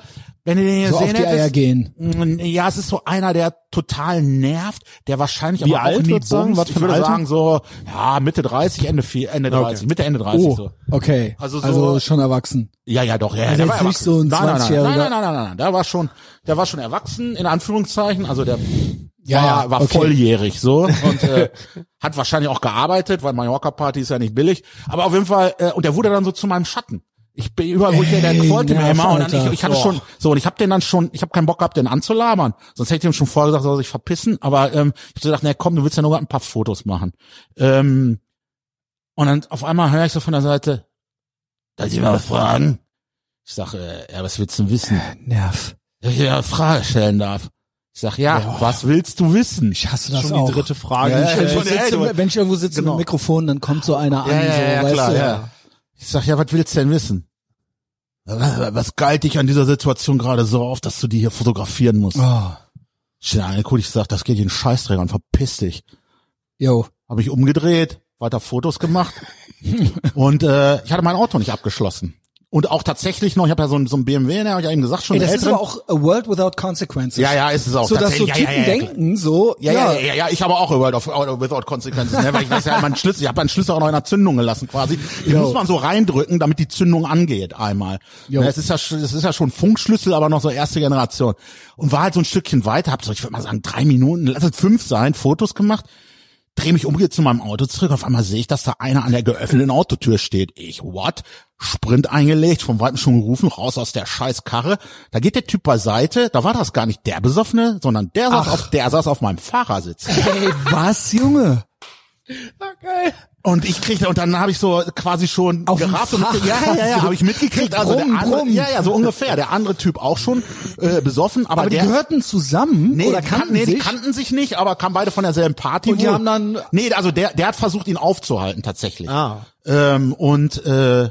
S2: Wenn ihr den hier
S1: So auf
S2: sehen
S1: die Eier
S2: hättest,
S1: gehen.
S2: ja, es ist so einer, der total nervt, der wahrscheinlich
S3: Wie
S2: aber auch
S3: alt
S2: nie
S3: würdest du sagen?
S2: bumst.
S3: Was für
S2: ich
S3: ein
S2: würde
S3: Alter?
S2: sagen so, ja, Mitte 30, Ende vier, Ende 30, Mitte Ende 30
S1: Oh,
S2: so.
S1: okay.
S2: Also
S1: Also,
S2: so-
S1: schon erwachsen.
S2: Ja, ja, doch, ja,
S1: Also
S2: der
S1: jetzt
S2: war
S1: nicht
S2: erwachsen.
S1: so ein
S2: nein, nein, nein,
S1: 20-Jähriger.
S2: nein, nein, nein, nein, nein, nein, der war schon, der war schon erwachsen in Anführungszeichen, also der
S1: Ja,
S2: war,
S1: ja,
S2: war
S1: okay.
S2: volljährig so und äh, hat wahrscheinlich auch gearbeitet, weil Mallorca Party ist ja nicht billig, aber auf jeden Fall äh, und der wurde dann so zu meinem Schatten. Ich bin überall, wo ich der
S1: Ey,
S2: wollte mir
S1: nerv,
S2: immer und dann
S1: Alter.
S2: ich, ich hatte
S1: Boah.
S2: schon so und ich habe den dann schon, ich habe keinen Bock gehabt, den anzulabern, sonst hätte ich ihm schon vorgesagt, soll er sich verpissen, aber ähm, ich hab so gedacht, na komm, du willst ja nur grad ein paar Fotos machen. Ähm, und dann auf einmal höre ich so von der Seite, darf ich mal was fragen? Ich sag, äh, ja, was willst du denn wissen?
S1: Nerv.
S2: Dass ich dir eine Frage stellen darf. Ich sag, ja,
S1: Boah.
S2: was willst du wissen?
S1: Ich hasse das
S3: Schon
S1: auch.
S3: die dritte Frage.
S2: Ja,
S3: die ich
S2: ja,
S1: Ich
S3: stelle.
S2: schon-
S1: sitze,
S2: ja,
S1: wenn ich irgendwo sitze
S2: genau.
S1: mit Mikrofon, dann kommt so einer an, so, weißt du.
S2: Ich sag, ja, was willst du denn wissen? Was galt dich an dieser Situation gerade so auf, dass du die hier fotografieren musst?
S1: Oh.
S2: Schnell angeguckt, ich sag, das geht dir in den Scheißdreck an, verpiss dich.
S1: Yo.
S2: Hab ich umgedreht, weiter Fotos gemacht und äh, ich hatte mein Auto nicht abgeschlossen. Und auch tatsächlich noch, ich habe ja so ein, so ein BMW, ne, hab ich ja eben gesagt, schon
S1: Ey,
S2: einen
S1: das ist
S2: älteren.
S1: aber auch a world without consequences.
S2: ja, ja, ist es auch.
S1: so dass so
S2: tatsächlich.
S1: Typen
S2: ja, ja, ja, ja, klar.
S1: denken, so,
S2: Ja, ja, ja, ja, ja, ich habe auch World of Without Consequences, ne? weil ich weiß ja, mein Schlüssel, ich habe meinen Schlüssel auch noch in der Zündung gelassen quasi. Den muss man so reindrücken, damit die Zündung angeht einmal.
S1: Jo.
S2: Ne, Es ist ja, sch- es ist ja schon Funkschlüssel, aber noch so erste Generation. Und war halt so ein Stückchen weiter, hab so, ich würde mal sagen, drei Minuten, lass es fünf sein, Fotos gemacht. Dreh mich um, geh zu meinem Auto zurück. Auf einmal sehe ich, dass da einer an der geöffneten Autotür steht. Ich, what? Sprint eingelegt, vom Weitem schon gerufen, raus aus der scheiß Karre. Da geht der Typ beiseite. Da war das gar nicht der Besoffene, sondern der saß,
S1: Ach.
S2: auf, der saß auf meinem Fahrersitz.
S1: Ey, was, Junge?
S2: Und ich kriegte, und dann habe ich so quasi schon
S1: Auf dem
S2: gerafft und
S1: Fahrrad.
S2: ja, ja, ja, habe ich mitgekriegt. Also
S1: Brumm,
S2: der andere,
S1: brumm.
S2: ja, ja, so ungefähr. Der andere Typ auch schon äh, besoffen, aber,
S1: Aber die
S2: der
S1: gehörten zusammen
S2: Nee,
S1: oder
S2: die
S1: kannten
S2: nee, die
S1: sich?
S2: kannten sich nicht, aber kamen beide von derselben Party.
S1: Und die
S2: wohl.
S1: haben dann-
S2: Nee, also der, der hat versucht, ihn aufzuhalten tatsächlich.
S3: Ah.
S2: Ähm, und äh,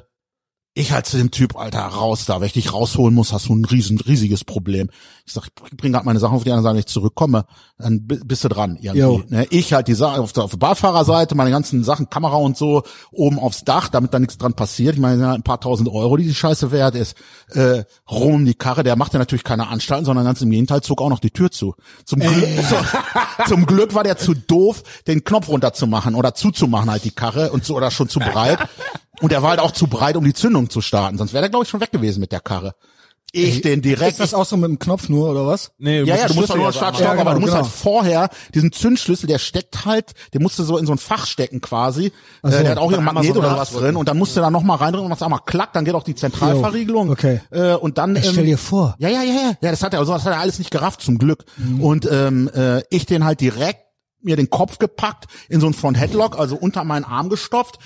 S2: ich halt zu dem Typ, Alter, raus da. Wenn ich dich rausholen muss, hast du ein riesen, riesiges Problem. Ich sag, ich bring grad meine Sachen auf die anderen Seite, wenn ich zurückkomme, dann bi- bist du dran
S1: Jo.
S2: irgendwie. Ne? Ich halt die Sachen auf der, auf der Barfahrerseite, meine ganzen Sachen, Kamera und so, oben aufs Dach, damit da nichts dran passiert. Ich meine, sind halt ein paar tausend Euro, die die Scheiße wert ist. Äh, rum um die Karre, der macht ja natürlich keine Anstalten, sondern ganz im Gegenteil, zog auch noch die Tür zu. Zum Glück,
S1: Äh.
S2: zum, zum Glück war der zu doof, den Knopf runterzumachen oder zuzumachen halt die Karre und zu, oder schon zu breit. Und er war halt auch zu breit, um die Zündung zu starten. Sonst wäre der, glaube ich, schon weg gewesen mit der Karre. Ich den direkt.
S1: Ist das auch so mit dem Knopf nur, oder was?
S3: Nee,
S2: ja, ja, du
S3: musst
S2: musst doch
S3: den
S2: nur noch
S3: Schlüssel
S2: stark
S3: ja so
S1: Ja,
S2: stoppen,
S1: genau,
S2: aber du musst
S1: genau.
S2: halt vorher diesen Zündschlüssel, der steckt halt, den musst du so in so ein Fach stecken quasi. Äh, der hat auch hier ein
S3: Dann
S2: Magnet
S3: einmal so
S2: oder was
S3: nachdrücken.
S2: drin und dann musst du da nochmal reindrücken und machst einmal klack, dann geht auch die Zentralverriegelung.
S1: Jo, okay.
S2: Äh, und dann.
S1: Ey, stell dir vor. Mhm.
S2: Ja, ja, ja, ja. Ja, das hat er, also das hat er alles nicht gerafft, zum Glück. Und ähm, äh, ich den halt direkt mir den Kopf gepackt, in so ein Front Headlock, also unter meinen Arm gestopft.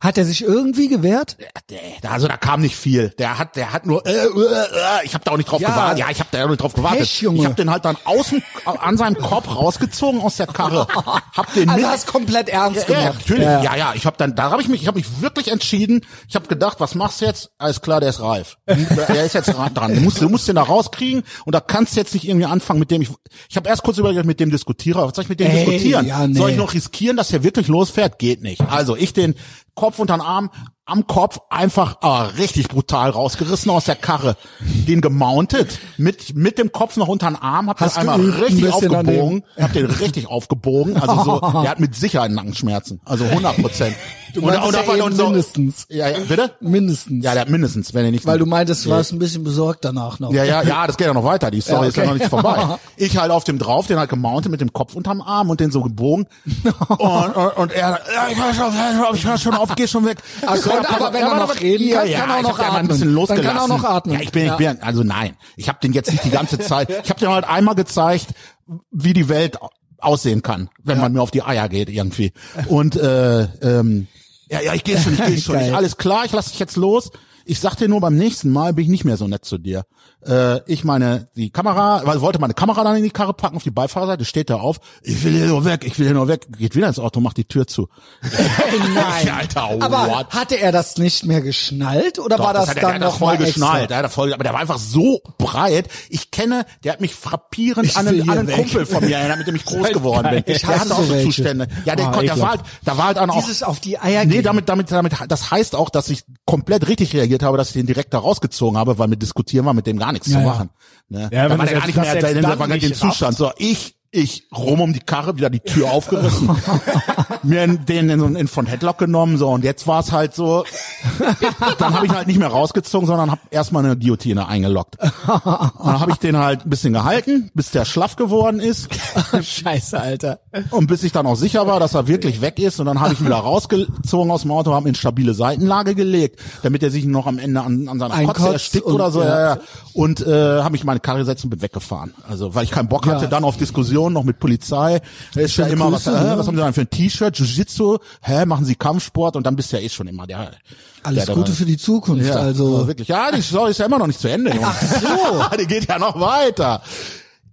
S1: Hat er sich irgendwie gewehrt?
S2: Der- der- Also da kam nicht viel. Der hat, der hat nur, äh, äh, äh, ich habe da auch nicht drauf
S1: Ja.
S2: gewartet. Ja, ich habe da auch nicht drauf gewartet.
S1: Pech, Junge.
S2: Ich habe den halt dann außen an seinem Korb rausgezogen aus der Karre. Hab den
S1: Also
S2: mit-
S1: komplett ernst
S2: ja, ja, natürlich. Ja, ja, ich habe dann, da habe ich mich, ich habe mich wirklich entschieden. Ich habe gedacht, was machst du jetzt? Alles klar, der ist reif. Der ist jetzt ra- dran. Du musst, du musst den da rauskriegen und da kannst du jetzt nicht irgendwie anfangen mit dem. Ich, ich habe erst kurz überlegt, mit dem diskutiere. Was soll ich mit dem
S1: Ey,
S2: diskutieren?
S1: ja, nee.
S2: Soll ich noch riskieren, dass der wirklich losfährt? Geht nicht. Also ich den Kopf unter den Arm. Am Kopf einfach ah, richtig brutal rausgerissen aus der Karre, den gemountet mit mit dem Kopf noch unter den Arm, hab
S1: Hast
S2: den einmal
S1: geübt ein
S2: richtig
S1: bisschen an dem-
S2: aufgebogen, hab den richtig aufgebogen, also so, der hat mit Sicherheit Nackenschmerzen, also 100 Prozent.
S1: meintest ja eben mindestens.
S2: Ja, ja, bitte?
S1: Mindestens.
S2: Ja, der hat mindestens, wenn er nicht.
S1: Weil du meintest, du warst ein bisschen besorgt danach noch.
S2: ja, ja, ja, das geht ja noch weiter, die Story
S1: Ja,
S2: ist ja
S1: okay.
S2: noch nicht vorbei. Ich halt auf dem drauf, den halt gemountet mit dem Kopf unterm Arm und den so gebogen. Und, und, und er, ja, ich hör schon, ich hör schon auf, geh schon weg.
S1: Ach,
S2: Ich so,
S1: konnte
S2: ja,
S1: aber, wenn er
S2: ja,
S1: noch
S2: aber-
S1: reden kann, kann er auch
S2: ich
S1: noch
S2: hab den mal Ein
S1: atmen.
S2: bisschen
S1: Dann
S2: losgelassen.
S1: kann er auch noch atmen.
S2: Ja, ich bin, ich
S1: Ja.
S2: bin, also nein, ich habe den jetzt nicht die ganze Zeit, ich habe den halt einmal gezeigt, wie die Welt aussehen kann, wenn man mir auf die Eier geht irgendwie. Und äh, ähm, ja, ja, ich gehe schon, ich gehe schon, ich,
S1: Geil.
S2: alles klar, ich lass dich jetzt los. Ich sag dir nur, beim nächsten Mal bin ich nicht mehr so nett zu dir. Äh, ich meine, die Kamera, weil wollte meine Kamera dann in die Karre packen, auf die Beifahrerseite, steht da auf, ich will hier nur weg, ich will hier nur weg, geht wieder ins Auto, macht die Tür zu.
S1: Ey, nein.
S2: Alter,
S1: aber
S2: Oh, what?
S1: hatte er das nicht mehr geschnallt oder war das,
S2: hat er-
S1: dann
S2: der hat
S1: noch
S2: das voll
S1: mal extra?
S2: geschnallt, der hat das voll, aber der war einfach so breit. Ich kenne, der hat mich frappierend
S1: Ich
S2: an
S1: will
S2: einen,
S1: hier
S2: an einen
S1: weg.
S2: Kumpel von mir erinnert, mit dem ich groß geworden bin.
S1: Ich
S2: der
S1: hasse
S2: hatte auch
S1: so
S2: so
S1: welche.
S2: Zustände. Ja, der,
S1: Ah,
S2: konnte- der war
S1: ekelhaft.
S2: halt, da war halt dann auch
S1: Dieses auf die Eier
S2: Nee,
S1: gehen.
S2: damit, damit, damit, das heißt auch, dass ich komplett richtig reagiert habe, dass ich den direkt da rausgezogen habe, weil mit diskutieren war mit dem gar nichts
S1: Ja,
S2: zu
S1: ja.
S2: machen. Ne?
S3: Ja,
S2: da
S3: wenn
S2: war der gar
S3: du selbst
S2: nicht
S3: das
S2: mehr
S3: selbst
S2: in
S3: dann
S2: dem
S3: nicht
S2: den Zustand. So, ich, ich rum um die Karre, wieder die Tür aufgerissen, mir in- den in so einen von Headlock genommen, so, und jetzt war es halt so, dann habe ich ihn halt nicht mehr rausgezogen, sondern habe erstmal eine Guillotine eingeloggt. Und dann habe ich den halt ein bisschen gehalten, bis der schlaff geworden ist.
S1: Scheiße, Alter.
S2: Und bis ich dann auch sicher war, dass er wirklich weg ist, und dann habe ich ihn wieder rausgezogen aus dem Auto, habe ihn in stabile Seitenlage gelegt, damit er sich noch am Ende an, an seiner Kotze
S1: Einkotzt
S2: erstickt
S1: und-
S2: oder so.
S1: ja.
S2: Ja. Ja, Und äh, habe mich meine Karre gesetzt und bin weggefahren. Also weil ich keinen Bock hatte,
S1: Ja.
S2: dann auf Diskussionen noch mit Polizei. Da ist ja
S1: Schöne
S2: immer
S1: Grüße,
S2: was.
S1: ne?
S2: Äh, was haben Sie denn für ein T-Shirt? Jiu-Jitsu? Hä, machen Sie Kampfsport? Und dann bist du ja eh schon immer der.
S1: Alles
S2: der,
S1: Gute
S2: der,
S1: für die Zukunft,
S2: ja,
S1: also.
S2: wirklich. Ja, die Story ist ja immer noch nicht zu Ende. Junge. Ach so. die geht ja noch weiter.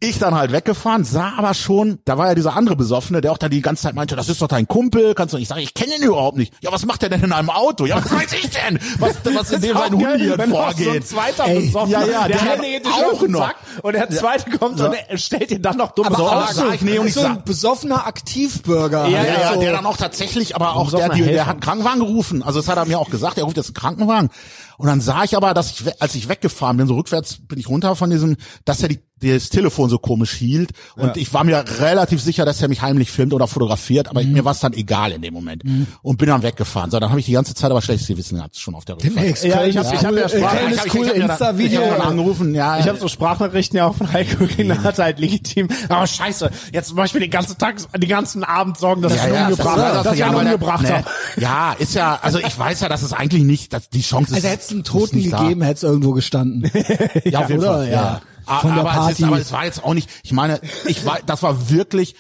S2: Ich dann halt weggefahren, sah aber schon, da war ja dieser andere Besoffene, der auch da die ganze Zeit meinte, das ist doch dein Kumpel, kannst du nicht sagen, ich kenne ihn überhaupt nicht. Ja, was macht der denn in einem Auto? Ja, was weiß ich denn? Was, was in dem sein Hund hier vorgeht?
S3: zweiter
S1: Ey,
S3: besoffen,
S2: ja, ja,
S3: der,
S2: der
S3: eine geht dir
S2: auch
S3: schon auf den
S2: noch.
S3: Sack und der zweite kommt und er stellt dir dann noch dumme
S1: Aber
S2: So,
S1: auch
S2: sag
S1: so,
S2: ich, nee, und ich
S1: so ein
S2: sag-
S1: besoffener Aktivbürger.
S3: Ja,
S2: Ja, ja,
S3: also-
S2: der dann auch tatsächlich, aber auch der,
S3: soll man
S2: die, der
S3: helfen?
S2: hat einen Krankenwagen gerufen. Also das hat er mir auch gesagt, er ruft jetzt einen Krankenwagen. Und dann sah ich aber, dass ich, we- als ich weggefahren bin, so rückwärts bin ich runter von diesem, dass er die, das Telefon so komisch hielt. Und ich war mir relativ sicher, dass er mich heimlich filmt oder fotografiert, aber mir war es dann egal in dem Moment. Und bin dann weggefahren. So, dann habe ich die ganze Zeit aber schlechtes Gewissen gehabt, schon auf der Rückfahrt.
S1: Demnächst,
S3: Ja,
S1: Köln
S3: ich hab-
S1: ist
S3: ich hab
S1: cool,
S3: ja
S1: äh,
S3: Spaß.
S1: Köln
S2: hab-
S1: ist cool,
S2: hab ja da-
S1: Insta-Video.
S2: Ich hab dann angerufen, ja.
S3: Ich habe so Sprachnachrichten ja auch von Heiko Gnat halt legitim. Aber scheiße, jetzt mache ich mir den ganzen Tag, den ganzen Abend Sorgen, dass ich ihn umgebracht
S2: das-
S3: habe. Dass ich ihn
S2: aber der-
S3: umgebracht
S2: ne.
S3: habe.
S2: Ja, ist ja, also ich weiß ja, dass es eigentlich nicht, dass die Chance ist.
S1: Also hätte es einen
S2: ist
S1: Toten
S2: nicht da.
S1: gegeben, hätte es irgendwo gestanden.
S2: Ja, auf jeden
S1: oder?
S2: Fall.
S1: Ja.
S2: A-
S1: Von der
S2: aber, Es
S1: Party.
S2: ist, aber es war jetzt auch nicht, ich meine, ich war, das war wirklich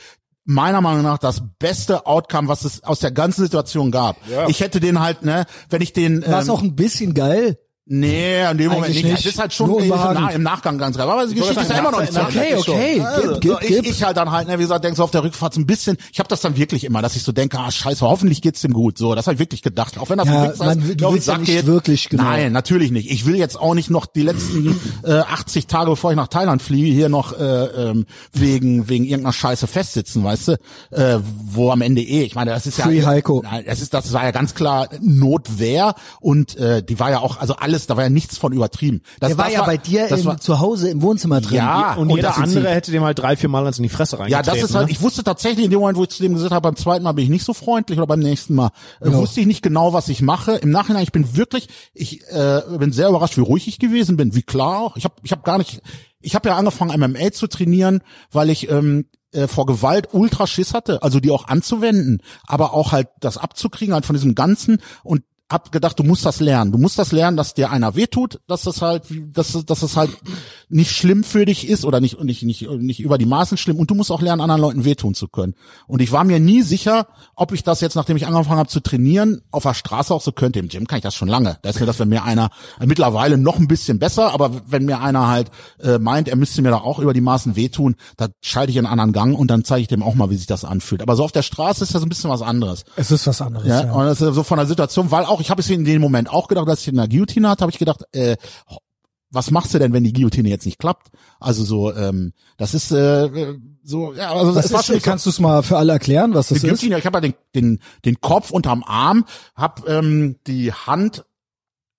S2: meiner Meinung nach das beste Outcome, was es aus der ganzen Situation gab. Ich hätte den halt, ne, wenn ich den,
S1: War es
S2: ähm,
S1: auch ein bisschen geil?
S2: nee, in dem Moment
S1: Eigentlich
S2: nicht.
S1: nicht.
S2: Es ist halt schon
S1: Nur
S2: im,
S1: unbehagen.
S2: Na- im Nachgang ganz geil. Aber die Geschichte ist ja immer noch nicht zu Ende.
S1: Okay, okay,
S2: Also,
S1: gib,
S2: so,
S1: gib,
S2: ich,
S1: gib.
S2: ich halt dann halt, ne, wie gesagt, denkst du auf der Rückfahrt so ein bisschen, ich habe das dann wirklich immer, dass ich so denke, ah scheiße, hoffentlich geht's dem gut. So, das habe ich wirklich gedacht. Auch wenn das
S1: Ja,
S2: ein Wichser
S1: man-
S2: ist,
S1: du
S2: der auf den
S1: willst ja
S2: Sack
S1: nicht wirklich, genau.
S2: Nein, natürlich nicht. Ich will jetzt auch nicht noch die letzten äh, 80 Tage, bevor ich nach Thailand fliege, hier noch äh, ähm, wegen wegen irgendeiner Scheiße festsitzen, weißt du? Äh, wo am Ende eh, ich meine, das ist ja
S1: Free Heiko.
S2: Nein, es ist, das war ja ganz klar Notwehr und äh, die war ja auch, also alles, da war ja nichts von übertrieben. Das,
S1: Der war
S2: das
S1: ja bei dir
S2: das
S1: im,
S2: war-
S1: zu Hause im Wohnzimmer drin.
S2: Ja,
S3: Und, jeder
S2: das ist
S3: andere
S2: sie.
S3: hätte dem halt drei, vier Mal eins in die Fresse
S2: Ja,
S3: reingetreten. ne?
S2: das ist halt, ich wusste tatsächlich in dem Moment, wo ich zu dem gesagt habe, beim zweiten Mal bin ich nicht so freundlich oder beim nächsten Mal, äh, wusste ich nicht genau, was ich mache. Im Nachhinein, ich bin wirklich, ich äh, bin sehr überrascht, wie ruhig ich gewesen bin, wie klar auch. Ich habe ich hab gar nicht, ich habe ja angefangen, MMA zu trainieren, weil ich ähm, äh, vor Gewalt ultra Schiss hatte, also die auch anzuwenden, aber auch halt das abzukriegen, halt von diesem Ganzen und hab gedacht, du musst das lernen. Du musst das lernen, dass dir einer wehtut, dass das halt, dass, das- dass das halt nicht schlimm für dich ist oder nicht, nicht, nicht, nicht über die Maßen schlimm. Und du musst auch lernen, anderen Leuten wehtun zu können. Und ich war mir nie sicher, ob ich das jetzt, nachdem ich angefangen habe zu trainieren, auf der Straße auch so könnte. Im Gym kann ich das schon lange. Da ist mir das, wenn mir einer mittlerweile noch ein bisschen besser, aber wenn mir einer halt äh, meint, er müsste mir da auch über die Maßen wehtun, da schalte ich in einen anderen Gang und dann zeige ich dem auch mal, wie sich das anfühlt. Aber so auf der Straße ist das ein bisschen was anderes.
S1: Es ist was anderes.
S2: Ja, Und das ist so von der Situation, weil auch, ich habe es in dem Moment auch gedacht, dass ich in der Guillotine hatte, habe ich gedacht, äh, was machst du denn, wenn die Guillotine jetzt nicht klappt? Also so, ähm, das ist äh, so, ja, also
S1: Was
S2: es war
S1: ist,
S2: schon
S1: denn? kannst du es mal für alle erklären, was das
S2: die
S1: ist?
S2: Guillotine, ich habe halt den, den, den Kopf unterm Arm, hab ähm, die Hand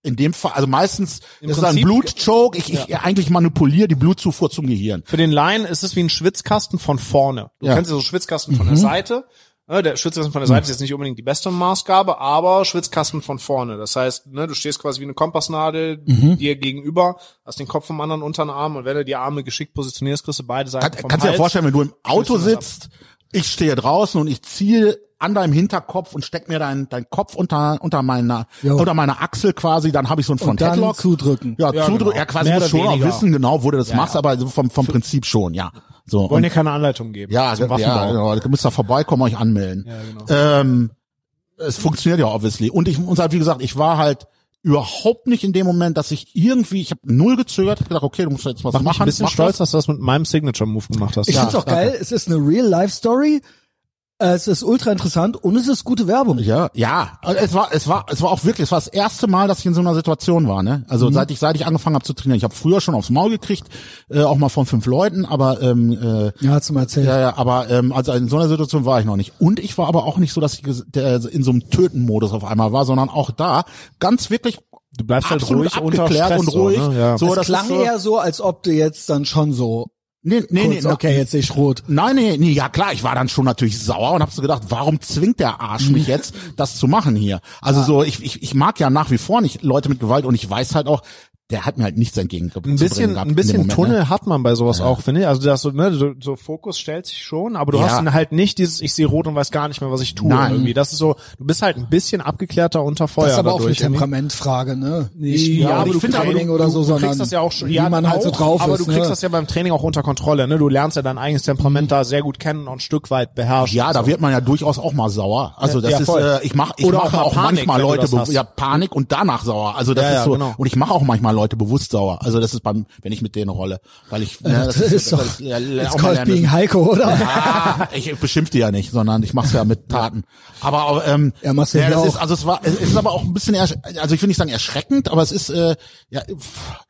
S2: in dem Fall, also meistens
S3: Im
S2: ist dann
S3: Prinzip-
S2: Blutchoke, ich, ich eigentlich manipuliere die Blutzufuhr zum Gehirn.
S3: Für den Laien ist es wie ein Schwitzkasten von vorne. Du
S2: Ja. Mhm.
S3: kennst ja so Schwitzkasten von der Seite. Ne, Der Schwitzkasten von der Seite ist jetzt nicht unbedingt die beste Maßgabe, aber Schwitzkasten von vorne. Das heißt, ne, du stehst quasi wie eine Kompassnadel
S2: Mhm.
S3: dir gegenüber, hast den Kopf vom anderen unter den Arm und wenn du die Arme geschickt positionierst, kriegst du beide Seiten
S2: Kann,
S3: Äh, vom
S2: kannst du dir
S3: Hals.
S2: vorstellen, wenn du im Auto
S3: Schlüssel
S2: sitzt, ich stehe draußen und ich ziehe an deinem Hinterkopf und steck mir deinen dein Kopf unter unter meiner
S1: Jo.
S2: unter meiner Achsel quasi, dann habe ich so einen Front
S1: dann
S2: Headlock.
S1: zudrücken.
S2: Ja,
S3: Ja,
S2: zudrücken.
S3: genau.
S2: Ja, quasi
S3: Mehr
S2: musst
S3: oder
S2: schon auch
S3: weniger.
S2: wissen genau, wo du das machst, aber so vom vom Prinzip schon, ja. So
S3: Wollen dir keine Anleitung geben.
S2: ja,
S3: zum
S2: ja,
S3: Waffenbau.
S2: genau. Ihr müsst da vorbeikommen, euch anmelden.
S1: genau.
S3: Äh,
S2: ähm, es funktioniert ja obviously. Und ich muss halt, wie gesagt, ich war halt überhaupt nicht in dem Moment, dass ich irgendwie, ich habe null gezögert, hab gedacht, okay, du musst jetzt was
S3: Mach mich
S2: machen.
S3: ein bisschen
S2: mach
S3: stolz, dass du das mit meinem Signature-Move gemacht hast.
S1: Ich find's auch geil, es ist eine Real-Life-Story. Äh, Es ist ultra interessant und es ist gute Werbung.
S2: Ja, ja. Also Es war, es war, es war auch wirklich, es war das erste Mal, dass ich in so einer Situation war. Ne? Also
S1: Mhm.
S2: seit ich, seit ich angefangen habe zu trainieren, ich habe früher schon aufs Maul gekriegt, äh, auch mal von fünf Leuten, aber ähm, äh,
S1: Ja, hat's mal erzählt.
S2: ja, ja, aber ähm, also in so einer Situation war ich noch nicht. Und ich war aber auch nicht so, dass ich ges- der, in so einem Tötenmodus auf einmal war, sondern auch da ganz wirklich
S3: Du bleibst halt
S2: absolut
S3: ruhig unter
S2: abgeklärt
S3: Stress,
S2: und
S3: so,
S2: ruhig.
S3: ne? Ja.
S2: So,
S1: es
S2: das
S1: klang
S2: ist so,
S1: eher so, als ob du jetzt dann schon so
S2: nee, nee,
S1: kurz,
S2: nee,
S1: okay, jetzt sehe ich rot.
S2: Nein, nee, nee, ja klar, ich war dann schon natürlich sauer und hab so gedacht, warum zwingt der Arsch mich
S3: Mhm.
S2: jetzt, das zu machen hier? Also so, ich, ich, ich mag ja nach wie vor nicht Leute mit Gewalt und ich weiß halt auch, der hat mir halt nichts entgegengebracht.
S3: ein bisschen,
S2: gehabt
S3: ein
S2: in
S3: bisschen
S2: dem Moment,
S3: Tunnel
S2: Ne?
S3: hat man bei sowas auch, finde ich. Also das, so, ne, so, so Fokus stellt sich schon, aber du
S2: Ja.
S3: hast dann halt nicht dieses, ich sehe rot und weiß gar nicht mehr, was ich tue.
S2: Nein.
S3: Irgendwie. Das ist so, du bist halt ein bisschen abgeklärter unter Feuer.
S1: Das ist aber auch eine
S3: dadurch irgendwie.
S1: Temperamentfrage, ne? Nicht
S3: ja,
S1: nur
S3: aber
S1: im
S3: du, kriegst-
S1: Training
S3: aber du,
S1: oder so,
S3: du
S1: sondern
S3: kriegst das ja auch schon,
S1: wie
S3: ja,
S1: man halt so
S3: auch,
S1: drauf
S3: aber
S1: ist.
S3: du kriegst
S1: ne?
S3: das ja beim Training auch unter Kontrolle, ne? Du lernst ja dein eigenes Temperament da sehr gut kennen und ein Stück weit beherrschen.
S2: Ja, da wird man ja durchaus auch mal sauer. Also das
S3: Ja,
S2: ist,
S3: voll.
S2: äh, ich mache ich
S3: Oder auch
S2: mache
S3: mal
S2: auch
S3: Panik,
S2: manchmal
S3: wenn du
S2: Leute
S3: das
S2: be-
S3: hast.
S2: ja Panik und danach sauer. Also das
S3: Ja,
S2: ist
S3: ja,
S2: so
S3: genau.
S2: und ich mache auch manchmal Leute bewusst sauer. Also das ist beim wenn ich mit denen rolle, weil ich ne,
S1: Das ist doch,
S2: das- ja,
S1: it's
S2: auch mal
S1: called
S2: lernen
S1: being Heiko, oder?
S2: Ah, ich beschimpfe die ja nicht, sondern ich mache es ja mit Taten. Aber ähm,
S1: Ja, machst du
S2: ja,
S1: ja
S2: das
S1: auch.
S2: ist also es war es ist aber auch ein bisschen ersch also ich will nicht sagen erschreckend, aber es ist äh, ja pff,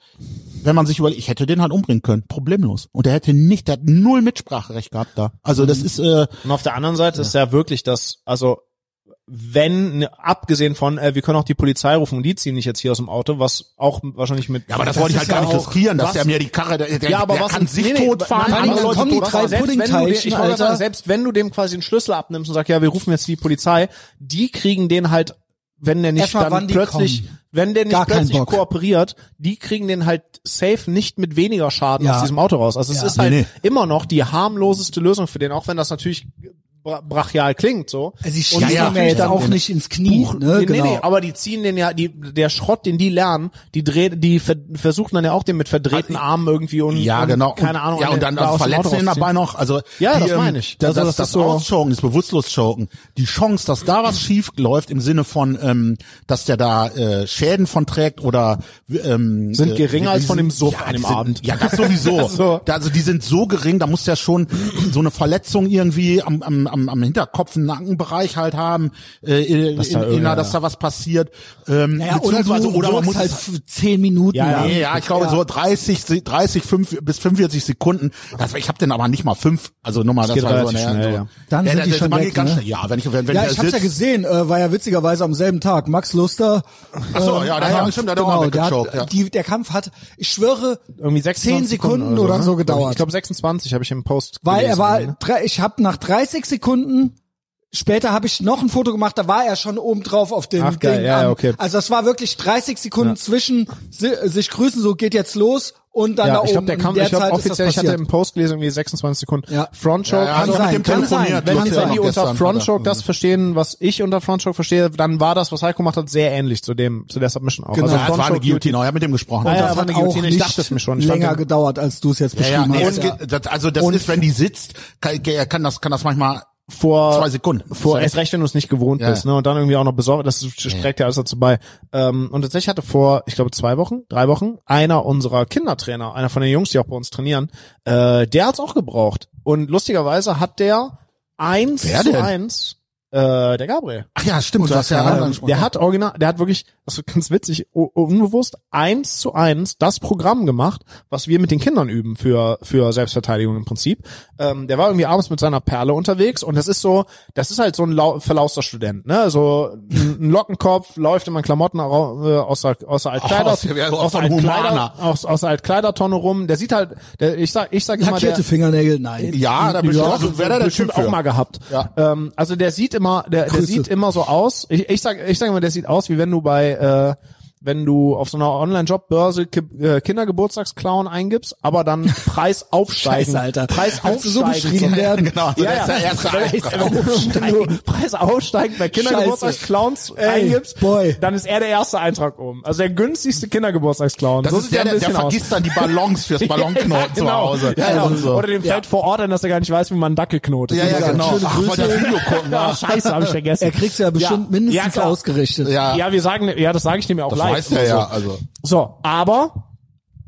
S2: wenn man sich überlegt, ich hätte den halt umbringen können, problemlos. Und der hätte nicht, der hat null Mitspracherecht gehabt da. Also das ist äh,
S3: Und auf der anderen Seite ist ja wirklich das, also wenn, ne, abgesehen von, äh, wir können auch die Polizei rufen und die ziehen dich jetzt hier aus dem Auto, was auch wahrscheinlich mit...
S2: ja, aber das, wollte ich
S1: ist
S2: halt gar
S1: ja
S2: nicht
S1: auch-
S2: riskieren, dass
S3: was-
S2: der mir die Karre, der, der,
S3: ja, aber
S2: der
S3: was
S2: kann sich tot fahren,
S1: nein,
S2: andere
S1: dann
S2: Leute
S1: kommen die
S2: tot
S1: drei
S2: fahren.
S3: selbst wenn, du, dir-
S1: Puddingteilchen,
S3: ich wollte sagen,
S1: Alter.
S3: selbst wenn du dem quasi den Schlüssel abnimmst und sagst, ja, wir rufen jetzt die Polizei, die kriegen den halt, wenn der nicht
S1: Erstmal, wann
S3: dann
S1: die
S3: plötzlich,
S1: kommen.
S3: wenn der nicht
S1: Gar keinen
S3: plötzlich
S1: Bock.
S3: kooperiert, die kriegen den halt safe nicht mit weniger Schaden
S1: Ja.
S3: aus diesem Auto raus. Also es
S1: Ja.
S3: ist halt
S2: Nee, nee.
S3: immer noch die harmloseste Lösung für den, auch wenn das natürlich bra- brachial klingt, so.
S1: Also ich
S3: Und
S1: schieße
S2: ja, ja,
S1: mir jetzt
S2: ja.
S1: auch nicht ins Knie, ne?
S3: Nee,
S1: genau.
S3: nee, nee, aber die ziehen den ja, die, der Schrott, den die lernen, die dreht, die ver versuchen dann ja auch den mit verdrehten Armen irgendwie und,
S2: Ja,
S3: und
S2: genau.
S3: keine Ahnung.
S2: Ja,
S3: an
S2: und
S3: den-
S2: dann
S3: da
S2: das
S3: aus dem Auto
S2: Verletzen ihn
S3: rausziehen.
S2: dabei noch. Also
S3: Ja,
S2: die,
S3: das
S2: ähm,
S3: meine ich.
S2: Das,
S3: Also,
S2: das,
S3: das
S2: das,
S3: ist so-
S2: Auschoken, das Bewusstloschoken, die Chance, dass da was schief läuft im Sinne von, ähm, dass der da äh, Schäden von trägt oder ähm,
S3: Sind
S2: äh,
S3: geringer als
S2: die
S3: von dem
S2: sind-
S3: Suff
S2: ja,
S3: an
S2: die
S3: dem
S2: sind,
S3: Abend.
S2: Ja, das sowieso.
S3: Also-
S2: Da- also die sind so gering, da muss der schon so eine Verletzung irgendwie am, am, am, am Hinterkopf, im Nackenbereich halt haben, äh, in, dass,
S3: da
S2: da, in,
S3: irgendwie-
S2: dass da was passiert. Ähm,
S1: Ja, oder du
S2: beziehungsweise- oder man
S1: wirkst
S2: muss
S1: halt f- zehn Minuten
S3: Ja,
S1: lang.
S2: Nee, ja, ich glaube so 30, se- 30 5, bis 45 Sekunden. Das, ich habe den aber nicht mal fünf. Also nochmal, das,
S3: geht
S2: war so
S3: relativ
S2: eine-
S3: schnell,
S2: so.
S3: ja.
S1: Dann sind
S2: das-
S1: die
S2: das-
S1: schon
S2: man
S1: weg,
S2: geht ganz
S1: ne?
S2: schnell. Ja, wenn ich wenn, wenn
S1: Ja,
S2: der
S1: ich hab's ja
S2: sitzt-
S1: gesehen, äh, war ja witzigerweise am selben Tag. Max Luster. äh, genau,
S2: Ach so, ja, der hat- stimmt, der hat auch mal
S1: der,
S2: weggechoked, ja.
S1: hat, die, der Kampf hat, ich schwöre,
S3: irgendwie
S1: 10
S3: 26
S1: Sekunden oder so
S3: ne?
S1: gedauert.
S3: Ich glaube 26 habe ich im Post
S1: weil er
S3: gelesen,
S1: war,
S3: ne?
S1: drei- ich habe nach 30 Sekunden, später habe ich noch ein Foto gemacht, da war er schon oben drauf auf dem
S3: Ach, geil,
S1: Ding.
S3: ja,
S1: am-
S3: ja, okay.
S1: Also das war wirklich 30 Sekunden zwischen si sich grüßen, so geht jetzt los und dann da
S3: Ja,
S1: oben.
S3: ich glaube, der kam,
S1: in der
S3: ich habe
S1: Zeit ist das
S3: offiziell, ich hatte
S1: passiert.
S3: im Post gelesen, irgendwie 26 Sekunden.
S1: Ja.
S3: Front Choke,
S2: Ja, ja,
S3: also
S2: also
S1: sein,
S2: mit dem
S1: kann
S2: telefoniert.
S1: sein,
S3: wenn,
S1: kann
S3: die-
S1: sein.
S3: wenn die
S1: Auch
S3: unter Front
S2: Frontshock
S3: Choke das verstehen, was ich unter Front Choke verstehe, dann war das, was Heiko gemacht hat, sehr ähnlich zu dem, zu der Submission auch.
S1: Genau.
S3: Also
S2: Ja, das
S3: Front
S2: war eine
S3: Choke
S2: Guillotine. Ich habe mit dem gesprochen.
S3: Ah, ja,
S1: das
S3: aber
S1: hat
S3: eine
S1: auch
S3: Guillotine, ich
S1: nicht
S3: dachte es mir schon, ich fand
S1: länger
S3: den-
S1: gedauert, als du es jetzt
S2: Ja, ja,
S1: beschrieben
S2: nee,
S1: hast.
S2: es geht, das, also das ist, wenn die sitzt, kann, kann das kann das manchmal
S1: Äh,
S3: vor,
S2: zwei Sekunden.
S3: vor erst recht, wenn du es nicht gewohnt
S2: Ja.
S3: bist, ne? Und dann irgendwie auch noch besorgt, das streckt ja alles dazu bei. Ähm, und tatsächlich hatte vor, ich glaube, zwei Wochen, drei Wochen, einer unserer Kindertrainer, einer von den Jungs, die auch bei uns trainieren, äh, der hat's auch gebraucht. Und lustigerweise hat der eins
S2: Wer
S3: zu
S2: denn?
S3: eins, äh, der Gabriel.
S2: Ach ja, stimmt. Du hast
S1: ja,
S2: ja
S1: ähm,
S2: angesprochen.
S3: Der hat original, der hat wirklich, das ist ganz witzig, u- unbewusst eins zu eins das Programm gemacht, was wir mit den Kindern üben für für Selbstverteidigung im Prinzip. Ähm, der war irgendwie abends mit seiner Perle unterwegs und das ist so, das ist halt so ein lau- verlauster Student, ne? So ein ein Lockenkopf, läuft immer in Klamotten au- äh, außer außer
S2: Oh,
S3: Altkleider,
S2: Aus- ja, aus
S3: außer
S2: einem
S3: Altkleider,
S2: Humaner.
S3: aus, außer Altkleidertonne rum. Der sieht halt, der, ich sag, ich sag immer, der,
S1: Lackierte Fingernägel, nein.
S2: ja, da bin ich
S3: ja,
S2: also, wäre da der
S3: bestimmt
S2: Typ für.
S3: auch mal gehabt.
S2: Ja.
S3: Ähm, also der sieht immer, der, der
S1: Grüße.
S3: sieht immer so aus. Ich, ich sag, ich sag immer, der sieht aus, wie wenn du bei, äh, wenn du auf so einer Online-Jobbörse Ki äh, Kindergeburtstagsclown eingibst, aber dann Preis aufsteigen.
S1: Scheiße, Alter.
S3: Preis
S1: Kannst du so
S3: aufsteigen.
S1: beschrieben werden?
S2: Genau, also
S3: Ja,
S2: der
S3: ja.
S2: ist der erste Eindruck.
S3: Wenn du Preis aufsteigen bei Kindergeburtstagsclowns
S1: Scheiße. Ey,
S3: eingibst,
S1: boy.
S3: dann ist er der erste Eintrag oben. Also der günstigste Kindergeburtstagsclown.
S2: Das
S3: so
S2: ist der,
S3: ein
S2: der, der
S3: bisschen aus.
S2: vergisst dann die Ballons fürs Ballonknoten
S3: Ja, genau.
S2: zu Hause.
S3: Ja, genau.
S2: Also so.
S3: Oder dem fällt vor Ort ein, dass er gar nicht weiß, wie man einen Dackel knotet.
S2: Ja, ja,
S1: Schöne
S2: genau.
S1: Grüße.
S2: Ach, wollt ihr das Video gucken.
S3: Ah,
S2: Ja.
S3: Scheiße, habe ich vergessen.
S1: Er kriegt's ja bestimmt mindestens
S3: klar.
S1: ausgerichtet.
S2: Ja,
S3: Ja, wir sagen, ja, das sage ich dem ja auch
S2: das
S3: live.
S2: weiß der
S3: immer
S2: ja.
S3: So.
S2: Also.
S3: so, aber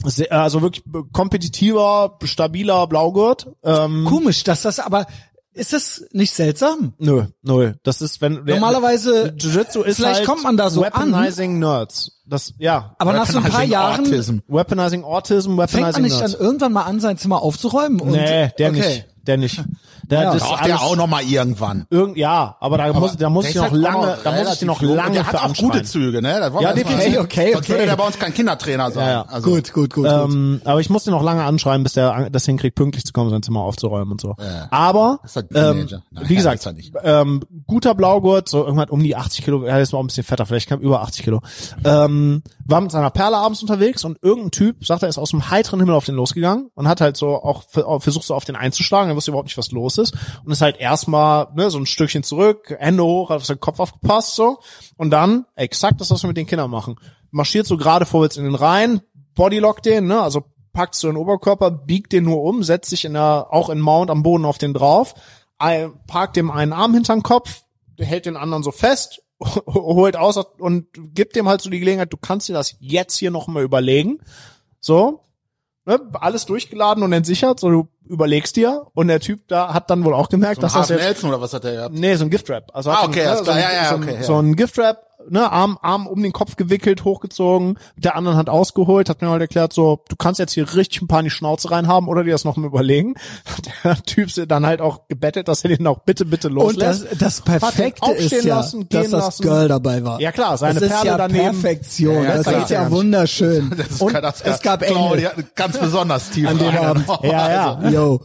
S3: se- also wirklich kompetitiver, stabiler Blaugurt. Ähm,
S1: Komisch, dass das aber Ist das nicht seltsam?
S3: Nö, null. Das ist, wenn
S1: Normalerweise,
S3: Jiu-Jitsu ist
S1: vielleicht
S3: halt
S1: kommt man da so an.
S3: Weaponizing Nerds. Das ja.
S1: Aber nach so ein paar
S2: Weaponizing
S1: Jahren
S2: Autism.
S3: Weaponizing Autism,
S1: fängt man
S3: Weaponizing
S1: nicht dann
S3: Nerds.
S1: irgendwann mal an, sein Zimmer aufzuräumen? Und,
S3: nee,
S1: okay.
S3: der nicht, der nicht. Der,
S1: Ja.
S3: das ist
S2: Auch der
S3: alles-
S2: auch noch mal irgendwann.
S3: Irgend, ja, aber da muss, da muss
S2: Der
S3: ich
S2: ist
S3: noch
S2: halt auch
S3: lange, da muss ich
S2: relativ
S3: die noch
S2: jung und
S3: lange
S2: Der hat
S3: für
S2: auch gute
S3: anschreien.
S2: Züge, ne? Das wollen
S3: Ja,
S2: wir erst mal
S3: definitiv.
S2: sehen.
S1: Okay,
S2: Sonst
S1: okay.
S2: würde der bei uns kein Kindertrainer sein.
S3: Ja, ja.
S2: Also,
S1: Gut, gut, gut. gut.
S3: Ähm, aber ich musste noch lange anschreiben, bis der an- das hinkriegt, pünktlich zu kommen, sein Zimmer aufzuräumen und so. Aber
S2: Ist halt ein
S3: ähm,
S2: Teenager. Nein,
S3: wie gesagt,
S2: ist er nicht.
S3: ähm, guter Blaugurt, so irgendwann um die 80 Kilo, er ist noch ein bisschen fetter, vielleicht kam über 80 Kilo. Ähm, war mit seiner Perle abends unterwegs und irgendein Typ sagt, er ist aus dem heiteren Himmel auf den losgegangen und hat halt so auch ver- auch versucht, so auf den einzuschlagen, er wusste überhaupt nicht, was los ist und ist halt erstmal ne, so ein Stückchen zurück, Hände hoch, hat auf seinen Kopf aufgepasst so und dann exakt das, was wir mit den Kindern machen. Marschiert so gerade vorwärts in den Rhein, Bodylock den, ne, also packt so den Oberkörper, biegt den nur um, setzt sich in der, auch in Mount am Boden auf den drauf, ein- parkt dem einen Arm hinterm Kopf, hält den anderen so fest, holt aus und gibt dem halt so die Gelegenheit, du kannst dir das jetzt hier nochmal überlegen. So, ne, alles durchgeladen und entsichert, so du überlegst dir und der Typ da hat dann wohl auch gemerkt, dass das
S2: Harvey
S3: jetzt
S2: Nelson oder was hat der gehabt?
S3: Nee, so ein Gift-Wrap. Also
S2: Ah,
S3: hat
S2: okay,
S3: so ein,
S2: alles
S3: so
S2: klar.
S3: ein,
S2: Ja, ja,
S3: so ein,
S2: okay, ja.
S3: so ein Gift-Wrap, ne, Arm, Arm um den Kopf gewickelt, hochgezogen, mit der anderen Hand ausgeholt, hat mir halt erklärt, so, du kannst jetzt hier richtig ein paar in die Schnauze reinhaben oder dir das nochmal überlegen. Der Typ ist dann halt auch gebettelt, dass er den auch bitte, bitte
S1: und
S3: loslässt.
S1: das, das Perfekte
S3: Hat ihn
S1: ist
S3: aufstehen
S1: ja,
S3: lassen, gehen
S1: dass das
S3: lassen.
S1: Girl dabei war.
S3: Ja, klar, seine
S1: das ist
S3: Perle
S1: ja
S3: daneben.
S1: Perfektion.
S2: Ja, ja,
S1: das
S2: klar.
S1: ist ja wunderschön.
S2: Das
S1: und
S2: das-
S1: es gab
S2: Claudia,
S1: Engel.
S2: ganz besonders tief. An
S1: dem Abend. Also,
S3: ja, ja,
S1: Yo,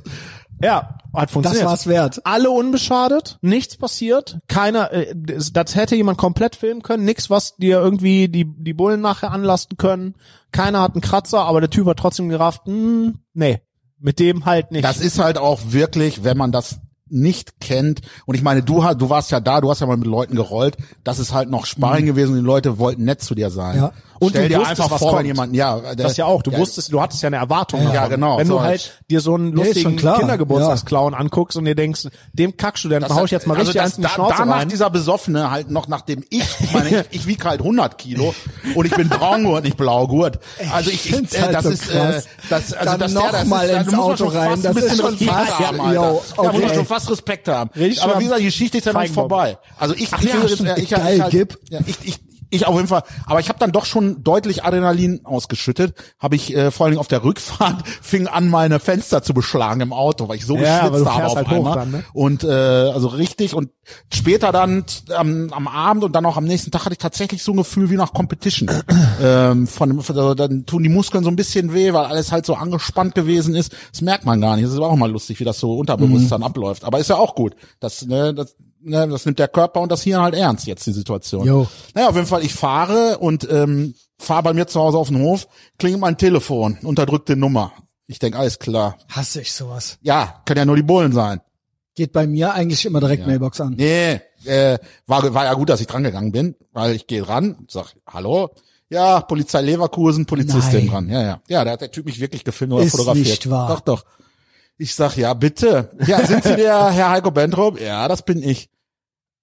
S3: ja, hat
S1: das
S3: funktioniert.
S1: war's wert.
S3: alle unbeschadet, nichts passiert, keiner, äh, das das hätte jemand komplett filmen können, nix, was dir irgendwie die, die Bullen nachher anlasten können, keiner hat einen Kratzer, aber der Typ hat trotzdem gerafft, mh, nee, mit dem halt nicht.
S2: Das ist halt auch wirklich, wenn man das nicht kennt. Und ich meine, du, ha- du warst ja da, du hast ja mal mit Leuten gerollt. Das ist halt noch Sparring gewesen und die Leute wollten nett zu dir sein.
S1: Ja.
S3: Mhm. Und
S2: Stell
S3: du
S2: dir
S3: wusstest,
S2: einfach
S3: was
S2: vor, wenn jemand,
S3: kommt.
S2: Äh, ja, der,
S3: das ja auch, du wusstest, du hattest ja eine Erwartung
S2: Ja,
S3: davon.
S2: genau,
S3: Wenn
S2: so
S3: du halt dir so einen
S1: ist
S3: lustigen
S1: schon klar,
S3: Kindergeburtstagsclown anguckst und dir denkst, dem Kackstudenten hau ich jetzt mal
S2: also
S3: richtig
S2: das-
S3: eins in die
S2: da-
S3: Schnauze
S2: Danach
S3: rein.
S2: dieser Besoffene halt noch, nachdem ich, ich meine, ich, ich wiege halt 100 Kilo und ich bin Braungurt, nicht Blaugurt. Also ich, ich
S1: find's
S2: äh,
S1: halt
S2: das
S1: so
S2: ist, äh,
S1: krass.
S2: das, also
S1: Dann
S2: das, der,
S1: noch
S2: das
S1: mal ins
S2: ist, da muss man
S1: Auto
S2: schon
S1: rein,
S2: fast
S1: das
S2: ein bisschen
S1: ist schon
S2: Respekt
S1: fast-
S2: haben,
S1: yo,
S2: Alter. Da muss man
S1: okay.
S2: schon fast Respekt haben.
S3: Richtig
S2: Aber
S3: schön
S2: wie gesagt, die Geschichte ist ja noch nicht
S3: Feigenbaum.
S2: vorbei. Also ich, ich,
S1: ja,
S2: fühle das-
S1: stimmt.
S2: ich, ich,
S1: Geil,
S2: ich, halt-
S1: gib.
S2: ja, ich, ich, ich auf jeden Fall. Aber ich habe dann doch schon deutlich Adrenalin ausgeschüttet. Habe ich äh, vor allen Dingen auf der Rückfahrt fing an, meine Fenster zu beschlagen im Auto, weil ich so
S3: Ja, aber
S2: geschwitzt
S3: du
S2: habe auf
S3: fährst halt hoch
S2: einmal.
S3: dann, ne?
S2: Und äh, also richtig und später dann t- am, am Abend und dann auch am nächsten Tag hatte ich tatsächlich so ein Gefühl wie nach Competition. ähm, von, dem- von also dann tun die Muskeln so ein bisschen weh, weil alles halt so angespannt gewesen ist. Das merkt man gar nicht. Das ist auch mal lustig, wie das so unterbewusst dann abläuft. Aber ist ja auch gut. Das, ne, das, ne, das nimmt der Körper und das Hirn halt ernst jetzt die Situation.
S1: Jo.
S2: Naja, auf jeden Fall, ich fahre und ähm, fahre bei mir zu Hause auf den Hof, klingelt mein Telefon, unterdrückte Nummer. Ich denk, alles klar.
S1: Hasse ich sowas.
S2: Ja, können ja nur die Bullen sein.
S1: Geht bei mir eigentlich immer direkt Mailbox an.
S2: Nee, äh, war, war ja gut, dass ich drangegangen bin, weil ich gehe ran, sag, hallo? Ja, Polizei Leverkusen, Polizistin
S1: Nein.
S2: dran. Ja, ja. Ja, da hat der Typ mich wirklich gefilmt oder
S1: Ist
S2: fotografiert.
S1: nicht wahr.
S2: Doch, doch. Ich sag, ja, bitte. Ja, sind Sie der Herr Heiko Bentrop? Ja, das bin ich.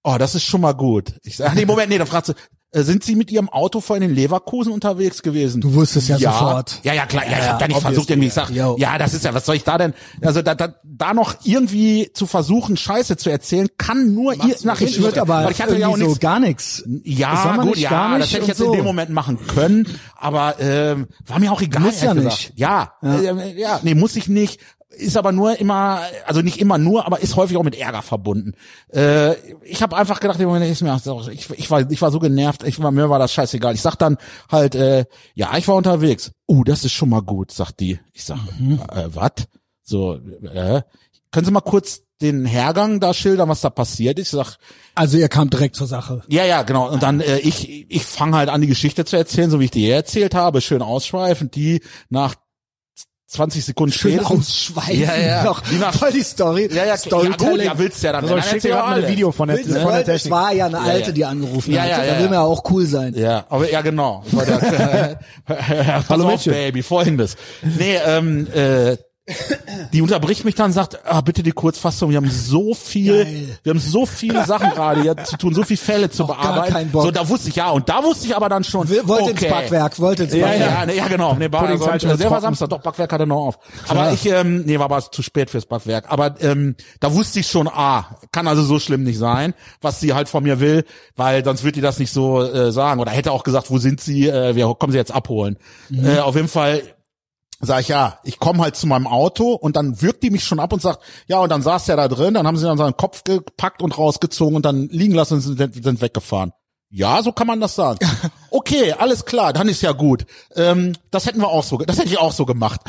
S2: Oh, das ist schon mal gut. Ich sag, nee, Moment, nee, dann fragst du, äh, sind Sie mit Ihrem Auto vorhin in Leverkusen unterwegs gewesen?
S1: Du wusstest ja sofort.
S2: Ja, ja, klar. Ja, ich hab da nicht
S1: obviously.
S2: versucht, irgendwie, ich sag,
S1: Yo.
S2: ja, das ist ja, was soll ich da denn? Also da, da, da noch irgendwie zu versuchen, Scheiße zu erzählen, kann nur ihr nach
S1: ich
S2: hinten.
S1: würde aber
S2: Weil ich hatte ja auch
S1: irgendwie so
S2: nichts.
S1: gar nichts. Das soll
S2: ja,
S1: man
S2: gut,
S1: nicht,
S2: ja,
S1: gar nicht
S2: das hätte ich
S1: und
S2: jetzt
S1: so.
S2: in dem Moment machen können, aber ähm, war mir auch egal.
S1: Muss ja
S2: ehrlich
S1: nicht.
S2: Ja, ja. Äh, ja, nee, muss ich nicht. Ist aber nur immer, also nicht immer nur, aber ist häufig auch mit Ärger verbunden. Äh, ich habe einfach gedacht, im Moment ist mir, ich, ich, war, ich war so genervt, ich, war- mir war das scheißegal. Ich sag dann halt, äh, ja, ich war unterwegs. Uh, das ist schon mal gut, sagt die. Ich sag,
S1: Mhm.
S2: äh, was? So, äh, können Sie mal kurz den Hergang da schildern, was da passiert ist? Ich sag,
S1: Also ihr kam direkt zur Sache.
S2: ja, ja, genau. Und dann äh, ich ich fange halt an, die Geschichte zu erzählen, so wie ich die hier erzählt habe, schön ausschweifend, die nach 20 Sekunden
S1: Schön
S2: spätestens-
S1: ausschweifen.
S2: Ja, ja.
S1: Noch.
S2: Die nach-
S1: Voll die Story.
S2: Ja, ja, ja, gut,
S1: Storytelling.
S2: ja, willst du ja dann.
S3: Also
S2: dann
S3: ich schick
S2: erzähl
S3: dir gerade mal ein
S2: alles.
S3: Video von der,
S1: Willst du
S3: von
S1: voll?
S3: der
S1: Es
S3: Technik.
S1: war ja eine alte,
S2: ja.
S1: die angerufen
S2: Ja,
S1: hat.
S2: ja, ja,
S1: da will man
S2: ja.
S1: ja auch cool sein.
S2: Ja, aber ja genau. Hallo auf,
S3: Mädchen.
S2: Baby, folgendes. Nee, ähm, äh, Die unterbricht mich dann und sagt, ah, bitte die Kurzfassung, wir haben so viel, wir haben so viele Sachen gerade hier zu tun, so viele Fälle zu
S1: gar
S2: bearbeiten.
S1: keinen Bock.
S2: So, da wusste ich ja, und da wusste ich aber dann schon.
S1: Wir- Wollte ins
S2: okay.
S1: Backwerk, wollte ins
S2: Ja,
S1: Backwerk.
S2: ja, nee, ja, genau. Nee, war,
S3: Pudding
S2: also,
S3: ist halt schon
S2: der war
S3: trocken.
S2: Samstag, doch, Backwerk hatte noch auf. Aber ich, ähm, nee, war aber zu spät fürs Backwerk. Aber ähm, da wusste ich schon, ah, kann also so schlimm nicht sein, was sie halt von mir will, weil sonst würde die das nicht so äh, sagen. Oder hätte auch gesagt, wo sind sie, äh, wir kommen sie jetzt abholen. Äh, auf jeden Fall sag ich ja, ich komme halt zu meinem Auto und dann wirkt die mich schon ab und sagt, ja, und dann saß der da drin, dann haben sie dann seinen Kopf gepackt und rausgezogen und dann liegen lassen und sind, sind weggefahren. Ja, so kann man das sagen. Okay, alles klar, dann ist ja gut. Ähm, das hätten wir auch so, ge- das hätte ich auch so gemacht.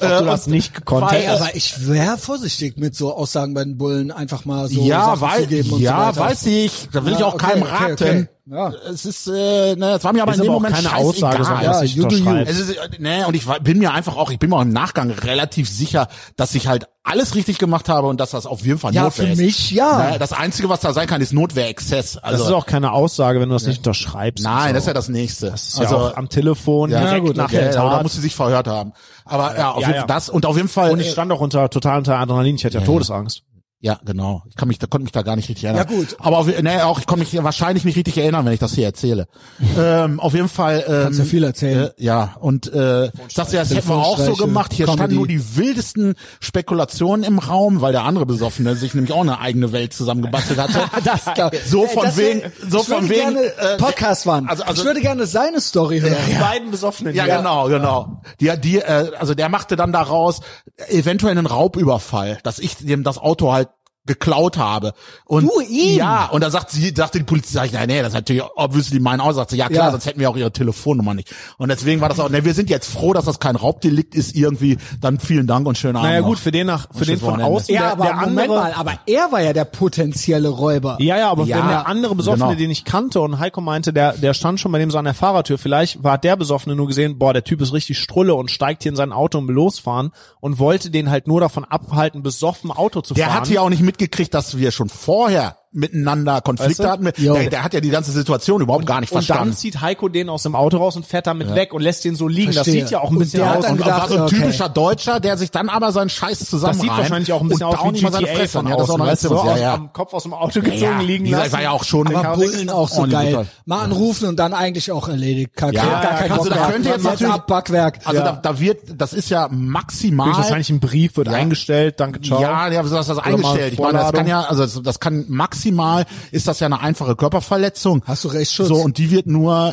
S3: du das nicht gekonnt
S2: weil-
S1: Ey, aber ich wäre vorsichtig mit so Aussagen bei den Bullen einfach mal so
S2: ja,
S1: Sachen
S2: weil,
S1: zugeben und
S2: ja,
S1: so weiter.
S2: weiß ich. Da will
S1: Ja,
S2: ich auch
S1: okay,
S2: keinem
S1: okay,
S2: raten.
S1: okay. Ja.
S2: Es ist, äh, ne, es war mir aber in dem Moment scheißegal.
S1: Ja,
S3: was ich
S1: you do you.
S3: unterschreibe.
S2: Es ist, äh, nee, und ich war- bin mir einfach auch, ich bin mir auch im Nachgang relativ sicher, dass ich halt alles richtig gemacht habe und dass das auf jeden Fall
S1: Ja,
S2: Notwehr
S1: für
S2: ist.
S1: mich ja.
S2: Naja, das Einzige, was da sein kann, ist Notwehrexzess.
S3: Das
S2: Also,
S3: ist auch keine Aussage, wenn du das nicht unterschreibst. und
S2: nein,
S3: so.
S2: das ist ja das Nächste.
S3: Das ist also ja auch am Telefon,
S2: ja,
S3: direkt
S1: gut,
S3: nach
S2: okay,
S3: der
S2: ja, da
S3: Tat.
S2: muss sie sich verhört haben. Aber ja, auf
S3: Ja,
S2: jeden
S3: ja.
S2: Fall das und auf jeden Fall.
S3: und ich stand auch unter total unter Adrenalin, ich hatte ja, Todesangst.
S2: Ja, genau. Ich kann mich, da konnte mich da gar nicht richtig erinnern.
S1: Ja, gut.
S2: Aber auf, ne, auch ich konnte mich wahrscheinlich nicht richtig erinnern, wenn ich das hier erzähle. ähm, auf jeden Fall. Ähm,
S1: Kannst ja viel erzählen.
S2: Äh, ja, und äh, das, das hätten wir auch so
S1: Telefonstreiche,
S2: gemacht. Hier
S1: Comedy.
S2: standen nur die wildesten Spekulationen im Raum, weil der andere Besoffene sich nämlich auch eine eigene Welt zusammengebastelt hatte.
S1: Das glaub-
S2: so
S1: Ey,
S2: von
S1: das
S2: wegen,
S1: wär-
S2: so
S1: ich würde
S2: von wegen.
S1: Gerne,
S2: äh,
S1: Podcast waren.
S2: also- also-
S1: ich würde gerne seine Story hören.
S3: Die beiden besoffenen.
S2: ja, genau, genau. Die, die, äh, also der machte dann daraus eventuell einen Raubüberfall, dass ich dem das Auto halt geklaut habe. Und
S1: Du, ihm?
S2: Ja, und da sagt sie, sagte die Polizei, sag ich, nein, nee, das ist natürlich obviously mein Aussatz. Sagt sie, Ja klar,
S1: Ja.
S2: sonst hätten wir auch ihre Telefonnummer nicht. Und deswegen war das auch, ne, wir sind jetzt froh, dass das kein Raubdelikt ist irgendwie. Dann vielen Dank und schönen Abend.
S3: Naja
S2: noch.
S3: gut, für den nach,
S2: Und
S3: für den
S2: schönes
S3: von
S2: Wochenende.
S3: außen.
S1: Ja,
S3: der,
S1: aber
S3: der
S1: Moment
S3: andere,
S1: mal, aber er war ja der potenzielle Räuber.
S3: Ja, ja, aber
S2: Ja,
S3: wenn der andere Besoffene,
S2: genau.
S3: den ich kannte und Heiko meinte, der, der stand schon bei dem so an der Fahrertür, vielleicht war der Besoffene nur gesehen, boah, der Typ ist richtig strulle und steigt hier in sein Auto und will losfahren und wollte den halt nur davon abhalten, besoffen Auto zu
S2: Der
S3: fahren.
S2: hat ja auch nicht mitgekriegt, dass wir schon vorher miteinander Konflikte
S3: Weißt du?
S2: hatten.
S1: Jo.
S2: Der, der hat ja die ganze Situation überhaupt gar nicht
S3: und dann
S2: verstanden.
S3: zieht Heiko den aus dem Auto raus und fährt damit weg und lässt den so liegen.
S1: Verstehe.
S3: Das sieht ja auch ein
S1: Und
S3: bisschen
S1: der hat
S3: aus.
S1: dann
S2: und
S1: gedacht,
S2: war so ein
S1: okay.
S2: typischer Deutscher, der sich dann aber seinen Scheiß
S3: das
S2: zusammen
S3: sieht wahrscheinlich auch ein bisschen
S2: und
S3: aus wie
S2: nicht mal seine
S3: GTA
S2: Fresse
S3: von
S2: an. Ja, das ist auch
S3: außen,
S2: noch
S3: weißt
S2: letzte
S3: du, so
S2: Woche.
S3: aus,
S2: ja, ja.
S3: am Kopf aus dem Auto gezogen liegen
S2: Dieser
S3: lassen.
S2: war ja auch schon-
S1: Aber
S2: Karre-
S1: Bullen auch so
S2: ordentlich
S1: geil.
S2: brutal.
S1: Mal anrufen und dann eigentlich auch erledigt. Kacke,
S2: Ja,
S1: gar
S2: ja,
S1: kein
S2: also
S1: Bock
S2: da
S1: mehr.
S2: könnte jetzt natürlich-
S1: ab, Backwerk.
S2: Also
S1: Ja.
S2: da, da wird, das ist ja maximal.
S3: Wahrscheinlich ein Brief wird
S2: Ja.
S3: eingestellt, danke, ciao.
S2: Ja, ja, das ist das
S3: mal
S2: eingestellt. Ich meine, das kann ja, also das, das kann maximal ist das ja eine einfache Körperverletzung.
S1: Hast du recht, Schutz.
S2: So und die wird nur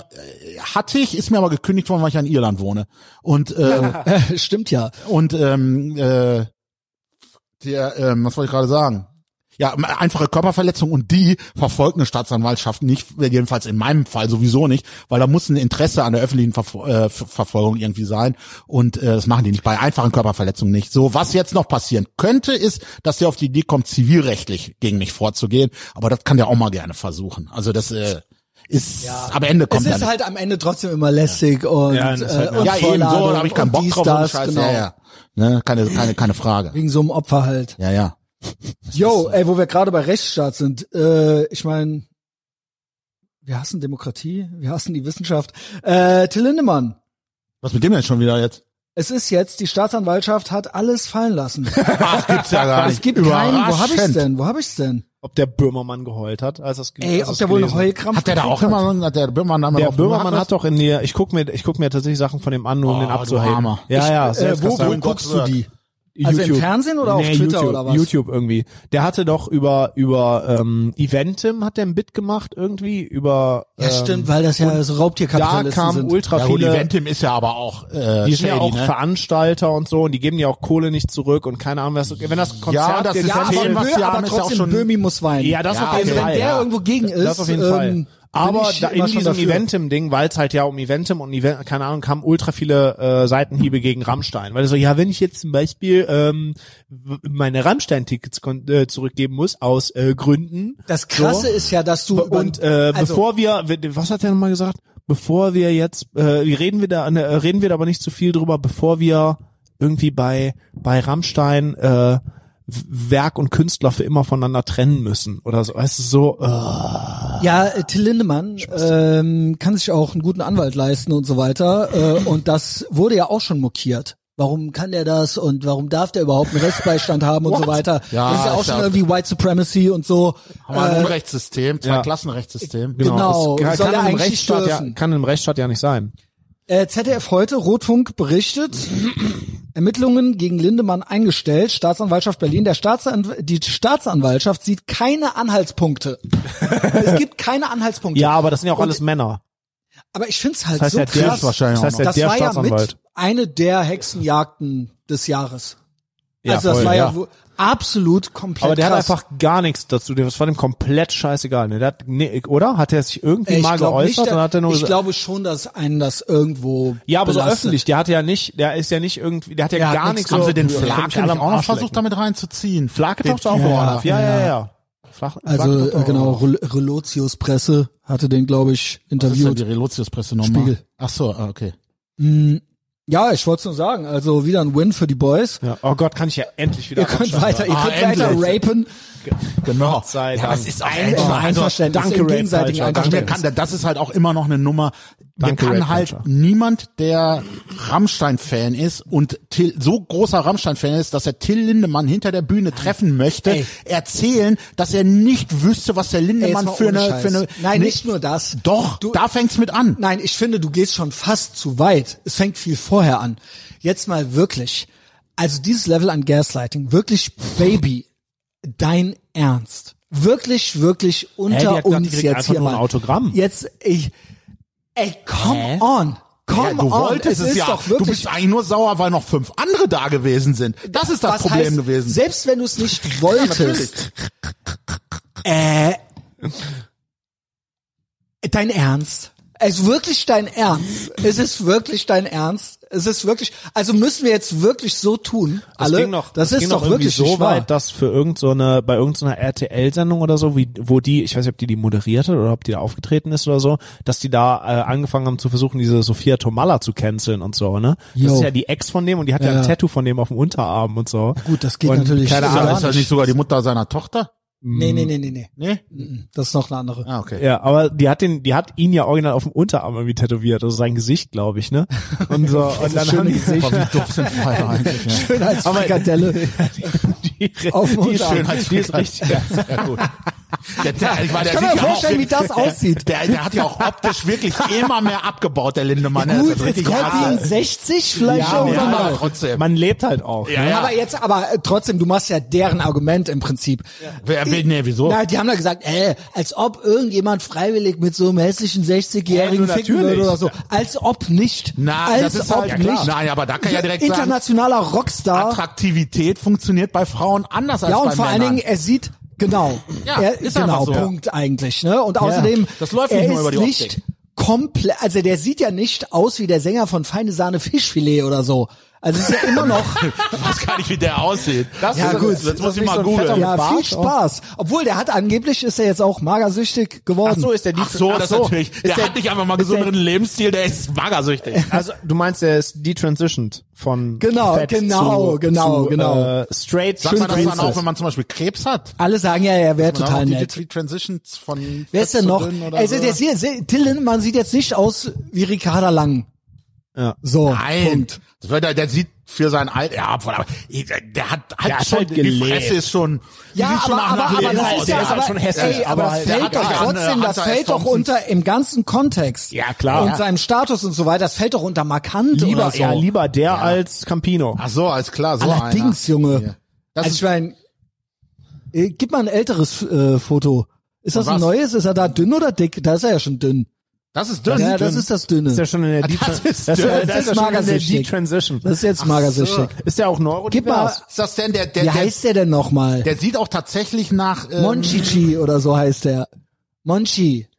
S2: äh, hatte ich, ist mir aber gekündigt worden, weil ich ja in Irland wohne. Und äh,
S1: Stimmt ja.
S2: und ähm, äh, der, ähm, was wollte ich gerade sagen? Ja, m- einfache Körperverletzung und die verfolgt eine Staatsanwaltschaft nicht, jedenfalls in meinem Fall sowieso nicht, weil da muss ein Interesse an der öffentlichen Verfo äh, Ver- Verfolgung irgendwie sein und äh, das machen die nicht bei einfachen Körperverletzungen nicht. So, was jetzt noch passieren könnte, ist, dass der auf die Idee kommt, zivilrechtlich gegen mich vorzugehen, aber das kann der auch mal gerne versuchen. Also das äh, ist am Ende kommt
S1: Es
S2: dann
S1: ist halt am Ende trotzdem immer lästig und,
S3: Ja, das ist halt-
S1: äh, und
S2: ja eben so,
S1: Vorladung
S2: da habe ich keinen
S1: und
S2: Bock
S1: dies,
S2: drauf und
S1: das,
S2: Scheiße,
S1: genau.
S2: ja, ja. Ne, keine keine keine Frage.
S1: Wegen so einem Opfer halt.
S2: Ja, ja.
S1: Yo, ey, wo wir gerade bei Rechtsstaat sind, äh, ich meine, wir hassen Demokratie, wir hassen die Wissenschaft. Äh, Till Lindemann,
S2: Was mit dem denn schon wieder jetzt?
S1: es ist jetzt, die Staatsanwaltschaft hat alles fallen lassen.
S2: Ach, gibt's ja gar
S1: es gibt keinen, wo hab ich's denn? Wo hab ich's denn?
S3: Ob der Böhmermann geheult hat, als das
S1: Ey,
S3: als
S1: ob
S3: das
S1: der wohl
S3: gelesen
S1: noch Heulkrampf
S2: Hat der da
S1: gekriegt
S2: auch immer so einen, hat der Böhmermann da immer
S3: Der
S2: drauf gemacht,
S3: Böhmermann
S2: was?
S3: hat doch in der, ich guck mir, ich guck mir tatsächlich Sachen von dem an, nur um
S2: Oh,
S3: den
S2: du
S3: abzuheben.
S2: Armer.
S3: Ja, Ah ja,
S1: Äh, wo wo
S3: Selbstkastein.
S1: guckst du die?
S3: YouTube.
S1: Also im Fernsehen oder auf
S3: Nee,
S1: Twitter
S3: YouTube,
S1: oder was?
S3: YouTube irgendwie. Der hatte doch über, über, ähm, Eventim hat der ein Bit gemacht irgendwie, über,
S1: Ja,
S3: ähm,
S1: stimmt, weil das ja so
S3: da
S1: Raubtierkapitalisten
S3: kamen
S1: sind.
S3: ultra
S2: Ja, gut,
S3: viele,
S2: Eventim ist ja aber auch, äh,
S3: die sind ja
S2: shady,
S3: auch
S2: ne?
S3: Veranstalter und so, und die geben ja auch Kohle nicht zurück und keine Ahnung, was, wenn das Konzert
S2: das
S3: dir
S2: ist
S1: ja,
S2: das
S3: gefällt-
S1: aber,
S2: Thema, was
S1: Bö,
S2: die haben,
S1: aber
S2: ist ja auch
S1: trotzdem
S2: schon-
S1: Bömi muss weinen.
S3: Ja, das auf
S2: Ja,
S3: jeden
S2: also
S3: Fall.
S1: wenn der
S3: ja.
S1: irgendwo gegen ist,
S3: das auf jeden
S1: ähm, bin
S3: Fall. Aber
S1: ich
S3: da in
S1: immer schon
S3: diesem
S1: dafür.
S3: Eventim-Ding, weil es halt ja um Eventim und Event, keine Ahnung, kamen ultra viele äh, Seitenhiebe gegen Rammstein. Weil so, ja, wenn ich jetzt zum Beispiel ähm, w- meine Rammstein-Tickets kon- äh, zurückgeben muss, aus äh, Gründen.
S1: Das Krasse
S3: so.
S1: ist ja, dass du über-
S3: Und äh,
S1: also,
S3: bevor wir, was hat er nochmal gesagt? Bevor wir jetzt, äh, reden wir da, ne, reden wir da aber nicht zu viel drüber, bevor wir irgendwie bei bei Rammstein äh, Werk und Künstler für immer voneinander trennen müssen oder so. Weißt du, so, äh,
S1: ja äh, Till Lindemann ähm, kann sich auch einen guten Anwalt leisten und so weiter äh, und das wurde ja auch schon mokiert. warum kann der das und warum darf der überhaupt einen Rechtsbeistand haben und so weiter.
S2: Ja,
S1: das ist ja auch
S2: ist
S1: schon
S2: ja-
S1: irgendwie White Supremacy und so.
S2: Haben wir
S3: Äh,
S2: ein Unrechtssystem, zwei Klassenrechtssystem.
S1: Genau,
S3: Es
S1: soll
S3: kann,
S1: er
S3: im
S1: eigentlich
S3: Rechtsstaat ja,
S1: dürfen.
S3: kann im Rechtsstaat ja nicht sein.
S1: Äh, ZDF heute, Rotfunk berichtet, Ermittlungen gegen Lindemann eingestellt, Staatsanwaltschaft Berlin. Der Staatsanw die Staatsanwaltschaft sieht keine Anhaltspunkte. es gibt keine Anhaltspunkte.
S3: Ja, aber das sind ja auch alles Männer.
S1: Aber ich find's halt
S3: Das heißt,
S1: so
S3: ja, der
S1: krass.
S2: ist wahrscheinlich
S3: Das heißt,
S2: auch noch.
S3: ja,
S1: das
S3: der
S1: war ja mit
S3: Staatsanwalt.
S1: eine der Hexenjagden des Jahres.
S3: Ja,
S1: also das
S3: voll,
S1: war ja,
S2: ja.
S1: wo- absolut komplett
S3: Aber der
S1: krass.
S3: hat einfach gar nichts dazu. Das war dem komplett scheißegal. Ne? Der hat, nee, oder? Hat er sich irgendwie
S1: Äh,
S3: mal
S1: ich glaub
S3: geäußert?
S1: nicht, der-
S3: oder hat er nur
S1: ich
S3: gesagt-
S1: glaube schon, dass einen das irgendwo
S3: ja, aber
S1: belastet.
S3: so öffentlich. Der hat ja nicht, der ist ja nicht irgendwie, der hat ja,
S1: Der hat
S3: gar
S1: nichts-
S3: nichts.
S2: Haben
S3: so-
S2: sie den
S3: Ja,
S2: Flake
S3: kann
S2: nicht
S3: mich
S2: auch
S3: am
S2: noch
S3: Arsch
S2: versucht,
S3: lecken.
S2: damit reinzuziehen?
S3: Flake
S2: Den-
S3: taucht auch woanders. Ja, ja, ja. ja. Flake- Flake
S1: Also
S3: taucht
S1: äh,
S3: auch
S1: genau,
S3: woanders.
S1: Rel Relotius Presse hatte den, glaube ich,
S2: Das ist ja die
S1: interviewt.
S2: Relotius-Presse nochmal.
S1: Spiegel.
S2: Ach so, ah, okay.
S1: Ja, ich wollte es nur sagen. Also wieder ein Win für die Boys.
S3: Ja. Oh Gott, kann ich ja endlich wieder.
S1: Ihr könnt
S3: abschalten.
S1: weiter, ihr
S2: Ah,
S1: könnt weiter
S2: endlich.
S1: rapen.
S2: Genau.
S3: Gott sei
S2: Ja,
S3: Dank.
S2: das ist auch
S1: Ein-
S2: einfach-
S1: Einverständnis,
S3: danke,
S1: im
S3: Rape
S1: gegenseitigen
S3: Culture.
S2: Also mir
S1: Einverständnis.
S2: kann, das ist halt auch immer noch eine Nummer. Mir
S3: Danke, Red
S2: kann halt
S3: Culture.
S2: niemand, der Rammstein-Fan ist und Till, so großer Rammstein-Fan ist, dass er Till Lindemann hinter der Bühne treffen möchte,
S1: Ey.
S2: erzählen, dass er nicht wüsste, was der
S1: Ey, jetzt
S2: Lindemann
S1: mal
S2: für
S1: ohne
S2: eine,
S1: Scheiß.
S2: für eine.
S1: Nein,
S2: Nee,
S1: nicht nur das.
S2: Doch,
S1: Du-
S2: da fängt's mit an.
S1: Nein, ich finde, du gehst schon fast zu weit. Es fängt viel vorher an. Jetzt mal wirklich. Also dieses Level an Gaslighting, wirklich, Baby, dein Ernst. Wirklich, wirklich unter
S3: die hat gesagt, die
S1: uns
S3: kriegt
S1: jetzt
S3: einfach
S1: hier
S3: nur
S1: mal.
S3: ein Autogramm.
S1: Jetzt, ich, ey, come on. Come
S2: Ja, du
S1: on.
S2: wolltest es
S1: oh, ist
S2: ja.
S1: doch
S2: Du
S1: wirklich
S2: bist eigentlich nur sauer, weil noch fünf andere da gewesen sind. Das ist das
S1: Was
S2: Problem
S1: heißt,
S2: gewesen.
S1: Selbst wenn du es nicht wolltest. äh, dein Ernst. Es ist wirklich dein Ernst. Es ist wirklich dein Ernst. Es ist wirklich, also müssen wir jetzt wirklich so tun,
S3: Das
S1: alle.
S3: ging noch,
S1: das, ist
S3: ging
S1: doch
S3: noch irgendwie
S1: wirklich
S3: so
S1: nicht wahr.
S3: weit, dass für irgend so eine, bei irgendeiner RTL-Sendung oder so, wie, wo die, ich weiß nicht, ob die die moderiert hat oder ob die da aufgetreten ist oder so, dass die da äh, angefangen haben zu versuchen, diese Sophia Tomalla zu canceln und so, ne?
S1: Jo.
S3: Das ist ja die Ex von dem und die hat ja,
S1: Ja.
S3: ein Tattoo von dem auf dem Unterarm und so.
S1: Gut, das geht
S3: und
S1: natürlich
S3: Keine
S1: gar
S2: Aber
S3: Ahnung.
S2: ist das nicht sogar die Mutter seiner Tochter?
S1: nee, nee, nee, nee, nee.
S2: Nee?
S1: Das ist noch eine andere.
S2: Ah, okay.
S3: Ja, aber die hat den, die hat ihn ja original auf dem Unterarm irgendwie tätowiert, also sein Gesicht, glaube ich, ne? Und so, und dann haben die,
S2: Boah, wie doof sind Weiber eigentlich, ne?
S1: Schönheitsfrikadelle.
S3: die, die,
S1: Auf dem
S3: ist,
S1: Unterarm.
S3: die ist richtig, ja.
S2: Ja, gut. Der, der, ich meine,
S1: Ich kann
S2: der sieht
S1: mir
S2: ja
S1: vorstellen,
S2: auch,
S1: wie das aussieht.
S2: Der, der hat ja auch optisch wirklich immer mehr abgebaut, der Lindemann. Der ist
S1: Gut,
S2: jetzt
S1: jetzt
S2: richtig
S1: kommt die in
S2: hart.
S1: 60 vielleicht
S2: Ja,
S1: irgendwann
S2: ja,
S1: mal.
S2: aber trotzdem.
S3: Man lebt halt auch.
S2: ja,
S3: ne?
S2: ja.
S1: Aber jetzt, aber äh, trotzdem, du machst ja deren Argument im Prinzip.
S2: Wer, wer, nee, wieso?
S1: Na, die haben da gesagt, äh, als ob irgendjemand freiwillig mit so einem hässlichen 60-Jährigen
S3: Ja, du
S1: ficken würde
S3: natürlich.
S1: oder so. Als ob nicht.
S2: Na,
S1: als
S2: das ist
S1: ob
S2: halt ja
S1: nicht.
S2: klar. Nein, aber da kann ich ja direkt sagen,
S1: Internationaler Rockstar.
S2: Attraktivität funktioniert bei Frauen anders als
S1: Ja,
S2: bei
S1: und vor allen
S2: Männern.
S1: Dingen, er sieht, genau.
S2: Ja,
S1: er,
S2: ist
S1: genau,
S2: einfach so.
S1: Punkt eigentlich, ne? Und außerdem,
S2: Das läuft
S1: er
S2: nicht
S1: ist
S2: nur über die Optik.
S1: nicht komplett, also der sieht ja nicht aus wie der Sänger von Feine Sahne Fischfilet oder so. Also es ist ja immer noch,
S2: ich weiß gar nicht, wie der aussieht. Das
S1: Ja,
S2: ist,
S1: gut.
S2: Jetzt
S3: Das
S2: muss
S3: ist
S2: ich mal
S3: so ein fetter
S2: googeln.
S1: ja,
S3: Bart
S1: viel
S2: oh.
S3: auch.
S1: Spaß. Obwohl, der hat angeblich, ist er jetzt auch magersüchtig geworden.
S3: Ach so, ist der die
S2: Ach so,
S3: ach
S2: das
S3: so.
S2: ist natürlich. Der,
S3: Ist der-
S2: hat nicht einfach mal gesünderen Lebensstil, der ist magersüchtig.
S3: Also du meinst, er ist detransitioned von
S1: Genau,
S3: Fett
S1: genau,
S3: zu,
S1: genau,
S3: zu,
S1: genau.
S3: Äh, straight
S2: Sagt man das
S3: Princess.
S2: dann auch, wenn man zum Beispiel Krebs hat?
S1: Alle sagen ja, er wäre
S2: Dann
S1: total
S2: auch die
S1: nett.
S2: Die Transitions von
S1: Wer ist denn
S2: fett zu
S1: noch?
S2: dünn oder
S1: Also
S2: so.
S1: der sieht, sieht- Till Lindemann sieht jetzt nicht aus wie Ricarda Lang.
S3: Ja.
S1: So.
S2: Nein.
S1: Punkt.
S2: Das wird, der, der sieht für sein Alter, ja, voll, aber der hat halt
S3: hat
S2: schon,
S3: halt
S2: die
S3: gelebt.
S2: Fresse ist schon, die
S1: Ja,
S2: sieht schon
S1: aber,
S2: nach einer
S1: aber, aber
S2: Rede
S1: das
S2: aus,
S1: ist ja,
S2: der
S3: ist halt
S1: aber,
S3: schon hässlich,
S1: ey, aber,
S3: aber
S1: das
S3: halt-
S2: der
S1: fällt
S2: hat
S1: doch
S2: ja eine
S1: trotzdem, das
S2: Hunter S.
S1: fällt doch
S2: Thompson.
S1: unter im ganzen Kontext.
S3: Ja, klar.
S1: Und
S3: Ja.
S1: seinem Status und so weiter, das fällt doch unter markant
S3: Lieber,
S1: oder so.
S3: ja, lieber der als Campino.
S2: Ach so, alles klar, so
S1: Allerdings,
S2: einer.
S1: Junge.
S2: Ja. Das
S1: Also
S2: ist
S1: ich mein, äh, gib mal ein älteres äh, Foto. Ist das ein
S2: was?
S1: neues? Ist er da dünn oder dick? Da ist er ja schon dünn.
S2: das ist dünn.
S1: ja, das ist das Dünne.
S3: Ist ja schon in der
S2: Ah, das
S3: Detran-
S2: ist-
S3: das
S2: das
S1: ist
S3: ist, das ist ja schon in der
S1: magersüchtig.
S3: Detransition.
S1: das ist jetzt magersüchtig.
S3: Ist der auch
S1: Gib mal,
S3: neurodivers?
S2: Ist das denn der, der,
S1: Wie
S2: der,
S1: heißt der denn nochmal?
S2: der sieht auch tatsächlich nach, ähm,
S1: Monchichi oder so heißt der. Monchi.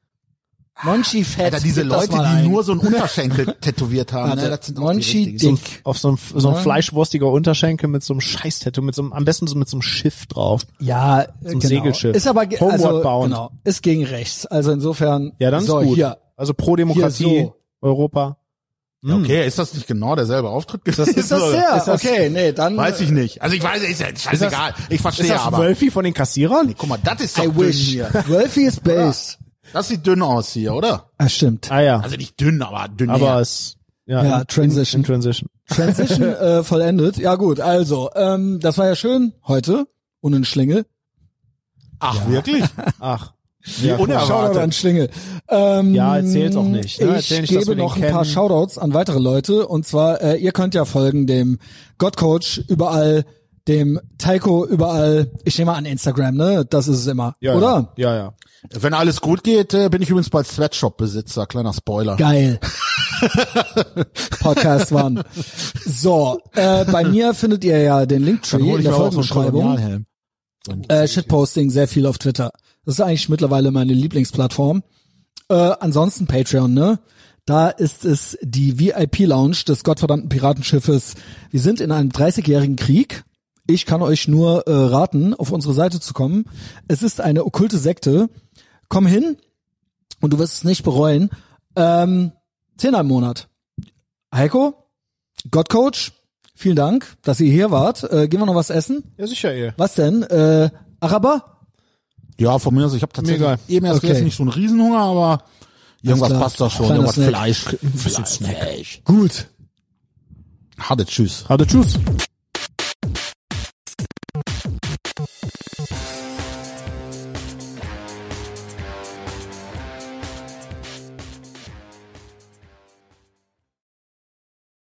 S1: Monchi Fett.
S2: Alter, diese
S1: Gib das
S2: Leute,
S1: mal
S2: die
S1: ein.
S2: nur so einen Unterschenkel tätowiert haben,
S1: Warte,
S2: ne, das sind auch die
S1: Monchi
S2: richtigen.
S1: Dick.
S3: Auf so einem, so einem fleischwurstiger Unterschenkel mit so einem Scheiß-Tattoo, mit so einem, am besten so mit so einem Schiff drauf.
S1: ja, äh, genau.
S3: Segelschiff.
S1: Ist aber ge-
S3: Homeward
S1: also,
S3: bound.
S1: genau, ist gegen rechts. Also insofern
S3: Ja, dann
S1: so,
S3: ist gut.
S1: hier.
S3: Also pro Demokratie,
S1: Hier so.
S3: Europa.
S2: Ja, Okay, ist das nicht genau derselbe Auftritt gewesen?
S1: Ist das
S2: oder?
S1: der?
S3: Ist das-
S1: okay, nee, dann
S2: Weiß ich nicht. Also ich weiß, ist ja scheißegal. Ich
S3: Ist
S2: verstehe
S3: das
S2: aber.
S3: Wölfi von den Kassierern?
S2: Guck mal, das ist doch
S1: I
S2: dünn
S1: wish.
S2: hier.
S1: Wolfie ist Base.
S2: Das sieht dünn aus hier, oder?
S1: Ah, stimmt.
S3: Ah ja,
S2: Also nicht dünn, aber dünn.
S3: aber es, ja,
S1: Ja,
S3: in,
S1: Transition.
S3: In, in Transition.
S1: Transition äh, vollendet. Ja gut, also, ähm, das war ja schön heute. Ohne einen Schlingel.
S2: Ach, wirklich?
S3: Ach.
S2: Wie
S1: Shoutout an
S2: unerwartet.
S1: Schlingel. Ähm,
S3: Ja, erzähl's auch nicht, ne?
S1: Ich
S3: Erzähl nicht, dass
S1: gebe
S3: wir den
S1: noch ein paar
S3: kennen.
S1: Shoutouts an weitere Leute. Und zwar, äh, ihr könnt ja folgen dem Gottcoach überall, dem Taiko überall. Ich nehme mal an Instagram, ne? Das ist es immer,
S3: Ja,
S1: oder?
S3: Ja, ja.
S2: Wenn alles gut geht, äh, bin ich übrigens bald Sweatshop-Besitzer. Kleiner Spoiler.
S1: Geil. Podcast One. So, äh, bei mir findet ihr ja den
S2: Dann
S1: Linktree
S2: hol
S1: in
S2: ich
S1: der
S2: mir aber auch so einen
S1: Folgenbeschreibung.
S2: Kolonialhelm.
S1: äh, Shitposting sehr viel auf Twitter. Das ist eigentlich mittlerweile meine Lieblingsplattform. Äh, ansonsten Patreon, ne? Da ist es die VIP-Lounge des gottverdammten Piratenschiffes. Wir sind in einem 30-jährigen Krieg. Ich kann euch nur äh, raten, auf unsere Seite zu kommen. Es ist eine okkulte Sekte. Komm hin und du wirst es nicht bereuen. Ähm, Zehner im Monat. Heiko, Gottcoach, vielen Dank, dass ihr hier wart. Äh, gehen wir noch was essen?
S3: Ja, sicher, eh. ihr.
S1: Was denn? Äh, Araber?
S2: Ja, von mir aus. Ich habe tatsächlich
S3: Mega.
S2: eben erst
S1: Okay.
S2: gegessen, nicht so einen Riesenhunger, aber irgendwas
S1: klar.
S2: passt da schon.
S1: Kleiner
S2: Irgendwas
S1: Snack.
S2: Fleisch. Fleisch.
S1: Gut.
S2: Hatte Tschüss.
S3: Hatte, tschüss.